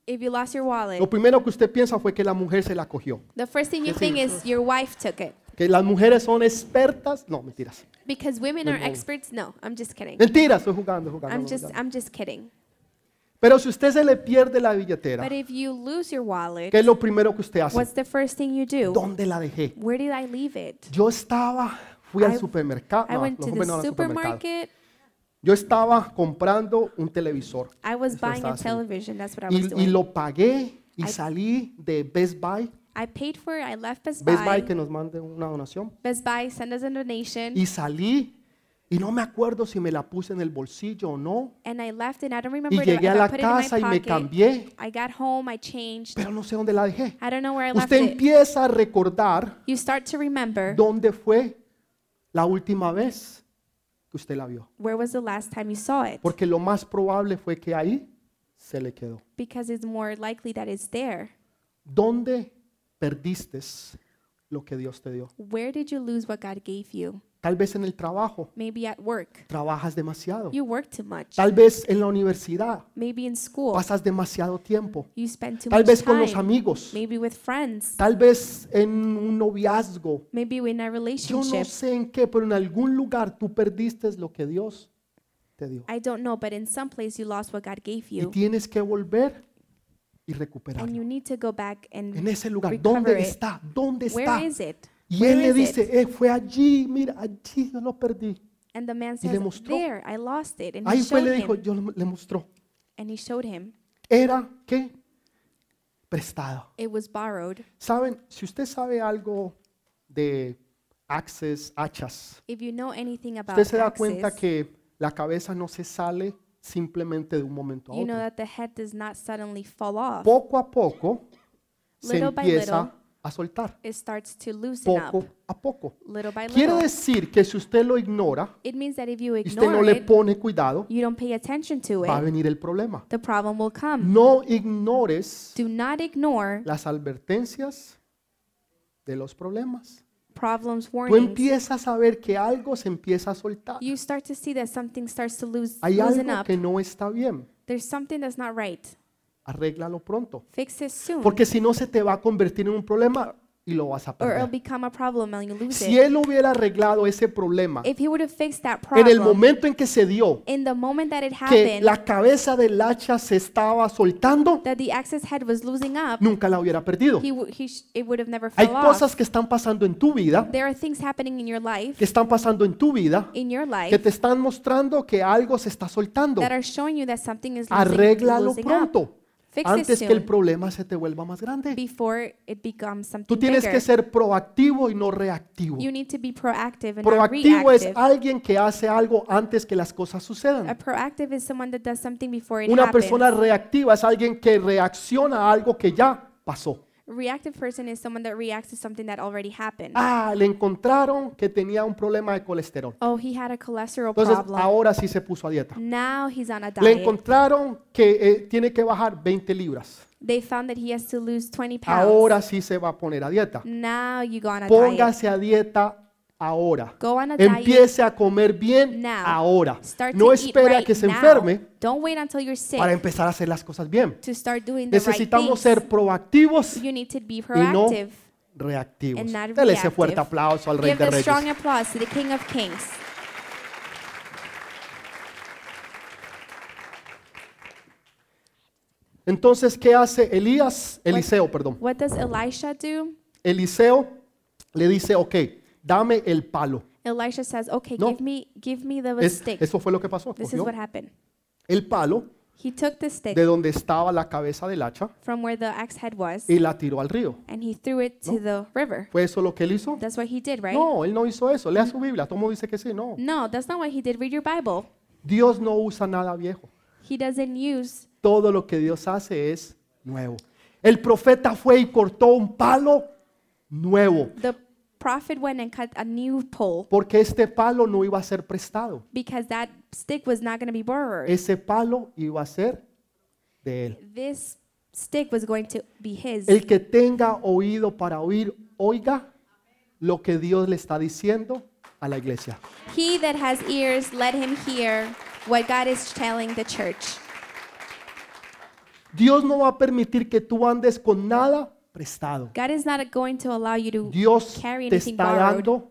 Speaker 2: If you lost your wallet,
Speaker 1: lo primero que usted piensa fue que la mujer se la cogió.
Speaker 2: the first thing you think is your wife took it.
Speaker 1: Que las mujeres son expertas. No, mentiras.
Speaker 2: Because women are experts? No, I'm just kidding.
Speaker 1: Mentiras, estoy jugando, jugando.
Speaker 2: I'm
Speaker 1: no,
Speaker 2: just
Speaker 1: jugando.
Speaker 2: I'm just kidding.
Speaker 1: Pero si usted se le pierde la billetera,
Speaker 2: But if you lose your wallet,
Speaker 1: ¿qué es lo primero que usted hace?
Speaker 2: what's the first thing you do?
Speaker 1: ¿Dónde la dejé?
Speaker 2: Where did I leave it?
Speaker 1: Yo estaba, fui al
Speaker 2: I-
Speaker 1: supermercado.
Speaker 2: I
Speaker 1: no,
Speaker 2: went
Speaker 1: no,
Speaker 2: to
Speaker 1: fue- no,
Speaker 2: the
Speaker 1: al supermercado.
Speaker 2: supermarket.
Speaker 1: Yo estaba comprando un televisor
Speaker 2: I was
Speaker 1: Eso
Speaker 2: buying
Speaker 1: estaba
Speaker 2: a
Speaker 1: haciendo.
Speaker 2: television. That's what I was
Speaker 1: y, y
Speaker 2: doing.
Speaker 1: lo pagué y
Speaker 2: I-
Speaker 1: salí de Best Buy.
Speaker 2: I paid for it. I left Best
Speaker 1: Best Buy
Speaker 2: Buy.
Speaker 1: que nos mande una donación.
Speaker 2: Best Buy sent us a donation,
Speaker 1: Y salí y no me acuerdo si me la puse en el bolsillo o no.
Speaker 2: and I left, and I don't remember
Speaker 1: Y
Speaker 2: if I-
Speaker 1: llegué a
Speaker 2: if I
Speaker 1: la
Speaker 2: put it in my
Speaker 1: casa y me
Speaker 2: pocket.
Speaker 1: cambié,
Speaker 2: I got home. I changed.
Speaker 1: pero no sé dónde la dejé.
Speaker 2: I don't know where I left
Speaker 1: Usted
Speaker 2: it.
Speaker 1: empieza a recordar
Speaker 2: You start to remember.
Speaker 1: dónde fue la última vez que usted la vio.
Speaker 2: Where was the last time you saw it?
Speaker 1: Porque lo más probable fue que ahí se le quedó.
Speaker 2: Because it's more likely that it's there.
Speaker 1: ¿Dónde perdiste lo que Dios te dio?
Speaker 2: Where did you lose what God gave you?
Speaker 1: Tal vez en el trabajo,
Speaker 2: Maybe at work.
Speaker 1: trabajas demasiado.
Speaker 2: You work too much.
Speaker 1: Tal vez en la universidad,
Speaker 2: Maybe in school.
Speaker 1: pasas demasiado tiempo.
Speaker 2: You spend too
Speaker 1: Tal
Speaker 2: much
Speaker 1: vez con los
Speaker 2: time.
Speaker 1: amigos,
Speaker 2: Maybe with friends.
Speaker 1: tal vez en un noviazgo.
Speaker 2: Maybe in a
Speaker 1: Yo no
Speaker 2: relationship.
Speaker 1: sé en qué, pero en algún lugar tú perdiste lo que Dios te dio.
Speaker 2: I don't know, but in some place you lost what God gave
Speaker 1: Y
Speaker 2: you.
Speaker 1: tienes que volver y
Speaker 2: And you
Speaker 1: recuperarlo.
Speaker 2: need to go back
Speaker 1: En
Speaker 2: and
Speaker 1: ese lugar,
Speaker 2: recover
Speaker 1: ¿dónde
Speaker 2: it.
Speaker 1: está? ¿Dónde está?
Speaker 2: where is it?
Speaker 1: Y
Speaker 2: Where
Speaker 1: él le
Speaker 2: is it?
Speaker 1: dice, "Eh, fue allí, mira, allí yo lo perdí.
Speaker 2: And the man
Speaker 1: y le
Speaker 2: says,
Speaker 1: mostró.
Speaker 2: There, I lost it. And he
Speaker 1: Ahí fue,
Speaker 2: showed
Speaker 1: le dijo,
Speaker 2: him.
Speaker 1: yo lo- le mostró.
Speaker 2: And he showed him.
Speaker 1: Era qué? Prestado.
Speaker 2: It was borrowed.
Speaker 1: Saben, si usted sabe algo de axes, hachas,
Speaker 2: If you know anything about
Speaker 1: usted se da cuenta
Speaker 2: taxes,
Speaker 1: que la cabeza no se sale simplemente de un momento a
Speaker 2: you know
Speaker 1: otro.
Speaker 2: that the head does not suddenly fall off.
Speaker 1: Poco a poco se
Speaker 2: Little by
Speaker 1: empieza
Speaker 2: little.
Speaker 1: a soltar,
Speaker 2: It starts to loosen
Speaker 1: poco
Speaker 2: up
Speaker 1: a poco.
Speaker 2: little by
Speaker 1: Quiere
Speaker 2: little.
Speaker 1: decir que si usted lo ignora
Speaker 2: It means that if you
Speaker 1: y usted no
Speaker 2: ignore
Speaker 1: le
Speaker 2: it,
Speaker 1: pone cuidado,
Speaker 2: you don't pay attention to
Speaker 1: va a
Speaker 2: it,
Speaker 1: venir el problema.
Speaker 2: the problem will come.
Speaker 1: No ignores
Speaker 2: Do not ignore
Speaker 1: las advertencias de los problemas.
Speaker 2: problems,
Speaker 1: Tú
Speaker 2: warnings.
Speaker 1: empiezas a ver que algo se empieza a soltar.
Speaker 2: You start to see that something starts to lose,
Speaker 1: Hay
Speaker 2: loosen
Speaker 1: algo
Speaker 2: up.
Speaker 1: que no está bien.
Speaker 2: There's something that's not right.
Speaker 1: Arréglalo pronto.
Speaker 2: Fix it soon,
Speaker 1: Porque si no, se te va a convertir en un problema y lo vas a
Speaker 2: Hmm. or it'll
Speaker 1: perder.
Speaker 2: become a problem and you lose
Speaker 1: Si
Speaker 2: it.
Speaker 1: él hubiera arreglado ese problema
Speaker 2: If he would have fixed that
Speaker 1: en el
Speaker 2: problem
Speaker 1: momento en que se dio,
Speaker 2: in the moment that it
Speaker 1: que
Speaker 2: happened,
Speaker 1: la cabeza del hacha se estaba soltando,
Speaker 2: that the access head was losing up,
Speaker 1: nunca la hubiera perdido.
Speaker 2: he, would he sh- it would have never
Speaker 1: Hay
Speaker 2: fell off.
Speaker 1: cosas que están pasando en tu vida,
Speaker 2: There are things happening in your life,
Speaker 1: que están pasando en tu vida,
Speaker 2: in your life,
Speaker 1: que te están mostrando que algo se está soltando.
Speaker 2: that are showing you that something is losing,
Speaker 1: Arréglalo
Speaker 2: losing up
Speaker 1: pronto.
Speaker 2: Fix it
Speaker 1: Antes que el
Speaker 2: soon.
Speaker 1: problema se te vuelva más grande.
Speaker 2: before it becomes something
Speaker 1: Tú tienes
Speaker 2: bigger.
Speaker 1: que ser proactivo y no reactivo.
Speaker 2: you need to be proactive and not
Speaker 1: Proactivo es
Speaker 2: reactive.
Speaker 1: alguien que hace algo antes que las cosas
Speaker 2: a
Speaker 1: sucedan.
Speaker 2: proactive is someone that does something before it
Speaker 1: Una
Speaker 2: happens.
Speaker 1: persona reactiva es alguien que reacciona a algo que ya pasó.
Speaker 2: reactive person is someone that reacts to something that already happened.
Speaker 1: Ah, le encontraron que tenía un problema de colesterol.
Speaker 2: oh, he had a cholesterol
Speaker 1: Entonces,
Speaker 2: problem.
Speaker 1: ahora sí se puso a dieta.
Speaker 2: now he's on a
Speaker 1: Le
Speaker 2: diet.
Speaker 1: encontraron que eh, tiene que bajar 20 libras.
Speaker 2: They found that he has to lose 20 pounds.
Speaker 1: Ahora sí se va a poner a dieta.
Speaker 2: now you go on a diet.
Speaker 1: Póngase a dieta ahora.
Speaker 2: Go on a diet
Speaker 1: Empiece a comer bien
Speaker 2: now.
Speaker 1: ahora.
Speaker 2: Start
Speaker 1: No
Speaker 2: to eat
Speaker 1: espere a
Speaker 2: right
Speaker 1: que se
Speaker 2: now.
Speaker 1: enferme
Speaker 2: Don't wait until you're sick
Speaker 1: para empezar a hacer las cosas bien.
Speaker 2: to start doing the right
Speaker 1: Necesitamos
Speaker 2: things.
Speaker 1: ser proactivos,
Speaker 2: you need to be
Speaker 1: no
Speaker 2: proactive.
Speaker 1: reactivos.
Speaker 2: And not
Speaker 1: Dale ese
Speaker 2: reactive.
Speaker 1: fuerte aplauso al Rey
Speaker 2: Give
Speaker 1: de
Speaker 2: a
Speaker 1: Reyes.
Speaker 2: strong applause to the King of Kings.
Speaker 1: Entonces, ¿qué hace Elías?
Speaker 2: Pues
Speaker 1: Eliseo, perdón.
Speaker 2: What does Elisha do?
Speaker 1: Eliseo le dice, ok, dame el palo.
Speaker 2: Elisha says, "Okay,
Speaker 1: No.
Speaker 2: give me, give me the
Speaker 1: Es-
Speaker 2: stick.
Speaker 1: eso fue lo que pasó.
Speaker 2: this is
Speaker 1: cogió
Speaker 2: what happened.
Speaker 1: el palo
Speaker 2: He took the stick
Speaker 1: de donde estaba la cabeza del hacha
Speaker 2: from where the axe head was,
Speaker 1: y la tiró al río.
Speaker 2: and he threw it to the river.
Speaker 1: ¿Fue eso lo que él hizo?
Speaker 2: That's what he did, right? Mm-hmm.
Speaker 1: No, él no hizo eso. Lea su Biblia. Todo el mundo dice que sí. No.
Speaker 2: No, that's not what he did. Read your Bible.
Speaker 1: Dios no usa nada viejo.
Speaker 2: He doesn't use.
Speaker 1: Todo lo que Dios hace es nuevo. El profeta fue y cortó un palo nuevo,
Speaker 2: The prophet went and cut a new pole
Speaker 1: porque este palo no iba a ser prestado.
Speaker 2: because that stick was not going to be borrowed.
Speaker 1: Ese palo iba a ser de él.
Speaker 2: this stick was going to be his.
Speaker 1: El que tenga oído para oír, oiga lo que Dios le está diciendo a la iglesia.
Speaker 2: He that has ears, let him hear what God is telling the church.
Speaker 1: Dios no va a permitir que tú andes con nada prestado.
Speaker 2: God is not going to allow you to
Speaker 1: Dios
Speaker 2: carry
Speaker 1: te
Speaker 2: anything
Speaker 1: está
Speaker 2: borrowed.
Speaker 1: dando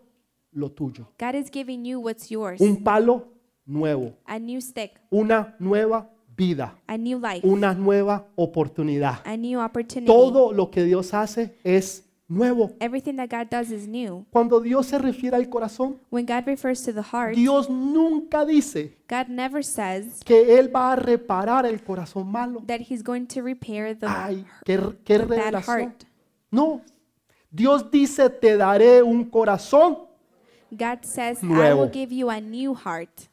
Speaker 1: lo tuyo.
Speaker 2: God is giving you what's yours
Speaker 1: Un palo nuevo,
Speaker 2: a new stick,
Speaker 1: una nueva vida,
Speaker 2: a new life,
Speaker 1: una nueva oportunidad.
Speaker 2: a new opportunity.
Speaker 1: Todo lo que Dios hace es nuevo.
Speaker 2: Everything that God does is new.
Speaker 1: Cuando Dios se refiere al corazón,
Speaker 2: When God refers to the heart,
Speaker 1: Dios nunca dice
Speaker 2: God never says
Speaker 1: que Él va a reparar el corazón malo.
Speaker 2: that He's going to repair the
Speaker 1: Ay, qué, qué
Speaker 2: the bad
Speaker 1: revelación.
Speaker 2: heart.
Speaker 1: No, Dios dice, te daré un corazón.
Speaker 2: God says, I will
Speaker 1: Nuevo.
Speaker 2: give you a new heart.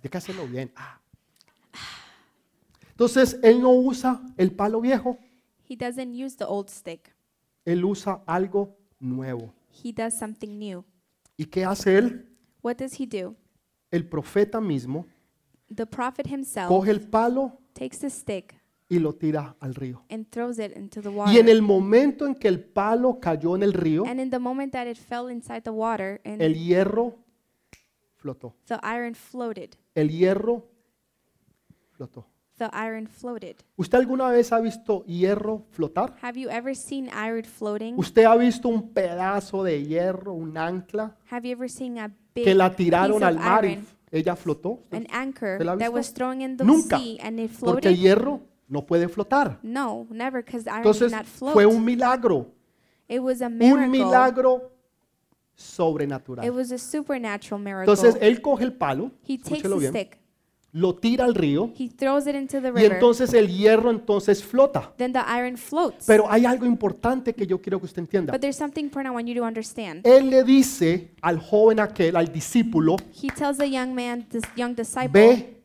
Speaker 1: Tiene que hacerlo bien. Ah. Entonces, Él no usa el palo viejo,
Speaker 2: He doesn't use the old stick.
Speaker 1: Él usa algo nuevo.
Speaker 2: He does something new.
Speaker 1: ¿Y qué hace Él?
Speaker 2: What does he do?
Speaker 1: El profeta mismo
Speaker 2: The prophet himself
Speaker 1: coge el palo
Speaker 2: takes the stick
Speaker 1: y lo tira al río.
Speaker 2: and throws it into the
Speaker 1: Y en
Speaker 2: water.
Speaker 1: el momento en que el palo cayó en el río,
Speaker 2: And in the moment that it fell inside the water and
Speaker 1: el hierro flotó.
Speaker 2: the iron floated,
Speaker 1: El hierro flotó.
Speaker 2: the iron floated.
Speaker 1: ¿Usted alguna vez ha visto hierro flotar?
Speaker 2: Have you ever seen iron floating?
Speaker 1: ¿Usted ha visto un pedazo de hierro, un ancla,
Speaker 2: Have you ever seen a big
Speaker 1: que la
Speaker 2: piece of
Speaker 1: tiraron al mar y
Speaker 2: iron,
Speaker 1: ella flotó?
Speaker 2: an
Speaker 1: ¿Usted la
Speaker 2: anchor
Speaker 1: ha
Speaker 2: that
Speaker 1: visto?
Speaker 2: was thrown in the
Speaker 1: Nunca,
Speaker 2: sea and it
Speaker 1: Porque el
Speaker 2: floated?
Speaker 1: hierro no puede flotar.
Speaker 2: No, never, because iron did
Speaker 1: Entonces
Speaker 2: not float.
Speaker 1: fue un milagro,
Speaker 2: it was a miracle.
Speaker 1: un milagro
Speaker 2: It
Speaker 1: sobrenatural.
Speaker 2: was a supernatural miracle.
Speaker 1: Entonces él coge el palo,
Speaker 2: he takes
Speaker 1: escúchelo
Speaker 2: the
Speaker 1: bien,
Speaker 2: stick,
Speaker 1: lo tira al río
Speaker 2: he throws it into the
Speaker 1: y
Speaker 2: river,
Speaker 1: entonces el hierro entonces flota.
Speaker 2: then the iron floats.
Speaker 1: Pero hay algo importante que yo quiero que usted entienda.
Speaker 2: but there's something important I want you to understand.
Speaker 1: Él le dice al joven aquel, al discípulo,
Speaker 2: He tells the young man, this young disciple,
Speaker 1: ve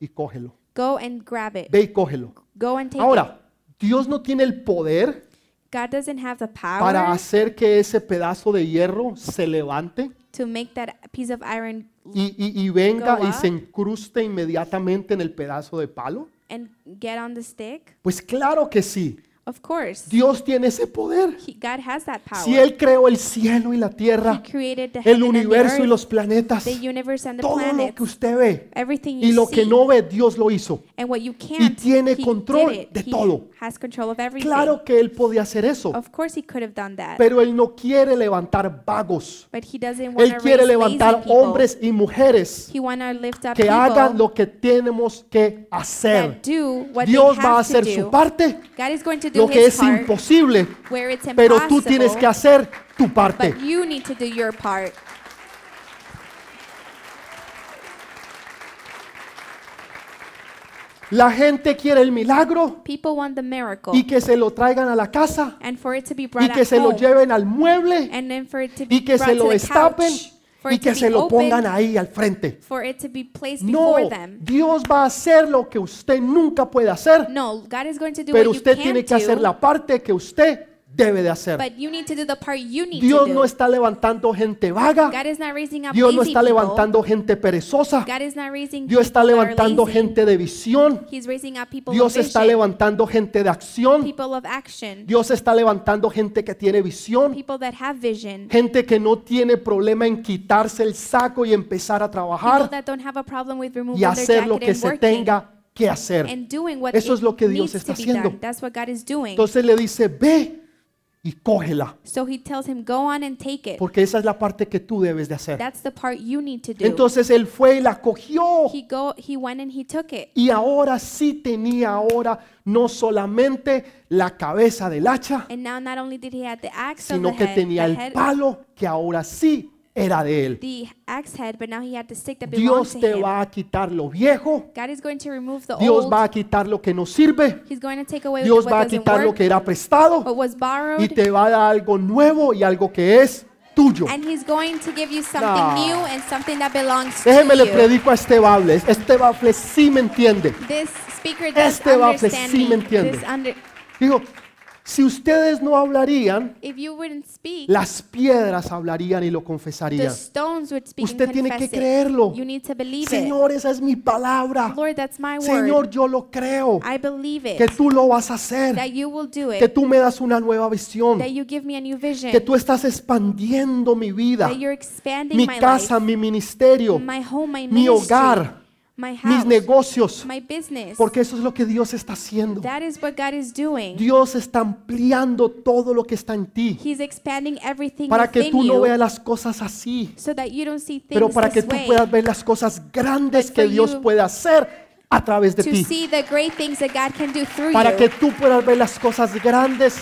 Speaker 1: y cógelo,
Speaker 2: go and grab it.
Speaker 1: ve y cógelo.
Speaker 2: Go and take
Speaker 1: Ahora, Dios no tiene el poder
Speaker 2: it. God doesn't have the power
Speaker 1: para hacer que ese pedazo de hierro se levante
Speaker 2: to make that piece of iron
Speaker 1: y, y- y venga
Speaker 2: Go
Speaker 1: y
Speaker 2: up.
Speaker 1: se incruste inmediatamente en el pedazo de palo.
Speaker 2: and get on the stick.
Speaker 1: Pues claro que sí,
Speaker 2: Of course.
Speaker 1: Dios tiene ese poder.
Speaker 2: He- God has that power.
Speaker 1: Si Él creó el cielo y la tierra,
Speaker 2: he created the
Speaker 1: el
Speaker 2: heaven and the,
Speaker 1: universo y
Speaker 2: earth,
Speaker 1: los planetas,
Speaker 2: the universe and the
Speaker 1: todo lo
Speaker 2: planets,
Speaker 1: que usted ve
Speaker 2: everything you
Speaker 1: y lo
Speaker 2: see,
Speaker 1: que no ve, Dios lo hizo.
Speaker 2: and what you can't,
Speaker 1: tiene
Speaker 2: he did
Speaker 1: control
Speaker 2: it.
Speaker 1: de
Speaker 2: He
Speaker 1: todo.
Speaker 2: has control of everything.
Speaker 1: Claro que Él podía hacer eso,
Speaker 2: Of course he could have done that.
Speaker 1: pero Él no quiere levantar vagos.
Speaker 2: but he doesn't want
Speaker 1: Él
Speaker 2: to
Speaker 1: quiere
Speaker 2: raise
Speaker 1: levantar
Speaker 2: lazy people.
Speaker 1: hombres y mujeres
Speaker 2: He want to lift up
Speaker 1: que
Speaker 2: people
Speaker 1: hagan lo que tenemos que hacer.
Speaker 2: that do what
Speaker 1: Dios
Speaker 2: they
Speaker 1: va
Speaker 2: have
Speaker 1: a hacer
Speaker 2: to do.
Speaker 1: su parte,
Speaker 2: God is going to do
Speaker 1: lo que
Speaker 2: his
Speaker 1: es
Speaker 2: part
Speaker 1: imposible,
Speaker 2: where it's impossible.
Speaker 1: pero tú tienes que hacer tu parte.
Speaker 2: but you need to do your part.
Speaker 1: La gente quiere el milagro
Speaker 2: People want the miracle
Speaker 1: y que se lo traigan a la casa
Speaker 2: and for it to be
Speaker 1: y
Speaker 2: brought
Speaker 1: que
Speaker 2: at
Speaker 1: se lo
Speaker 2: home
Speaker 1: lleven al mueble
Speaker 2: and then for it to
Speaker 1: y
Speaker 2: be
Speaker 1: que
Speaker 2: brought
Speaker 1: se lo
Speaker 2: to the
Speaker 1: destapen
Speaker 2: couch, for
Speaker 1: y
Speaker 2: it to
Speaker 1: que
Speaker 2: be
Speaker 1: se lo
Speaker 2: opened,
Speaker 1: pongan ahí al frente.
Speaker 2: for it to be placed
Speaker 1: No,
Speaker 2: before them.
Speaker 1: Dios va a hacer lo que usted nunca puede hacer,
Speaker 2: No, God is going to do
Speaker 1: pero
Speaker 2: what you
Speaker 1: usted
Speaker 2: can
Speaker 1: tiene que
Speaker 2: do,
Speaker 1: hacer la parte que usted debe de hacer.
Speaker 2: but you need to do the part you need
Speaker 1: Dios
Speaker 2: to do.
Speaker 1: no está levantando gente vaga.
Speaker 2: God is not raising up
Speaker 1: Dios no
Speaker 2: lazy
Speaker 1: está
Speaker 2: people.
Speaker 1: levantando gente perezosa.
Speaker 2: God is not raising
Speaker 1: Dios está
Speaker 2: people that are
Speaker 1: levantando
Speaker 2: lazy.
Speaker 1: gente de visión.
Speaker 2: He's raising up people
Speaker 1: Dios
Speaker 2: of
Speaker 1: está
Speaker 2: vision,
Speaker 1: levantando gente de acción.
Speaker 2: people of action,
Speaker 1: Dios está levantando gente que tiene visión.
Speaker 2: people that have vision,
Speaker 1: Gente que no tiene problema en quitarse el saco y empezar a
Speaker 2: people
Speaker 1: trabajar
Speaker 2: that don't have a problem with removing
Speaker 1: y hacer lo
Speaker 2: their jacket
Speaker 1: que
Speaker 2: and
Speaker 1: se
Speaker 2: working
Speaker 1: tenga que hacer.
Speaker 2: and doing what
Speaker 1: Eso
Speaker 2: it
Speaker 1: es lo que Dios
Speaker 2: needs
Speaker 1: está
Speaker 2: to be
Speaker 1: haciendo.
Speaker 2: done. That's what God is doing.
Speaker 1: Entonces le dice, ve y cógela,
Speaker 2: so he tells him, go on and take it.
Speaker 1: porque esa es la parte que tú debes de hacer.
Speaker 2: That's the part you need to do.
Speaker 1: Entonces él fue y la cogió.
Speaker 2: he go he went and he took it.
Speaker 1: Y ahora sí tenía ahora no solamente la cabeza del hacha,
Speaker 2: And now not only did he have the axe on the
Speaker 1: sino que
Speaker 2: head,
Speaker 1: tenía
Speaker 2: the,
Speaker 1: el
Speaker 2: head
Speaker 1: palo que ahora sí era de él.
Speaker 2: the axe head, but now he had the stick that belonged
Speaker 1: Dios
Speaker 2: to
Speaker 1: te
Speaker 2: him.
Speaker 1: va a quitar lo viejo,
Speaker 2: God is going to remove the
Speaker 1: Dios
Speaker 2: old.
Speaker 1: va a quitar lo que no sirve,
Speaker 2: He's going to take away
Speaker 1: Dios
Speaker 2: what
Speaker 1: va a
Speaker 2: doesn't
Speaker 1: quitar lo
Speaker 2: work,
Speaker 1: que era prestado
Speaker 2: what was borrowed,
Speaker 1: y te va a dar algo nuevo y algo que es tuyo.
Speaker 2: and he's going to give you something
Speaker 1: Nah.
Speaker 2: new and something that belongs to
Speaker 1: Déjeme le
Speaker 2: you.
Speaker 1: predico a este bable, este bable sí me entiende.
Speaker 2: This speaker does
Speaker 1: Este bafle
Speaker 2: understand
Speaker 1: sí me
Speaker 2: me.
Speaker 1: entiende.
Speaker 2: This under-
Speaker 1: Dijo, Si ustedes no hablarían,
Speaker 2: If you wouldn't speak,
Speaker 1: las piedras hablarían y lo
Speaker 2: the
Speaker 1: confesarían.
Speaker 2: stones would speak
Speaker 1: Usted
Speaker 2: and
Speaker 1: tiene
Speaker 2: confess
Speaker 1: que creerlo.
Speaker 2: it. You need to believe
Speaker 1: Señor, esa es mi palabra.
Speaker 2: it. Lord, that's my
Speaker 1: Señor,
Speaker 2: word.
Speaker 1: yo lo creo.
Speaker 2: I believe it.
Speaker 1: Que tú lo vas a hacer.
Speaker 2: that you will do
Speaker 1: Que
Speaker 2: it.
Speaker 1: tú me das una nueva visión.
Speaker 2: That you give me a new vision.
Speaker 1: Que tú estás expandiendo mi vida,
Speaker 2: that you're expanding
Speaker 1: mi
Speaker 2: my
Speaker 1: casa, mi ministerio,
Speaker 2: life, my home, my
Speaker 1: mi
Speaker 2: ministry,
Speaker 1: hogar,
Speaker 2: my house,
Speaker 1: mis negocios.
Speaker 2: my business.
Speaker 1: Porque eso es lo que Dios está haciendo.
Speaker 2: that is what God is doing.
Speaker 1: Dios está ampliando todo lo que está en ti.
Speaker 2: He's expanding everything
Speaker 1: Para que
Speaker 2: within
Speaker 1: tú no
Speaker 2: you
Speaker 1: veas las cosas así.
Speaker 2: so that you don't see things
Speaker 1: Pero para que
Speaker 2: this
Speaker 1: tú
Speaker 2: way.
Speaker 1: puedas ver las cosas grandes
Speaker 2: But
Speaker 1: que
Speaker 2: for
Speaker 1: Dios
Speaker 2: you
Speaker 1: puede hacer a través de
Speaker 2: Pues to
Speaker 1: ti.
Speaker 2: see the great things that God can do through
Speaker 1: Para
Speaker 2: you.
Speaker 1: que tú puedas ver las cosas grandes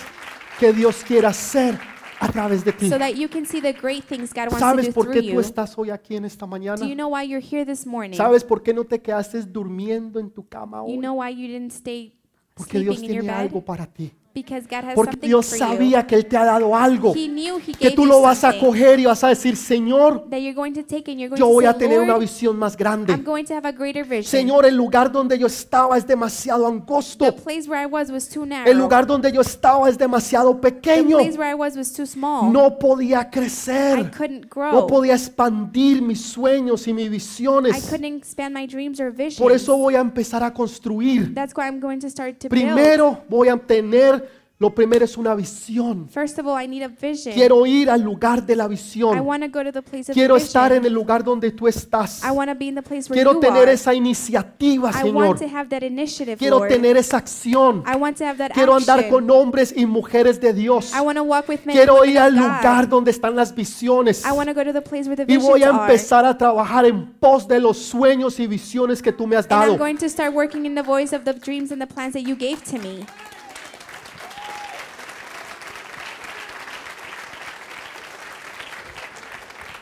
Speaker 1: que Dios quiere hacer a través de ti.
Speaker 2: so that you can see the great things God wants to
Speaker 1: ¿Sabes
Speaker 2: do
Speaker 1: por
Speaker 2: through
Speaker 1: qué tú
Speaker 2: you.
Speaker 1: estás hoy aquí en esta mañana?
Speaker 2: Do you know why you're here this morning?
Speaker 1: ¿Sabes por qué no te quedaste durmiendo en tu cama
Speaker 2: you
Speaker 1: hoy?
Speaker 2: know why you didn't stay
Speaker 1: Porque
Speaker 2: sleeping
Speaker 1: Dios
Speaker 2: in your
Speaker 1: tiene
Speaker 2: bed?
Speaker 1: algo para ti.
Speaker 2: Because God has
Speaker 1: Porque
Speaker 2: something
Speaker 1: Dios
Speaker 2: for
Speaker 1: sabía que Él te ha dado algo.
Speaker 2: you. He knew He
Speaker 1: Oh, Que
Speaker 2: gave
Speaker 1: tú
Speaker 2: you
Speaker 1: lo vas a
Speaker 2: something
Speaker 1: coger y vas a decir, Señor,
Speaker 2: that you're going to take and you're going
Speaker 1: yo
Speaker 2: to
Speaker 1: voy
Speaker 2: say,
Speaker 1: a tener una
Speaker 2: "Lord,
Speaker 1: visión más
Speaker 2: I'm
Speaker 1: grande.
Speaker 2: going to have a greater vision.
Speaker 1: Señor, el lugar donde yo estaba es demasiado
Speaker 2: the
Speaker 1: angosto.
Speaker 2: place where I was was too narrow.
Speaker 1: El lugar donde yo estaba es demasiado
Speaker 2: the
Speaker 1: pequeño.
Speaker 2: place where I was was too small.
Speaker 1: No podía
Speaker 2: I
Speaker 1: crecer.
Speaker 2: couldn't grow.
Speaker 1: No podía expandir mis sueños y mis
Speaker 2: I
Speaker 1: visiones.
Speaker 2: couldn't expand my dreams or visions.
Speaker 1: Por eso voy a empezar a construir.
Speaker 2: That's why I'm going to start to build.
Speaker 1: Primero voy a tener, lo primero es una visión.
Speaker 2: First of all, I need a vision.
Speaker 1: Quiero ir al lugar de la
Speaker 2: I
Speaker 1: visión.
Speaker 2: want to go to the place of
Speaker 1: Quiero
Speaker 2: the vision.
Speaker 1: estar en el lugar donde tú estás.
Speaker 2: I want to be in the place where
Speaker 1: Quiero
Speaker 2: you
Speaker 1: tener
Speaker 2: are.
Speaker 1: esa iniciativa,
Speaker 2: I want
Speaker 1: Señor.
Speaker 2: to have that initiative,
Speaker 1: Quiero
Speaker 2: Lord.
Speaker 1: tener esa acción.
Speaker 2: I want to have that
Speaker 1: Quiero andar
Speaker 2: action.
Speaker 1: con hombres y mujeres de Dios.
Speaker 2: I want to walk with men and
Speaker 1: Quiero
Speaker 2: women
Speaker 1: ir
Speaker 2: of
Speaker 1: al
Speaker 2: God.
Speaker 1: lugar donde están las visiones.
Speaker 2: I want to go to the place where the
Speaker 1: Y
Speaker 2: visions
Speaker 1: voy a
Speaker 2: are.
Speaker 1: empezar a trabajar en pos de los sueños y visiones que tú me has
Speaker 2: And I'm
Speaker 1: dado.
Speaker 2: going to start working in the voice of the dreams and the plans that you gave to me.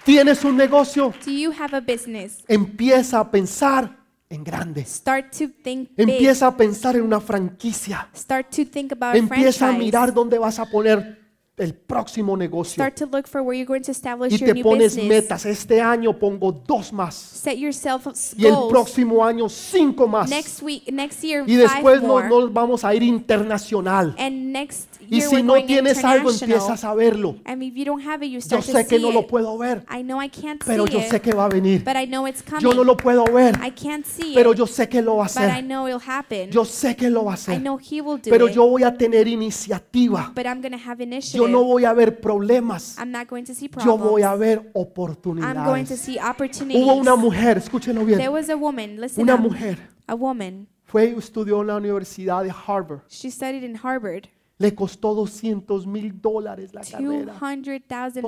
Speaker 1: Tienes un negocio.
Speaker 2: Do you have a business?
Speaker 1: Empieza a pensar en grande.
Speaker 2: Start to think big.
Speaker 1: Empieza a pensar en una franquicia.
Speaker 2: Start to think about a
Speaker 1: Empieza a
Speaker 2: franchise.
Speaker 1: mirar dónde vas a poner el próximo negocio.
Speaker 2: Start to look for where you're going to establish
Speaker 1: Y
Speaker 2: your
Speaker 1: te
Speaker 2: new
Speaker 1: pones
Speaker 2: business.
Speaker 1: metas. Este año pongo dos más.
Speaker 2: Set yourself goals.
Speaker 1: Y el próximo año cinco más.
Speaker 2: Next week, next year,
Speaker 1: Y después
Speaker 2: five
Speaker 1: nos,
Speaker 2: more.
Speaker 1: nos vamos a ir internacional.
Speaker 2: And next
Speaker 1: Y
Speaker 2: year
Speaker 1: si
Speaker 2: we're
Speaker 1: no
Speaker 2: going
Speaker 1: tienes algo,
Speaker 2: international.
Speaker 1: empiezas a verlo.
Speaker 2: And if you don't have it, you
Speaker 1: Yo
Speaker 2: start to
Speaker 1: sé que
Speaker 2: see
Speaker 1: no lo
Speaker 2: it.
Speaker 1: puedo ver,
Speaker 2: I know I can't
Speaker 1: pero
Speaker 2: see
Speaker 1: yo sé
Speaker 2: it,
Speaker 1: que va a venir.
Speaker 2: but I know it's coming.
Speaker 1: Yo no lo puedo ver,
Speaker 2: I can't see
Speaker 1: pero
Speaker 2: it,
Speaker 1: yo sé que lo va a
Speaker 2: but I
Speaker 1: hacer.
Speaker 2: know it'll happen.
Speaker 1: Yo sé que lo va a
Speaker 2: I
Speaker 1: hacer.
Speaker 2: know he will do
Speaker 1: Pero
Speaker 2: it,
Speaker 1: yo voy a tener iniciativa.
Speaker 2: but I'm going to have initiative.
Speaker 1: Yo no voy a ver problemas.
Speaker 2: I'm not going to see problems.
Speaker 1: Yo voy a ver
Speaker 2: I'm going to
Speaker 1: oportunidades.
Speaker 2: see opportunities.
Speaker 1: Hubo una mujer, escúchenlo
Speaker 2: There
Speaker 1: bien.
Speaker 2: was a woman, listen
Speaker 1: Una
Speaker 2: up,
Speaker 1: mujer
Speaker 2: a woman.
Speaker 1: fue y estudió en la Universidad de Harvard.
Speaker 2: She studied in Harvard.
Speaker 1: Le costó 200 mil dólares la carrera.
Speaker 2: $200,000.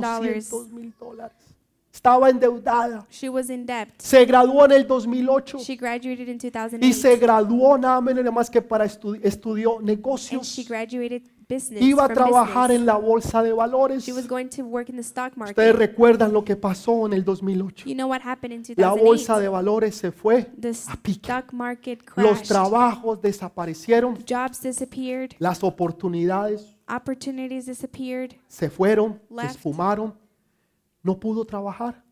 Speaker 1: 200 mil dólares. Estaba endeudada.
Speaker 2: She was in debt.
Speaker 1: Se graduó en el 2008
Speaker 2: She graduated in
Speaker 1: y
Speaker 2: 2008.
Speaker 1: se graduó nada menos y nada más que para estudi- estudió
Speaker 2: And
Speaker 1: negocios.
Speaker 2: she graduated business
Speaker 1: Iba a
Speaker 2: from
Speaker 1: trabajar
Speaker 2: business.
Speaker 1: en la bolsa de valores.
Speaker 2: She was going to work in the stock
Speaker 1: Ustedes
Speaker 2: market.
Speaker 1: recuerdan lo que pasó en el 2008.
Speaker 2: You know what happened in
Speaker 1: La bolsa
Speaker 2: 2008?
Speaker 1: de valores se fue
Speaker 2: The
Speaker 1: a pique.
Speaker 2: stock market
Speaker 1: Los
Speaker 2: crashed.
Speaker 1: trabajos desaparecieron,
Speaker 2: Jobs disappeared.
Speaker 1: las oportunidades
Speaker 2: Opportunities disappeared.
Speaker 1: se fueron, se
Speaker 2: Left.
Speaker 1: esfumaron. No pudo trabajar.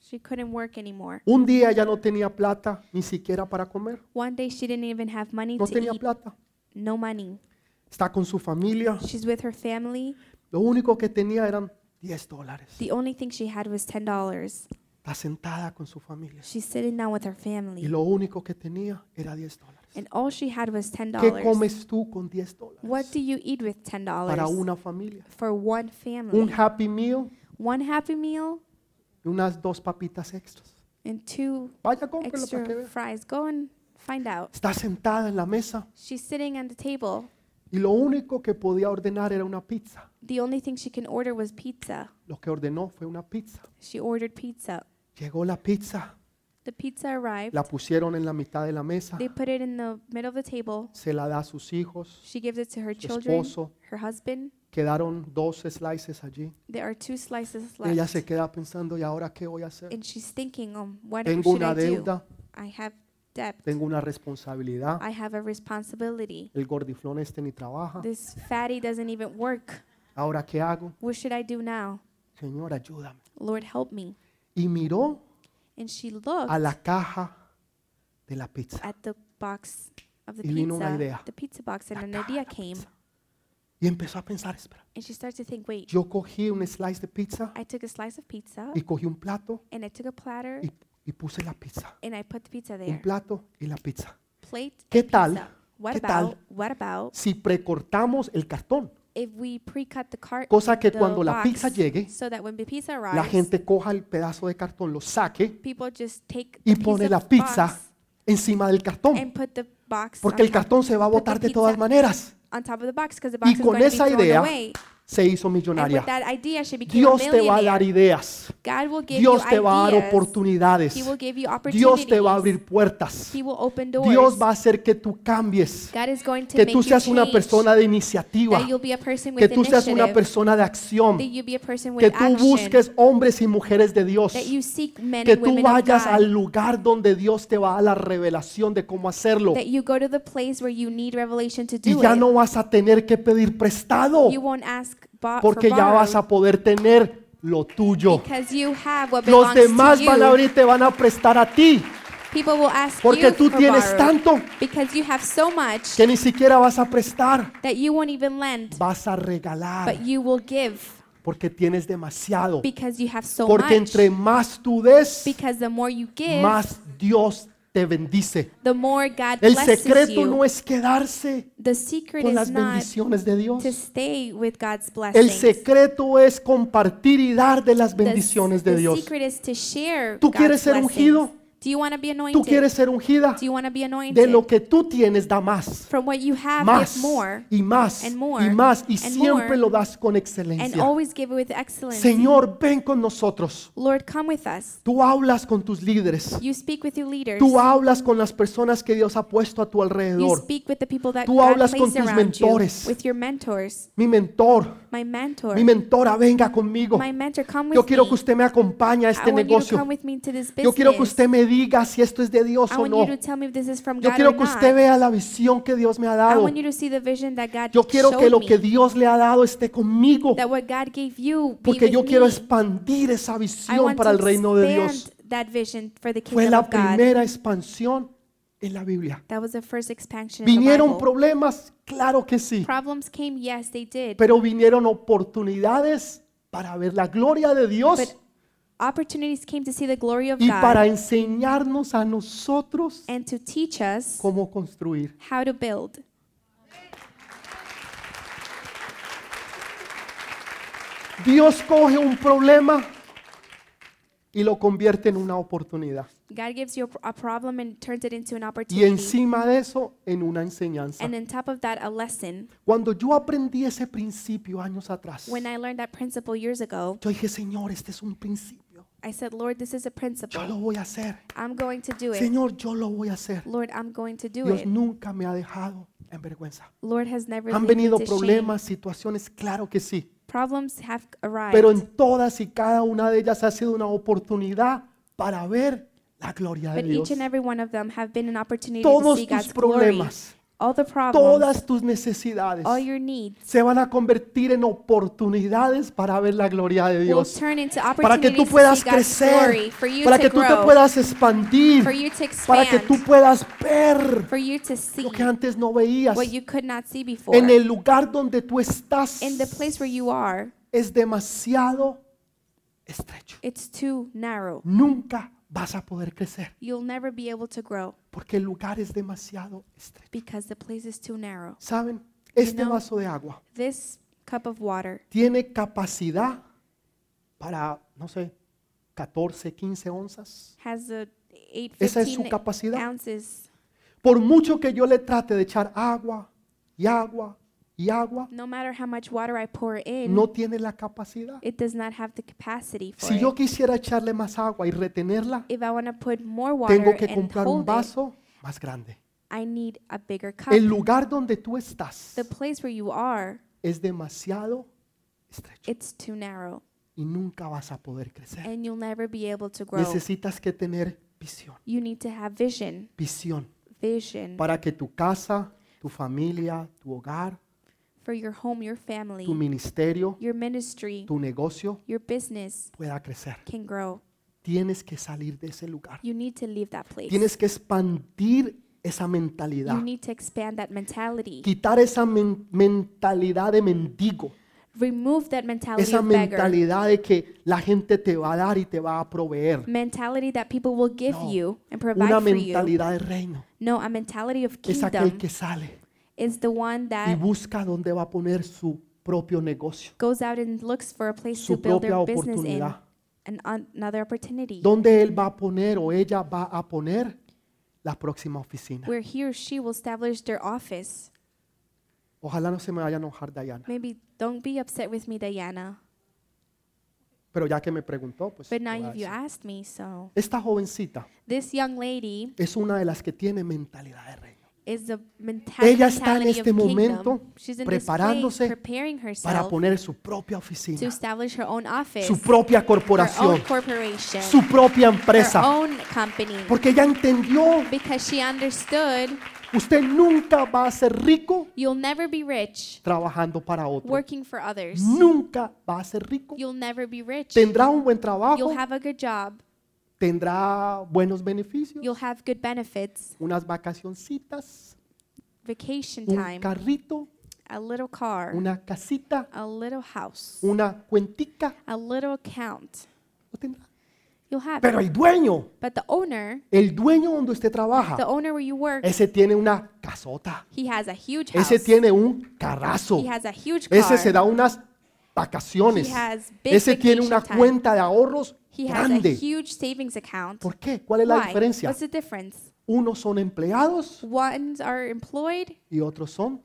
Speaker 2: She couldn't work anymore.
Speaker 1: Un día ya no tenía plata ni siquiera para comer.
Speaker 2: One day she didn't even have money
Speaker 1: No
Speaker 2: to
Speaker 1: tenía
Speaker 2: eat.
Speaker 1: plata.
Speaker 2: No money.
Speaker 1: Está con su familia.
Speaker 2: She's with her family.
Speaker 1: Lo único que tenía eran 10 dólares.
Speaker 2: The only thing she had was $10.
Speaker 1: Está sentada con su familia.
Speaker 2: She's sitting down with her
Speaker 1: Y
Speaker 2: family.
Speaker 1: lo único que tenía era 10 dólares.
Speaker 2: And all she had was
Speaker 1: ¿Qué
Speaker 2: $10.
Speaker 1: comes tú con 10
Speaker 2: What
Speaker 1: dólares?
Speaker 2: do you eat with
Speaker 1: Para
Speaker 2: $10?
Speaker 1: una familia.
Speaker 2: For one
Speaker 1: Un
Speaker 2: family.
Speaker 1: happy meal
Speaker 2: One Happy Meal
Speaker 1: y unas dos papitas extras.
Speaker 2: and two
Speaker 1: Vaya, cómprelo para que
Speaker 2: extra
Speaker 1: vea.
Speaker 2: fries. Go and find out.
Speaker 1: Está sentada en la mesa
Speaker 2: She's sitting at the table.
Speaker 1: y lo único que podía ordenar era una pizza.
Speaker 2: The only thing she can order was pizza.
Speaker 1: Lo que ordenó fue una pizza.
Speaker 2: She ordered pizza.
Speaker 1: Llegó la pizza,
Speaker 2: The pizza arrived.
Speaker 1: la pusieron en la mitad de la mesa,
Speaker 2: They put it in the middle of the table.
Speaker 1: se la da a sus hijos,
Speaker 2: She gives it to her
Speaker 1: Su
Speaker 2: children,
Speaker 1: esposo.
Speaker 2: her husband.
Speaker 1: quedaron dos slices allí.
Speaker 2: There are two slices
Speaker 1: Ella
Speaker 2: left.
Speaker 1: se queda pensando, ¿y ahora qué voy a hacer?
Speaker 2: And she's thinking, um, what
Speaker 1: Tengo
Speaker 2: should I
Speaker 1: una
Speaker 2: do?
Speaker 1: deuda,
Speaker 2: I have debt.
Speaker 1: tengo una responsabilidad,
Speaker 2: I have a responsibility.
Speaker 1: el gordiflón este ni trabaja,
Speaker 2: This fatty doesn't even work.
Speaker 1: ¿ahora qué hago?
Speaker 2: What should I do now?
Speaker 1: Señor, ayúdame.
Speaker 2: Lord, help me.
Speaker 1: Y miró
Speaker 2: And she
Speaker 1: a
Speaker 2: looked
Speaker 1: la caja de la pizza
Speaker 2: at the box of the
Speaker 1: Y vino una idea.
Speaker 2: pizza, the pizza box, and an idea came.
Speaker 1: Y empezó a pensar, espera,
Speaker 2: And she starts to think, wait,
Speaker 1: yo cogí un slice de pizza
Speaker 2: I took a slice of pizza
Speaker 1: y cogí un plato
Speaker 2: and I took a platter
Speaker 1: y, y puse la pizza.
Speaker 2: and I put the pizza
Speaker 1: Un
Speaker 2: there.
Speaker 1: plato y la pizza.
Speaker 2: Plate.
Speaker 1: ¿Qué
Speaker 2: and
Speaker 1: tal?
Speaker 2: pizza. What
Speaker 1: ¿Qué tal?
Speaker 2: about what about
Speaker 1: Si precortamos el cartón,
Speaker 2: if we pre-cut the cart
Speaker 1: Cosa que
Speaker 2: the
Speaker 1: cuando la
Speaker 2: box,
Speaker 1: pizza llegue,
Speaker 2: so that when the pizza
Speaker 1: la
Speaker 2: arrives,
Speaker 1: gente coja el pedazo de cartón, lo saque
Speaker 2: people just take
Speaker 1: y
Speaker 2: the piece
Speaker 1: pone
Speaker 2: of
Speaker 1: la
Speaker 2: the
Speaker 1: pizza
Speaker 2: box
Speaker 1: encima del cartón.
Speaker 2: and put the box
Speaker 1: Porque el
Speaker 2: on, top,
Speaker 1: cartón se va a
Speaker 2: put the
Speaker 1: botar de
Speaker 2: Em, pizza
Speaker 1: todas maneras.
Speaker 2: on top of the box because the box
Speaker 1: Y
Speaker 2: is
Speaker 1: con
Speaker 2: going
Speaker 1: esa
Speaker 2: to be thrown
Speaker 1: idea
Speaker 2: away.
Speaker 1: se hizo
Speaker 2: And
Speaker 1: millonaria.
Speaker 2: with that idea, she became
Speaker 1: Dios
Speaker 2: a
Speaker 1: te va a dar
Speaker 2: millionaire.
Speaker 1: ideas.
Speaker 2: God will give
Speaker 1: Dios
Speaker 2: you
Speaker 1: te va a dar
Speaker 2: ideas.
Speaker 1: oportunidades.
Speaker 2: He will give you
Speaker 1: Dios te va a
Speaker 2: opportunities.
Speaker 1: abrir puertas.
Speaker 2: He will open doors.
Speaker 1: Dios va a hacer que tú cambies.
Speaker 2: God is going to
Speaker 1: Que
Speaker 2: make
Speaker 1: tú
Speaker 2: you
Speaker 1: seas una
Speaker 2: change,
Speaker 1: persona de iniciativa.
Speaker 2: That you'll be a person
Speaker 1: Que
Speaker 2: with
Speaker 1: tú seas una
Speaker 2: initiative,
Speaker 1: persona de acción.
Speaker 2: That you be a person with
Speaker 1: Que tú
Speaker 2: action,
Speaker 1: busques hombres y mujeres de Dios.
Speaker 2: That you seek men
Speaker 1: Que
Speaker 2: and
Speaker 1: tú
Speaker 2: women of
Speaker 1: vayas
Speaker 2: God,
Speaker 1: al lugar donde Dios te va a dar la revelación de cómo hacerlo.
Speaker 2: That you go to the place where you need revelation to
Speaker 1: Y
Speaker 2: do
Speaker 1: ya
Speaker 2: it.
Speaker 1: no vas a tener que pedir prestado.
Speaker 2: You won't ask bo- for
Speaker 1: Porque ya vas a poder tener lo
Speaker 2: borrowed,
Speaker 1: tuyo.
Speaker 2: Because you have what
Speaker 1: Los
Speaker 2: belongs
Speaker 1: demás
Speaker 2: to
Speaker 1: van a
Speaker 2: you.
Speaker 1: venir y te van a prestar a ti.
Speaker 2: People will ask
Speaker 1: Porque
Speaker 2: you
Speaker 1: tú
Speaker 2: for
Speaker 1: tienes
Speaker 2: borrowed,
Speaker 1: tanto
Speaker 2: Because you have so much
Speaker 1: que ni siquiera vas a prestar.
Speaker 2: that you won't even lend,
Speaker 1: Vas a regalar.
Speaker 2: but you will give
Speaker 1: Porque tienes demasiado.
Speaker 2: because you have so
Speaker 1: Porque
Speaker 2: much.
Speaker 1: entre más tú des,
Speaker 2: Because the more you give,
Speaker 1: más Dios te bendice.
Speaker 2: the more God
Speaker 1: El
Speaker 2: blesses
Speaker 1: secreto
Speaker 2: you.
Speaker 1: no es quedarse
Speaker 2: the secret
Speaker 1: con
Speaker 2: is
Speaker 1: las
Speaker 2: not
Speaker 1: bendiciones de Dios.
Speaker 2: to stay with God's
Speaker 1: El
Speaker 2: blessings.
Speaker 1: secreto es compartir y dar de las
Speaker 2: The-
Speaker 1: bendiciones de
Speaker 2: the
Speaker 1: Dios.
Speaker 2: secret is to share
Speaker 1: ¿Tú
Speaker 2: God's
Speaker 1: quieres ser
Speaker 2: blessings.
Speaker 1: ungido?
Speaker 2: Do you want to be anointed?
Speaker 1: Tú quieres ser ungida.
Speaker 2: Do you want to be anointed?
Speaker 1: De lo que tú tienes, da más.
Speaker 2: From what you have,
Speaker 1: Más
Speaker 2: give more.
Speaker 1: y más
Speaker 2: and more,
Speaker 1: y más. Y
Speaker 2: and
Speaker 1: siempre
Speaker 2: more,
Speaker 1: lo das con
Speaker 2: and
Speaker 1: excelencia.
Speaker 2: always give it with excellence.
Speaker 1: Señor, ven con nosotros.
Speaker 2: Lord, come with us.
Speaker 1: Tú hablas con tus líderes.
Speaker 2: You speak with your leaders.
Speaker 1: Tú hablas con las personas que Dios ha puesto a tu
Speaker 2: you
Speaker 1: alrededor.
Speaker 2: speak with the people that
Speaker 1: Tú
Speaker 2: God
Speaker 1: hablas con
Speaker 2: placed
Speaker 1: tus
Speaker 2: around you,
Speaker 1: mentores.
Speaker 2: with your mentors.
Speaker 1: Mi mentor,
Speaker 2: My mentor.
Speaker 1: mi mentora, venga conmigo.
Speaker 2: My mentor, come with
Speaker 1: Yo quiero
Speaker 2: me.
Speaker 1: que usted me acompañe a
Speaker 2: I
Speaker 1: este
Speaker 2: want you to come
Speaker 1: negocio.
Speaker 2: with me into this business.
Speaker 1: Yo quiero que usted me diga si esto es de Dios
Speaker 2: I
Speaker 1: o
Speaker 2: want
Speaker 1: no.
Speaker 2: you to tell me if this is from
Speaker 1: Yo
Speaker 2: God
Speaker 1: quiero
Speaker 2: or
Speaker 1: que usted
Speaker 2: not.
Speaker 1: vea la visión que Dios me ha
Speaker 2: I
Speaker 1: dado.
Speaker 2: want you to see the vision that God
Speaker 1: Yo quiero que
Speaker 2: showed
Speaker 1: lo
Speaker 2: me,
Speaker 1: que Dios le ha dado esté conmigo.
Speaker 2: that what God gave you be
Speaker 1: Porque
Speaker 2: with
Speaker 1: yo quiero
Speaker 2: me.
Speaker 1: expandir esa
Speaker 2: I
Speaker 1: visión
Speaker 2: want
Speaker 1: para
Speaker 2: to
Speaker 1: el reino de Dios.
Speaker 2: expand that vision for the
Speaker 1: Fue
Speaker 2: kingdom
Speaker 1: la
Speaker 2: of God.
Speaker 1: primera expansión en la Biblia.
Speaker 2: That was the first expansion in the
Speaker 1: ¿Vinieron
Speaker 2: Bible.
Speaker 1: problemas? Claro que sí.
Speaker 2: Problems came, yes, they did.
Speaker 1: Pero vinieron oportunidades para ver la gloria de
Speaker 2: But
Speaker 1: Dios
Speaker 2: opportunities came to see the glory of
Speaker 1: y
Speaker 2: God
Speaker 1: para enseñarnos a nosotros
Speaker 2: and to teach us
Speaker 1: cómo construir.
Speaker 2: how to build.
Speaker 1: Dios coge un problema y lo convierte en una oportunidad.
Speaker 2: God gives you a pr- a problem and turns it into an
Speaker 1: Y
Speaker 2: opportunity.
Speaker 1: encima de eso, en una enseñanza.
Speaker 2: And on top of that, a lesson.
Speaker 1: Cuando yo aprendí ese principio años atrás,
Speaker 2: When I learned that principle years ago,
Speaker 1: yo dije, Señor, este es un principio.
Speaker 2: I said, Lord, this is a
Speaker 1: Yo lo
Speaker 2: principle.
Speaker 1: voy a hacer.
Speaker 2: I'm going to do it.
Speaker 1: Señor, yo lo voy a hacer.
Speaker 2: Lord, I'm going to do
Speaker 1: Dios
Speaker 2: it.
Speaker 1: nunca me ha dejado en vergüenza.
Speaker 2: Lord has never
Speaker 1: Han
Speaker 2: led me
Speaker 1: venido
Speaker 2: to shame.
Speaker 1: problemas, situaciones, claro que sí.
Speaker 2: Problems have arrived.
Speaker 1: Pero en todas y cada una de ellas ha sido una oportunidad para ver la gloria de
Speaker 2: but
Speaker 1: Dios.
Speaker 2: each and every one of them have been an opportunity
Speaker 1: Todos
Speaker 2: to see
Speaker 1: tus
Speaker 2: God's glory.
Speaker 1: problemas,
Speaker 2: All the problems,
Speaker 1: Todas tus necesidades
Speaker 2: all your needs
Speaker 1: se van a convertir en oportunidades para ver la gloria de
Speaker 2: will
Speaker 1: Dios.
Speaker 2: turn into
Speaker 1: Para que
Speaker 2: opportunities
Speaker 1: tú
Speaker 2: to
Speaker 1: puedas
Speaker 2: see God's glory,
Speaker 1: crecer,
Speaker 2: for you
Speaker 1: para
Speaker 2: to
Speaker 1: que tú te
Speaker 2: grow,
Speaker 1: puedas expandir,
Speaker 2: for you to
Speaker 1: para
Speaker 2: expand,
Speaker 1: que tú puedas ver
Speaker 2: for you to see
Speaker 1: lo que antes no veías.
Speaker 2: what you could not see before.
Speaker 1: En el lugar donde tú estás
Speaker 2: In the place where you are,
Speaker 1: es demasiado estrecho.
Speaker 2: it's too narrow.
Speaker 1: Nunca vas a poder crecer
Speaker 2: You'll never be able to grow
Speaker 1: porque el lugar es demasiado estrecho.
Speaker 2: because the place is too narrow.
Speaker 1: ¿Saben? Este
Speaker 2: know?
Speaker 1: vaso de agua
Speaker 2: This cup of water
Speaker 1: tiene capacidad para, no sé, 14, 15 onzas.
Speaker 2: has a 8,
Speaker 1: Esa es su
Speaker 2: 15
Speaker 1: capacidad.
Speaker 2: ounces.
Speaker 1: Por mucho que yo le trate de echar agua y agua y agua,
Speaker 2: No matter how much water I pour in,
Speaker 1: no tiene la capacidad.
Speaker 2: it does not have the capacity for
Speaker 1: Si yo
Speaker 2: it.
Speaker 1: quisiera echarle más agua y retenerla,
Speaker 2: If I want to put more water
Speaker 1: tengo que
Speaker 2: and
Speaker 1: comprar un
Speaker 2: hold it,
Speaker 1: vaso más grande.
Speaker 2: I need a bigger cup.
Speaker 1: El lugar donde tú estás
Speaker 2: the place where you are,
Speaker 1: es demasiado estrecho
Speaker 2: it's too narrow,
Speaker 1: y nunca vas a poder crecer.
Speaker 2: and you'll never be able to grow.
Speaker 1: Necesitas que tener visión,
Speaker 2: you need to have vision,
Speaker 1: visión,
Speaker 2: vision
Speaker 1: para que tu casa, tu familia, tu hogar,
Speaker 2: for your home, your family,
Speaker 1: tu ministerio,
Speaker 2: your ministry,
Speaker 1: tu negocio
Speaker 2: your business
Speaker 1: pueda crecer.
Speaker 2: can grow.
Speaker 1: Tienes que salir de ese lugar.
Speaker 2: You need to leave that place.
Speaker 1: Tienes que expandir esa mentalidad.
Speaker 2: You need to expand that mentality.
Speaker 1: Quitar esa men- mentalidad de mendigo.
Speaker 2: Remove that mentality
Speaker 1: Esa
Speaker 2: of beggar.
Speaker 1: mentalidad de que la gente te va a dar y te va a proveer.
Speaker 2: Mentality that people will give
Speaker 1: No.
Speaker 2: you and
Speaker 1: Una
Speaker 2: provide for you.
Speaker 1: mentalidad de reino.
Speaker 2: No, a mentality of
Speaker 1: Es aquel
Speaker 2: kingdom
Speaker 1: que sale
Speaker 2: is the one
Speaker 1: y
Speaker 2: that
Speaker 1: busca dónde va a poner su propio negocio.
Speaker 2: goes out and looks for a place
Speaker 1: Su
Speaker 2: to build their
Speaker 1: propia
Speaker 2: business in
Speaker 1: oportunidad.
Speaker 2: and on- another opportunity
Speaker 1: Dónde él va a poner o ella va a poner la próxima oficina.
Speaker 2: where he or she will establish their office.
Speaker 1: Ojalá no se me vaya a enojar Dayana.
Speaker 2: Maybe don't be upset with me, Diana.
Speaker 1: Pero ya que me preguntó, pues.
Speaker 2: But
Speaker 1: le
Speaker 2: now
Speaker 1: voy a
Speaker 2: if you
Speaker 1: decir.
Speaker 2: asked me, so
Speaker 1: Esta jovencita
Speaker 2: this young lady
Speaker 1: es una de las que tiene mentalidad de reino.
Speaker 2: is the menta- mentality
Speaker 1: Ella está en este
Speaker 2: of
Speaker 1: momento
Speaker 2: kingdom. She's in this place
Speaker 1: preparándose
Speaker 2: preparing
Speaker 1: Para
Speaker 2: herself
Speaker 1: poner su propia
Speaker 2: to
Speaker 1: oficina,
Speaker 2: establish her own office,
Speaker 1: su propia
Speaker 2: her own
Speaker 1: corporación,
Speaker 2: corporation,
Speaker 1: su propia
Speaker 2: her
Speaker 1: empresa.
Speaker 2: own company.
Speaker 1: Porque ella entendió,
Speaker 2: Because she understood
Speaker 1: usted nunca va a ser rico
Speaker 2: you'll never be rich
Speaker 1: trabajando para otro.
Speaker 2: working for others.
Speaker 1: Nunca va a ser rico.
Speaker 2: You'll never be rich.
Speaker 1: Tendrá un buen trabajo,
Speaker 2: You'll have a good job.
Speaker 1: tendrá buenos beneficios,
Speaker 2: You'll have good benefits,
Speaker 1: unas vacacioncitas,
Speaker 2: vacation
Speaker 1: un
Speaker 2: time,
Speaker 1: carrito,
Speaker 2: a little car,
Speaker 1: una casita,
Speaker 2: a little house,
Speaker 1: una cuentica.
Speaker 2: a little account.
Speaker 1: lo tendrá.
Speaker 2: You'll have
Speaker 1: Pero
Speaker 2: it.
Speaker 1: el dueño,
Speaker 2: But the owner,
Speaker 1: el dueño donde usted
Speaker 2: the
Speaker 1: trabaja,
Speaker 2: owner where you work,
Speaker 1: ese tiene una casota,
Speaker 2: he has a huge house.
Speaker 1: ese tiene un carrazo,
Speaker 2: He has a huge
Speaker 1: Oh. ese se
Speaker 2: car.
Speaker 1: da unas vacaciones,
Speaker 2: He has big
Speaker 1: ese tiene una
Speaker 2: vacation time.
Speaker 1: cuenta de ahorros
Speaker 2: He has a
Speaker 1: grande.
Speaker 2: huge savings account.
Speaker 1: ¿Por qué? ¿Cuál es la
Speaker 2: Why?
Speaker 1: diferencia?
Speaker 2: What's the difference?
Speaker 1: Unos son empleados
Speaker 2: Ones are employed
Speaker 1: y otros son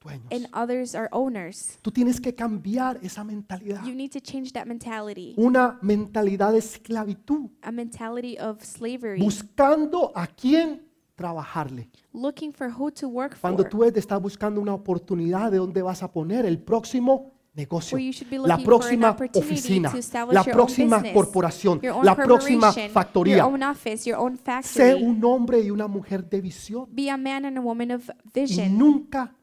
Speaker 1: dueños.
Speaker 2: and others are owners.
Speaker 1: Tú tienes que cambiar esa mentalidad.
Speaker 2: You need to change that mentality.
Speaker 1: Una mentalidad de esclavitud,
Speaker 2: A mentality of slavery,
Speaker 1: buscando a quién trabajarle.
Speaker 2: looking for who to work
Speaker 1: Cuando
Speaker 2: for.
Speaker 1: tú ves- estás buscando una oportunidad de dónde vas a poner el próximo negocio,
Speaker 2: Where you should be
Speaker 1: la
Speaker 2: looking for an
Speaker 1: próxima
Speaker 2: opportunity
Speaker 1: oficina,
Speaker 2: to establish
Speaker 1: la
Speaker 2: your own
Speaker 1: próxima
Speaker 2: business,
Speaker 1: corporación,
Speaker 2: your own
Speaker 1: la próxima
Speaker 2: corporation, Your
Speaker 1: factoría.
Speaker 2: own office, your own
Speaker 1: Sé
Speaker 2: factory.
Speaker 1: un hombre y una mujer de visión
Speaker 2: Be a man and a woman of
Speaker 1: y
Speaker 2: vision
Speaker 1: nunca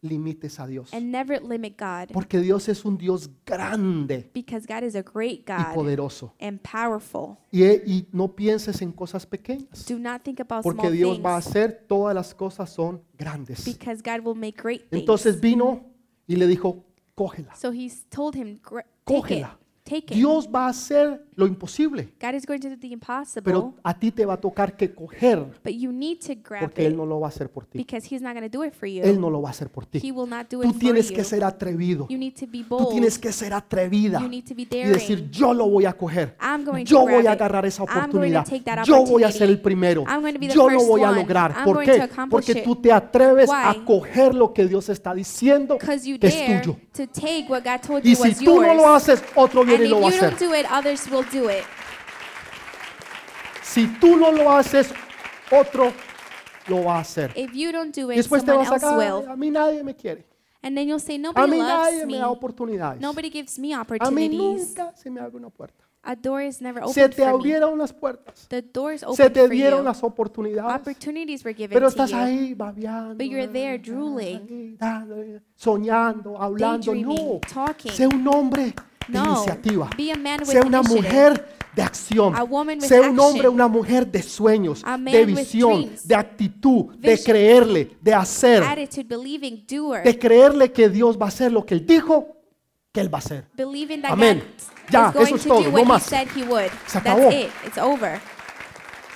Speaker 1: limites a Dios,
Speaker 2: and never limit God
Speaker 1: porque Dios es un Dios grande
Speaker 2: because God is a great
Speaker 1: y
Speaker 2: God
Speaker 1: poderoso.
Speaker 2: and powerful.
Speaker 1: Y, y no pienses en cosas pequeñas,
Speaker 2: Do not think about
Speaker 1: porque
Speaker 2: small
Speaker 1: Dios va a
Speaker 2: things
Speaker 1: hacer todas las cosas son grandes.
Speaker 2: because God will make great things.
Speaker 1: Entonces vino y le dijo, cógela.
Speaker 2: so he's told him, "Gr- take it,
Speaker 1: Cógela.
Speaker 2: take it.
Speaker 1: Dios va a hacer lo imposible,
Speaker 2: God is going to do the impossible,
Speaker 1: pero a ti te va a tocar que coger
Speaker 2: but you need to grab
Speaker 1: porque
Speaker 2: it
Speaker 1: Él no lo va a hacer por ti.
Speaker 2: because he's not going to do it for you.
Speaker 1: Él no lo va a hacer por
Speaker 2: He
Speaker 1: ti.
Speaker 2: will not do it
Speaker 1: Tú
Speaker 2: for
Speaker 1: tienes
Speaker 2: you.
Speaker 1: que ser atrevido.
Speaker 2: you need to be
Speaker 1: Tú
Speaker 2: bold.
Speaker 1: tienes que ser atrevida
Speaker 2: You
Speaker 1: y
Speaker 2: need to be
Speaker 1: decir,
Speaker 2: daring.
Speaker 1: yo lo voy a coger.
Speaker 2: I'm going to
Speaker 1: Yo
Speaker 2: grab
Speaker 1: voy a
Speaker 2: it.
Speaker 1: agarrar esa
Speaker 2: I'm going to
Speaker 1: oportunidad.
Speaker 2: take that
Speaker 1: Yo voy a
Speaker 2: opportunity.
Speaker 1: ser el primero.
Speaker 2: I'm going to be the
Speaker 1: Yo lo
Speaker 2: first
Speaker 1: voy a
Speaker 2: one.
Speaker 1: lograr.
Speaker 2: I'm
Speaker 1: ¿Por
Speaker 2: going to
Speaker 1: qué?
Speaker 2: accomplish
Speaker 1: Porque
Speaker 2: it.
Speaker 1: tú te atreves a
Speaker 2: Why?
Speaker 1: coger lo que Dios está diciendo que
Speaker 2: Because you
Speaker 1: es
Speaker 2: dare
Speaker 1: tuyo.
Speaker 2: to take what God told
Speaker 1: Y
Speaker 2: you
Speaker 1: si
Speaker 2: was
Speaker 1: tú no
Speaker 2: yours.
Speaker 1: lo haces, otro
Speaker 2: and
Speaker 1: viene y
Speaker 2: if
Speaker 1: lo va a
Speaker 2: you
Speaker 1: hacer.
Speaker 2: don't do it, others will do it.
Speaker 1: Si tú no lo haces, otro lo va a hacer.
Speaker 2: If you don't do
Speaker 1: Y
Speaker 2: it,
Speaker 1: después te
Speaker 2: someone
Speaker 1: vas
Speaker 2: else
Speaker 1: acá,
Speaker 2: will.
Speaker 1: a mí nadie me quiere.
Speaker 2: And then you'll say,
Speaker 1: A
Speaker 2: nobody
Speaker 1: mí
Speaker 2: loves
Speaker 1: nadie me
Speaker 2: me.
Speaker 1: da oportunidades.
Speaker 2: Nobody gives me
Speaker 1: A mí
Speaker 2: opportunities.
Speaker 1: nunca se me abre una puerta.
Speaker 2: A door is never open
Speaker 1: Se te
Speaker 2: for me.
Speaker 1: abrieron las puertas.
Speaker 2: The door is
Speaker 1: Se
Speaker 2: open
Speaker 1: te
Speaker 2: for
Speaker 1: dieron
Speaker 2: you.
Speaker 1: las oportunidades.
Speaker 2: Opportunities were given
Speaker 1: Pero
Speaker 2: to
Speaker 1: estás
Speaker 2: you.
Speaker 1: ahí babeando.
Speaker 2: But you're there
Speaker 1: ah,
Speaker 2: drooling.
Speaker 1: ah, ah, Soñando, hablando. No.
Speaker 2: Daydreaming, talking.
Speaker 1: Sé un hombre de
Speaker 2: No.
Speaker 1: iniciativa.
Speaker 2: Be a man with
Speaker 1: Sé una
Speaker 2: initiative.
Speaker 1: mujer de acción.
Speaker 2: A woman with
Speaker 1: Sé un hombre,
Speaker 2: action.
Speaker 1: una mujer de sueños,
Speaker 2: A man
Speaker 1: de
Speaker 2: with
Speaker 1: visión,
Speaker 2: dreams.
Speaker 1: de actitud, de
Speaker 2: Vision.
Speaker 1: creerle, de hacer.
Speaker 2: Attitude, believing, doer.
Speaker 1: de creerle que Dios va a hacer lo que Él dijo que Él va a hacer.
Speaker 2: Believing that
Speaker 1: Amén.
Speaker 2: God
Speaker 1: Ya,
Speaker 2: is going
Speaker 1: eso es
Speaker 2: to
Speaker 1: todo,
Speaker 2: do
Speaker 1: no
Speaker 2: what
Speaker 1: más.
Speaker 2: he said he would.
Speaker 1: Se acabó.
Speaker 2: That's it. It's over.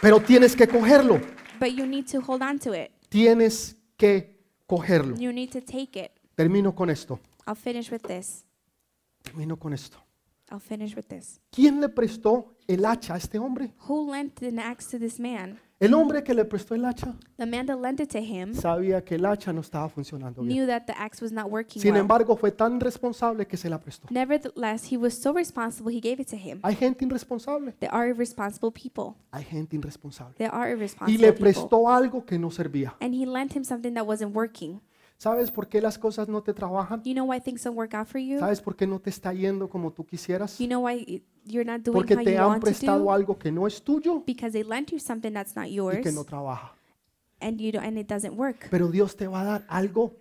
Speaker 1: Pero tienes que cogerlo,
Speaker 2: But you need to hold on to it.
Speaker 1: tienes que cogerlo.
Speaker 2: You need to take it.
Speaker 1: Termino con esto,
Speaker 2: I'll finish with this.
Speaker 1: termino con esto.
Speaker 2: I'll finish with this.
Speaker 1: ¿Quién le prestó el hacha a este hombre?
Speaker 2: Who lent an axe to this man?
Speaker 1: El hombre que le prestó el hacha
Speaker 2: The man that lent it to him
Speaker 1: sabía que el hacha no estaba funcionando bien.
Speaker 2: knew that the axe was not working
Speaker 1: Sin
Speaker 2: well.
Speaker 1: embargo, fue tan responsable que se la prestó.
Speaker 2: Nevertheless, he was so responsible he gave it to him.
Speaker 1: Hay gente irresponsable,
Speaker 2: There are irresponsible people.
Speaker 1: hay gente irresponsable.
Speaker 2: There are
Speaker 1: Y
Speaker 2: irresponsible
Speaker 1: le
Speaker 2: people.
Speaker 1: prestó algo que no servía.
Speaker 2: And he lent him something that wasn't working.
Speaker 1: ¿Sabes por qué las cosas no te trabajan?
Speaker 2: You know why things don't work out for you?
Speaker 1: ¿Sabes por qué no te está yendo como tú quisieras?
Speaker 2: You know why y- you're not doing
Speaker 1: Porque
Speaker 2: how
Speaker 1: te
Speaker 2: you
Speaker 1: han
Speaker 2: want to
Speaker 1: prestado
Speaker 2: do?
Speaker 1: algo que no es tuyo
Speaker 2: Because they lent you something that's not
Speaker 1: y que
Speaker 2: yours
Speaker 1: no trabaja.
Speaker 2: and you don't, and it doesn't work.
Speaker 1: Pero Dios te va a dar algo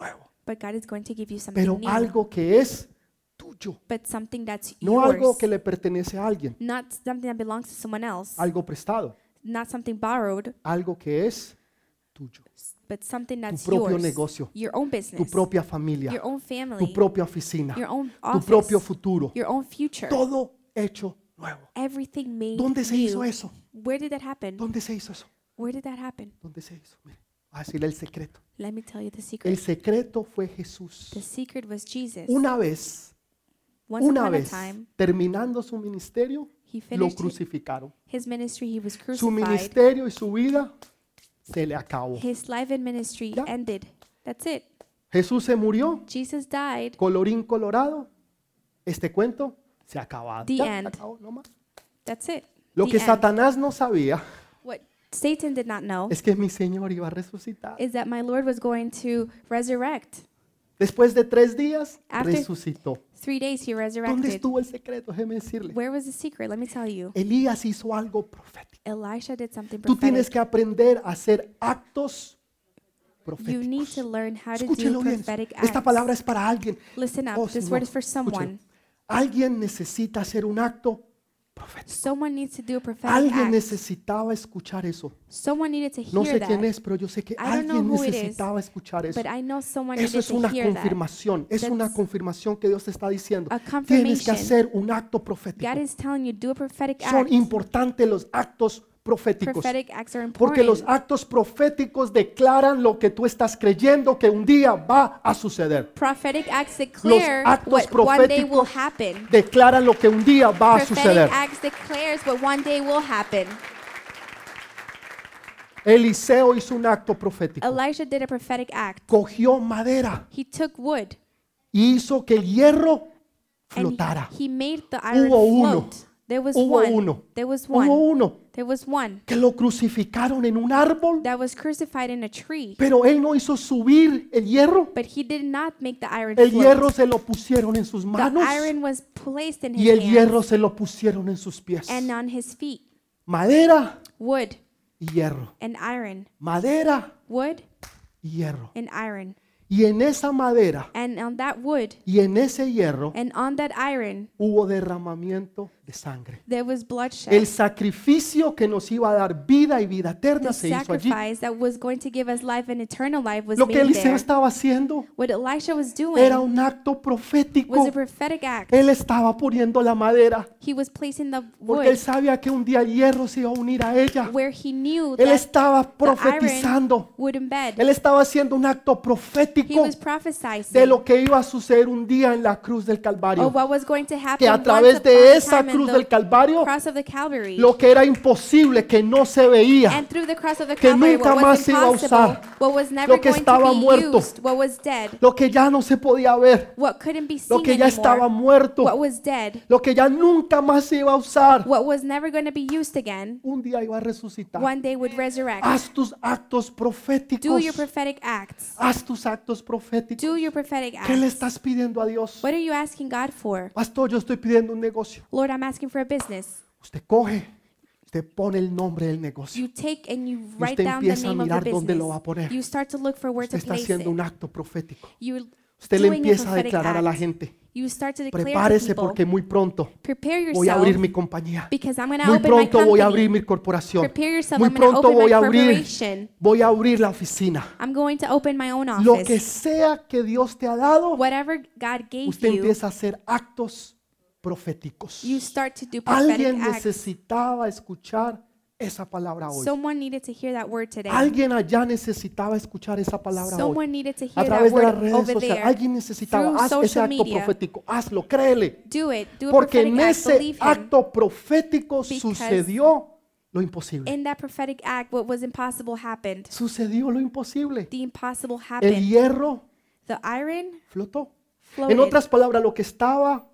Speaker 1: nuevo,
Speaker 2: But God is going to give you something
Speaker 1: pero
Speaker 2: new.
Speaker 1: algo que es tuyo,
Speaker 2: but something that's
Speaker 1: no
Speaker 2: yours.
Speaker 1: algo que le pertenece a alguien,
Speaker 2: not something that belongs to someone else.
Speaker 1: algo prestado,
Speaker 2: not something borrowed.
Speaker 1: algo que es tuyo,
Speaker 2: but something that's
Speaker 1: propio
Speaker 2: yours.
Speaker 1: negocio.
Speaker 2: your own business.
Speaker 1: tu propia familia,
Speaker 2: your own family.
Speaker 1: tu propia oficina,
Speaker 2: your own
Speaker 1: tu
Speaker 2: office.
Speaker 1: propio futuro,
Speaker 2: your own future.
Speaker 1: todo hecho nuevo.
Speaker 2: Everything made
Speaker 1: ¿Dónde se hizo
Speaker 2: new.
Speaker 1: eso?
Speaker 2: Where did that happen?
Speaker 1: ¿Dónde se hizo eso?
Speaker 2: Where did that happen?
Speaker 1: ¿Dónde se hizo? Mire, a decirle el secreto.
Speaker 2: Let me tell you the secret.
Speaker 1: El secreto fue Jesús.
Speaker 2: the secret was Jesus.
Speaker 1: Una vez,
Speaker 2: Once
Speaker 1: una
Speaker 2: upon
Speaker 1: vez,
Speaker 2: a time,
Speaker 1: terminando su ministerio,
Speaker 2: he
Speaker 1: lo
Speaker 2: finished his-
Speaker 1: crucificaron.
Speaker 2: his ministry. He was
Speaker 1: Su
Speaker 2: crucified.
Speaker 1: ministerio y su vida se le acabó.
Speaker 2: His life and ministry
Speaker 1: Ya.
Speaker 2: ended. That's it.
Speaker 1: Jesús se murió,
Speaker 2: Jesus died.
Speaker 1: colorín colorado, este cuento se ha acabado.
Speaker 2: The
Speaker 1: Ya, se
Speaker 2: end.
Speaker 1: acabó, no más.
Speaker 2: That's it.
Speaker 1: Lo
Speaker 2: The
Speaker 1: que
Speaker 2: end.
Speaker 1: Satanás no sabía
Speaker 2: What Satan did not know
Speaker 1: es que mi Señor iba a resucitar.
Speaker 2: is that my Lord was going to resurrect.
Speaker 1: Después de tres días,
Speaker 2: After-
Speaker 1: resucitó.
Speaker 2: Three days he
Speaker 1: ¿Dónde
Speaker 2: resurrected.
Speaker 1: estuvo el secreto? Déjeme decirle.
Speaker 2: Where was the secret? Let me tell you.
Speaker 1: Elías hizo algo profético.
Speaker 2: Elisha did something
Speaker 1: Tú tienes
Speaker 2: prophetic.
Speaker 1: que aprender a hacer actos
Speaker 2: You need to
Speaker 1: proféticos.
Speaker 2: learn how to do
Speaker 1: Escúchelo bien.
Speaker 2: prophetic
Speaker 1: Esta palabra
Speaker 2: acts.
Speaker 1: es para alguien.
Speaker 2: Listen up.
Speaker 1: Oh,
Speaker 2: This
Speaker 1: Señor,
Speaker 2: word is for
Speaker 1: escúchelo.
Speaker 2: someone.
Speaker 1: Alguien necesita hacer un acto profético.
Speaker 2: Someone needs to do a prophetic
Speaker 1: Alguien
Speaker 2: act.
Speaker 1: necesitaba escuchar eso.
Speaker 2: Someone needed to
Speaker 1: No
Speaker 2: hear
Speaker 1: sé quién
Speaker 2: that.
Speaker 1: es, pero yo sé que
Speaker 2: I don't know
Speaker 1: alguien
Speaker 2: who it is,
Speaker 1: necesitaba escuchar eso.
Speaker 2: But I know someone
Speaker 1: Eso
Speaker 2: needed
Speaker 1: es
Speaker 2: to
Speaker 1: una
Speaker 2: hear that.
Speaker 1: confirmación, es una
Speaker 2: That's
Speaker 1: confirmación que Dios te está diciendo.
Speaker 2: a
Speaker 1: Tienes que
Speaker 2: confirmation.
Speaker 1: hacer un acto profético.
Speaker 2: God is telling you do a prophetic
Speaker 1: Son
Speaker 2: act.
Speaker 1: importantes los actos proféticos.
Speaker 2: Prophetic acts are
Speaker 1: Porque los
Speaker 2: important.
Speaker 1: actos proféticos declaran lo que tú estás creyendo que un día va a suceder.
Speaker 2: Prophetic acts
Speaker 1: Los
Speaker 2: declare
Speaker 1: actos
Speaker 2: what one day will
Speaker 1: proféticos
Speaker 2: happen.
Speaker 1: declaran lo que un día va a suceder.
Speaker 2: Prophetic acts declares what one day will happen.
Speaker 1: Eliseo hizo un acto profético.
Speaker 2: Elijah did a prophetic act.
Speaker 1: Cogió madera
Speaker 2: He took wood
Speaker 1: y hizo que el hierro
Speaker 2: and
Speaker 1: flotara.
Speaker 2: he made the iron
Speaker 1: Hubo uno.
Speaker 2: float. There was
Speaker 1: Hubo
Speaker 2: one.
Speaker 1: uno.
Speaker 2: There was
Speaker 1: Hubo
Speaker 2: one.
Speaker 1: uno
Speaker 2: There was one
Speaker 1: que lo crucificaron en un árbol,
Speaker 2: that was crucified in a tree,
Speaker 1: pero él no hizo subir el hierro.
Speaker 2: but he did not make the iron
Speaker 1: El
Speaker 2: float.
Speaker 1: hierro se lo pusieron en sus
Speaker 2: the
Speaker 1: manos
Speaker 2: iron was placed in
Speaker 1: y el
Speaker 2: his
Speaker 1: hierro
Speaker 2: hands
Speaker 1: se lo pusieron en sus pies.
Speaker 2: and on his feet.
Speaker 1: Madera
Speaker 2: Wood
Speaker 1: y hierro.
Speaker 2: and iron.
Speaker 1: Madera
Speaker 2: Wood
Speaker 1: y hierro.
Speaker 2: and iron.
Speaker 1: Y en esa madera
Speaker 2: And on that wood
Speaker 1: y en ese hierro
Speaker 2: and on that iron,
Speaker 1: hubo derramamiento de sangre.
Speaker 2: there was bloodshed.
Speaker 1: El sacrificio que nos iba a dar vida y vida eterna
Speaker 2: the
Speaker 1: se hizo allí.
Speaker 2: sacrifice that was going to give us life and eternal life was
Speaker 1: Lo que
Speaker 2: made
Speaker 1: Eliseo
Speaker 2: there.
Speaker 1: estaba haciendo
Speaker 2: What Elisha was doing
Speaker 1: era un acto
Speaker 2: was
Speaker 1: profético.
Speaker 2: a prophetic act.
Speaker 1: Él estaba poniendo la madera
Speaker 2: He was placing the
Speaker 1: porque él
Speaker 2: wood
Speaker 1: sabía que un día el hierro se iba a unir a ella.
Speaker 2: where he knew
Speaker 1: Él
Speaker 2: that
Speaker 1: estaba
Speaker 2: the
Speaker 1: profetizando.
Speaker 2: iron would embed.
Speaker 1: Él estaba haciendo un acto
Speaker 2: He
Speaker 1: profético
Speaker 2: was prophesying
Speaker 1: de lo que iba a suceder un día en la cruz del
Speaker 2: of
Speaker 1: Calvario.
Speaker 2: what was going to happen
Speaker 1: Que a
Speaker 2: once
Speaker 1: través
Speaker 2: upon
Speaker 1: de
Speaker 2: a
Speaker 1: esa
Speaker 2: time in
Speaker 1: cruz
Speaker 2: the
Speaker 1: del Calvario,
Speaker 2: cross of the Calvary.
Speaker 1: lo que era imposible, que no se veía,
Speaker 2: and through the cross of the
Speaker 1: que
Speaker 2: Calvary,
Speaker 1: nunca
Speaker 2: what
Speaker 1: más
Speaker 2: was
Speaker 1: se iba a
Speaker 2: impossible,
Speaker 1: usar,
Speaker 2: what was never
Speaker 1: lo que
Speaker 2: going
Speaker 1: estaba
Speaker 2: to be
Speaker 1: muerto,
Speaker 2: used, what was dead,
Speaker 1: lo que ya no se podía ver,
Speaker 2: what couldn't be seen
Speaker 1: lo que ya estaba
Speaker 2: anymore,
Speaker 1: muerto,
Speaker 2: what was dead,
Speaker 1: lo que ya nunca más se iba a usar,
Speaker 2: what was never going to be used again,
Speaker 1: un día iba a resucitar.
Speaker 2: one day would resurrect.
Speaker 1: Haz tus actos
Speaker 2: Do
Speaker 1: proféticos.
Speaker 2: your prophetic acts.
Speaker 1: Haz tus actos proféticos.
Speaker 2: Do your prophetic
Speaker 1: ¿Qué le
Speaker 2: acts.
Speaker 1: estás pidiendo a Dios?
Speaker 2: What are you asking God for?
Speaker 1: Pastor, yo estoy pidiendo un negocio.
Speaker 2: Lord, I'm asking for a business.
Speaker 1: Usted coge, usted pone el nombre del negocio.
Speaker 2: You take and you write
Speaker 1: usted
Speaker 2: down the
Speaker 1: empieza a
Speaker 2: name of the
Speaker 1: mirar dónde lo va a
Speaker 2: business.
Speaker 1: poner.
Speaker 2: You start to look for where
Speaker 1: Usted
Speaker 2: to
Speaker 1: está
Speaker 2: place
Speaker 1: haciendo un
Speaker 2: it.
Speaker 1: acto profético.
Speaker 2: You're
Speaker 1: Usted le
Speaker 2: doing a
Speaker 1: empieza a
Speaker 2: prophetic
Speaker 1: declarar a la
Speaker 2: act.
Speaker 1: gente,
Speaker 2: You start to declare to
Speaker 1: prepárese
Speaker 2: people,
Speaker 1: porque muy pronto
Speaker 2: prepare
Speaker 1: voy a abrir
Speaker 2: yourself
Speaker 1: mi compañía.
Speaker 2: because I'm going to
Speaker 1: Muy
Speaker 2: open my
Speaker 1: pronto voy a abrir
Speaker 2: company.
Speaker 1: mi corporación.
Speaker 2: Prepare yourself,
Speaker 1: Muy
Speaker 2: I'm gonna
Speaker 1: pronto
Speaker 2: open my
Speaker 1: voy a abrir,
Speaker 2: corporation.
Speaker 1: voy a abrir la oficina.
Speaker 2: I'm going to open my own
Speaker 1: Lo que
Speaker 2: office.
Speaker 1: sea que Dios te ha dado,
Speaker 2: Whatever God gave
Speaker 1: usted
Speaker 2: you,
Speaker 1: empieza a hacer actos proféticos.
Speaker 2: you start to do prophetic
Speaker 1: Alguien
Speaker 2: acts.
Speaker 1: necesitaba escuchar esa palabra hoy.
Speaker 2: Someone needed to hear that word today.
Speaker 1: Alguien allá necesitaba escuchar esa palabra hoy.
Speaker 2: Someone needed
Speaker 1: a
Speaker 2: to hear that
Speaker 1: través de
Speaker 2: word
Speaker 1: las redes
Speaker 2: over
Speaker 1: sociales.
Speaker 2: there.
Speaker 1: Alguien necesitaba,
Speaker 2: Through
Speaker 1: haz ese
Speaker 2: social
Speaker 1: acto
Speaker 2: media.
Speaker 1: profético, hazlo, créele.
Speaker 2: Do it. Do a
Speaker 1: Porque
Speaker 2: prophetic
Speaker 1: en
Speaker 2: act.
Speaker 1: ese
Speaker 2: Believe him.
Speaker 1: acto profético
Speaker 2: Because
Speaker 1: sucedió lo imposible.
Speaker 2: In that prophetic act, what was impossible happened.
Speaker 1: Sucedió lo imposible.
Speaker 2: The impossible
Speaker 1: El
Speaker 2: happened.
Speaker 1: hierro
Speaker 2: The iron
Speaker 1: flotó. En
Speaker 2: floated.
Speaker 1: otras palabras, lo que estaba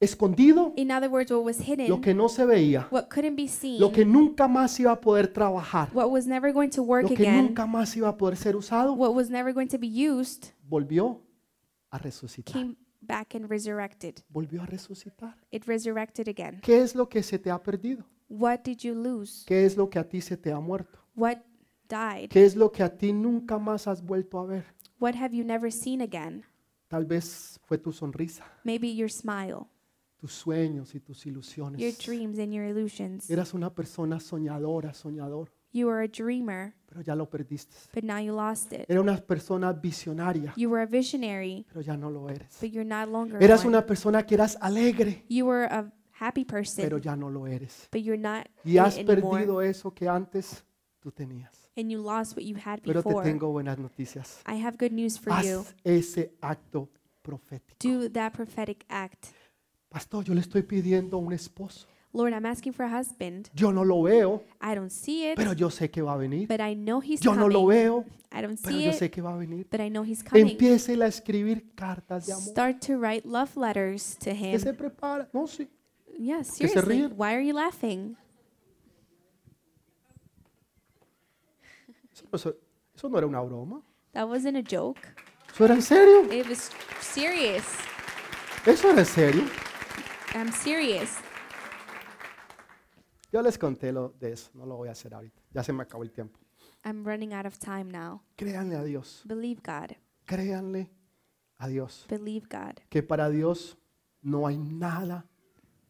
Speaker 1: escondido,
Speaker 2: In other words, what was
Speaker 1: lo
Speaker 2: hidden,
Speaker 1: que no se veía,
Speaker 2: what couldn't be seen,
Speaker 1: lo que nunca más iba a poder trabajar,
Speaker 2: what was never going to
Speaker 1: lo
Speaker 2: work
Speaker 1: que
Speaker 2: again,
Speaker 1: nunca más iba a poder ser usado,
Speaker 2: what was never going to be used,
Speaker 1: volvió a resucitar.
Speaker 2: came back and resurrected.
Speaker 1: Volvió a resucitar.
Speaker 2: It resurrected again.
Speaker 1: ¿Qué es lo que se te ha perdido?
Speaker 2: What did you lose?
Speaker 1: ¿Qué es lo que a ti se te ha muerto?
Speaker 2: What died?
Speaker 1: ¿Qué es lo que a ti nunca más has vuelto a ver?
Speaker 2: What have you never seen again?
Speaker 1: Tal vez fue tu sonrisa,
Speaker 2: Maybe your smile,
Speaker 1: tus sueños y tus
Speaker 2: your
Speaker 1: ilusiones.
Speaker 2: dreams, and your illusions.
Speaker 1: Eras una persona soñadora, soñador.
Speaker 2: You were a dreamer,
Speaker 1: pero ya lo perdiste.
Speaker 2: but now you lost it.
Speaker 1: Era una persona visionaria,
Speaker 2: You were a visionary,
Speaker 1: pero ya no lo eres.
Speaker 2: but you're not longer
Speaker 1: Eras
Speaker 2: one.
Speaker 1: una persona que eras alegre,
Speaker 2: You were a happy
Speaker 1: pero
Speaker 2: person,
Speaker 1: ya no lo eres.
Speaker 2: but you're not
Speaker 1: Y
Speaker 2: it
Speaker 1: has
Speaker 2: anymore,
Speaker 1: perdido eso que antes tú tenías.
Speaker 2: and you lost what you had
Speaker 1: Pero te
Speaker 2: before.
Speaker 1: tengo buenas noticias.
Speaker 2: I have good news for you.
Speaker 1: Haz ese acto profético.
Speaker 2: Do that prophetic act.
Speaker 1: Pastor, yo le estoy pidiendo un esposo.
Speaker 2: Lord, I'm asking for a husband.
Speaker 1: Yo no lo veo,
Speaker 2: I don't see it,
Speaker 1: pero yo sé que va a venir.
Speaker 2: but I know he's
Speaker 1: Yo no
Speaker 2: coming.
Speaker 1: lo veo,
Speaker 2: I don't
Speaker 1: pero
Speaker 2: see
Speaker 1: yo
Speaker 2: it,
Speaker 1: sé que va a venir.
Speaker 2: but I know he's coming.
Speaker 1: Empiece a escribir cartas de amor.
Speaker 2: Start to write love letters to
Speaker 1: Que
Speaker 2: him.
Speaker 1: se prepara. No, sí.
Speaker 2: Yeah,
Speaker 1: se
Speaker 2: seriously.
Speaker 1: ríen.
Speaker 2: Why are you laughing?
Speaker 1: Eso, no se- eso no era una broma.
Speaker 2: That wasn't a joke.
Speaker 1: Eso era en serio.
Speaker 2: It was serious.
Speaker 1: Eso era en serio.
Speaker 2: I'm serious.
Speaker 1: Yo les conté lo de eso. No lo voy a hacer ahorita. Ya se me acabó el tiempo.
Speaker 2: I'm running out of time now.
Speaker 1: Créanle a Dios.
Speaker 2: Believe God.
Speaker 1: Créanle a Dios.
Speaker 2: Believe God.
Speaker 1: Que para Dios no hay nada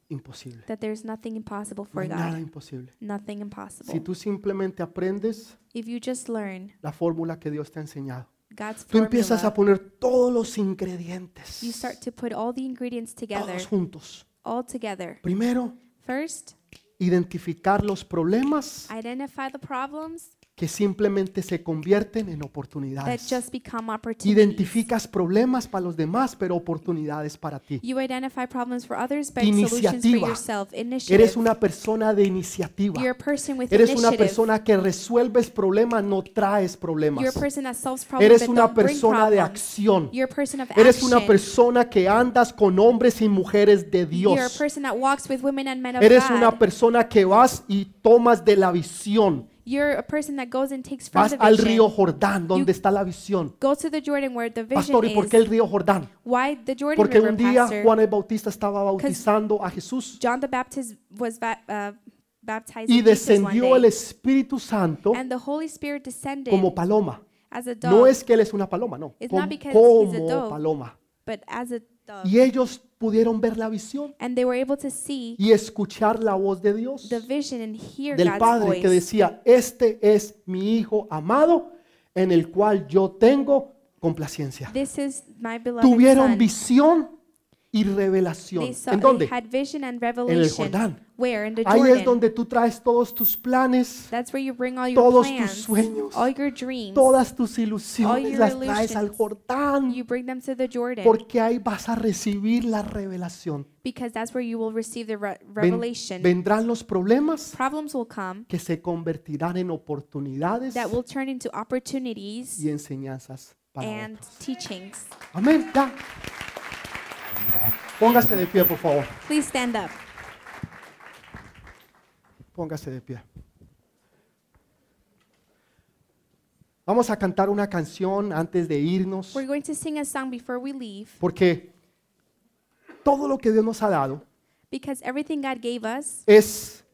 Speaker 1: imposible.
Speaker 2: That there's nothing impossible
Speaker 1: No
Speaker 2: for
Speaker 1: hay nada
Speaker 2: God.
Speaker 1: imposible.
Speaker 2: Nothing
Speaker 1: Si
Speaker 2: impossible.
Speaker 1: tú simplemente aprendes
Speaker 2: If you just learn
Speaker 1: la fórmula que Dios te ha enseñado,
Speaker 2: God's
Speaker 1: tú empiezas a
Speaker 2: formula,
Speaker 1: poner todos los
Speaker 2: you
Speaker 1: ingredientes,
Speaker 2: start to put all the ingredients together,
Speaker 1: todos juntos.
Speaker 2: all together.
Speaker 1: Primero,
Speaker 2: First,
Speaker 1: identificar los problemas
Speaker 2: identify the problems
Speaker 1: que simplemente se convierten en
Speaker 2: that
Speaker 1: oportunidades.
Speaker 2: just become opportunities.
Speaker 1: Identificas problemas para los demás, pero oportunidades para ti.
Speaker 2: You identify problems for others, but solutions for
Speaker 1: Iniciativa.
Speaker 2: yourself.
Speaker 1: Eres
Speaker 2: Initiative.
Speaker 1: una persona de iniciativa.
Speaker 2: You're a person with
Speaker 1: Eres una
Speaker 2: initiative.
Speaker 1: persona que resuelves problemas, no traes
Speaker 2: You're a
Speaker 1: problemas.
Speaker 2: person that solves problems,
Speaker 1: Eres
Speaker 2: but
Speaker 1: una
Speaker 2: don't bring
Speaker 1: persona de
Speaker 2: problems.
Speaker 1: acción.
Speaker 2: You're a person of
Speaker 1: Eres una
Speaker 2: action.
Speaker 1: persona que andas con hombres y mujeres de
Speaker 2: You're a
Speaker 1: Dios.
Speaker 2: person that walks with women and men of
Speaker 1: Eres
Speaker 2: God.
Speaker 1: una persona que vas y tomas de la visión.
Speaker 2: You're a person that goes and takes from
Speaker 1: Vas
Speaker 2: the
Speaker 1: al
Speaker 2: vision.
Speaker 1: río Jordán, donde está la visión.
Speaker 2: Go to the Jordan where the vision
Speaker 1: Pastor, ¿y por qué el
Speaker 2: is.
Speaker 1: río Jordán?
Speaker 2: Why the Jordan
Speaker 1: Porque
Speaker 2: River,
Speaker 1: un día
Speaker 2: Pastor?
Speaker 1: Juan el Bautista estaba bautizando a Jesús
Speaker 2: John the Baptist was ba- uh, baptized
Speaker 1: y
Speaker 2: Jesus one
Speaker 1: descendió el
Speaker 2: day,
Speaker 1: Espíritu Santo
Speaker 2: and the Holy Spirit descended
Speaker 1: como paloma.
Speaker 2: as a dove,
Speaker 1: No es que él es una paloma, no,
Speaker 2: It's
Speaker 1: com-
Speaker 2: not because he's a
Speaker 1: como
Speaker 2: dove.
Speaker 1: paloma.
Speaker 2: but as a dove.
Speaker 1: Y ellos pudieron ver la visión
Speaker 2: And they were able to see
Speaker 1: y escuchar la voz de Dios,
Speaker 2: the vision and hear
Speaker 1: del
Speaker 2: God's
Speaker 1: Padre
Speaker 2: voice.
Speaker 1: que decía, este es mi Hijo amado en el cual yo tengo complacencia.
Speaker 2: This is my beloved
Speaker 1: Tuvieron
Speaker 2: son.
Speaker 1: visión y
Speaker 2: They
Speaker 1: revelación.
Speaker 2: saw,
Speaker 1: ¿En
Speaker 2: they
Speaker 1: dónde?
Speaker 2: had vision and revelation.
Speaker 1: Jordán.
Speaker 2: Where? In the
Speaker 1: Ahí
Speaker 2: Jordan.
Speaker 1: es donde tú traes todos tus planes,
Speaker 2: That's where you bring all your
Speaker 1: todos tus
Speaker 2: plans,
Speaker 1: sueños,
Speaker 2: all your dreams.
Speaker 1: todas tus
Speaker 2: All
Speaker 1: ilusiones,
Speaker 2: your
Speaker 1: las traes al
Speaker 2: illusions.
Speaker 1: Jordán,
Speaker 2: you bring them to the Jordan
Speaker 1: porque ahí vas a recibir la revelación.
Speaker 2: because that's where you will receive the re-
Speaker 1: Ven-
Speaker 2: revelation.
Speaker 1: vendrán los problemas
Speaker 2: Problems will come
Speaker 1: que se convertirán en oportunidades
Speaker 2: that will turn into opportunities
Speaker 1: y enseñanzas para
Speaker 2: and
Speaker 1: otros.
Speaker 2: teachings.
Speaker 1: Amén. Ya. Póngase de pie, por favor.
Speaker 2: Please stand up.
Speaker 1: Póngase de pie. Vamos a cantar una canción antes de irnos,
Speaker 2: We're going to sing a song before we leave
Speaker 1: porque todo lo que Dios nos ha dado
Speaker 2: because everything God gave us
Speaker 1: es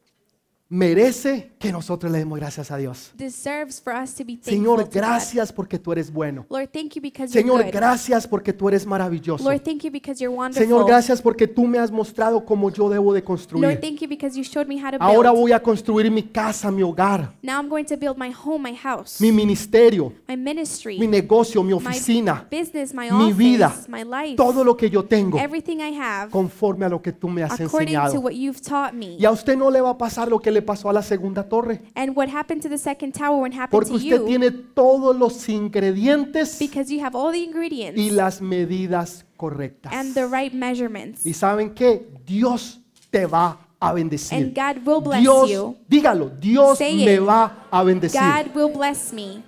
Speaker 1: merece que nosotros le demos gracias a Dios.
Speaker 2: deserves for us to be thankful
Speaker 1: Señor,
Speaker 2: to God.
Speaker 1: gracias porque tú eres bueno.
Speaker 2: Lord, thank you because you're
Speaker 1: Señor,
Speaker 2: good.
Speaker 1: gracias porque tú eres maravilloso.
Speaker 2: Lord, thank you because you're wonderful.
Speaker 1: Señor, gracias porque tú me has mostrado cómo yo debo de
Speaker 2: Lord,
Speaker 1: construir.
Speaker 2: thank you because you showed me how to build.
Speaker 1: Ahora voy a construir mi casa, mi hogar,
Speaker 2: now I'm going to build my home, my house,
Speaker 1: mi ministerio,
Speaker 2: my ministry,
Speaker 1: mi negocio, mi
Speaker 2: my
Speaker 1: oficina,
Speaker 2: business, my
Speaker 1: mi
Speaker 2: office,
Speaker 1: vida,
Speaker 2: my life,
Speaker 1: todo lo que yo tengo,
Speaker 2: everything I have,
Speaker 1: conforme a lo que tú me has
Speaker 2: according to
Speaker 1: enseñado.
Speaker 2: what you've taught me.
Speaker 1: Y a usted no le va a pasar lo que le pasó a la segunda torre,
Speaker 2: And what happened to the second tower when happened
Speaker 1: porque
Speaker 2: to
Speaker 1: usted
Speaker 2: you?
Speaker 1: tiene todos los ingredientes
Speaker 2: because you have all the ingredients
Speaker 1: y las medidas correctas.
Speaker 2: and the right measurements.
Speaker 1: Y saben que Dios te va a
Speaker 2: And
Speaker 1: bendecir.
Speaker 2: God will bless
Speaker 1: Dios,
Speaker 2: you.
Speaker 1: dígalo, Dios
Speaker 2: Say
Speaker 1: me
Speaker 2: it.
Speaker 1: va a bendecir.
Speaker 2: God will bless me.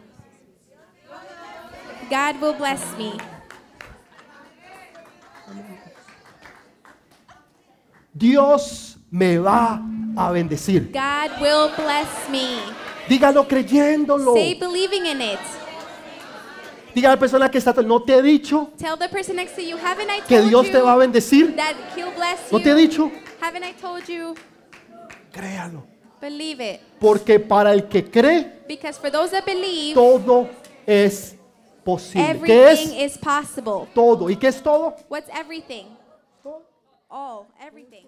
Speaker 2: God will bless me.
Speaker 1: Dios me va a bendecir.
Speaker 2: God will bless me.
Speaker 1: Dígalo creyéndolo.
Speaker 2: Say believing in it.
Speaker 1: Diga a la persona que está, atrás, no te he dicho
Speaker 2: Tell the person next to you, haven't I told
Speaker 1: que Dios
Speaker 2: you
Speaker 1: te va a bendecir.
Speaker 2: that he'll bless
Speaker 1: No te he
Speaker 2: you?
Speaker 1: dicho.
Speaker 2: Haven't I told you?
Speaker 1: Créalo.
Speaker 2: Believe it.
Speaker 1: Porque para el que cree,
Speaker 2: Because for those that believe,
Speaker 1: todo es posible. ¿Qué
Speaker 2: everything
Speaker 1: es
Speaker 2: is possible.
Speaker 1: todo? ¿Y qué es todo?
Speaker 2: What's everything?
Speaker 1: Todo.
Speaker 2: All, everything.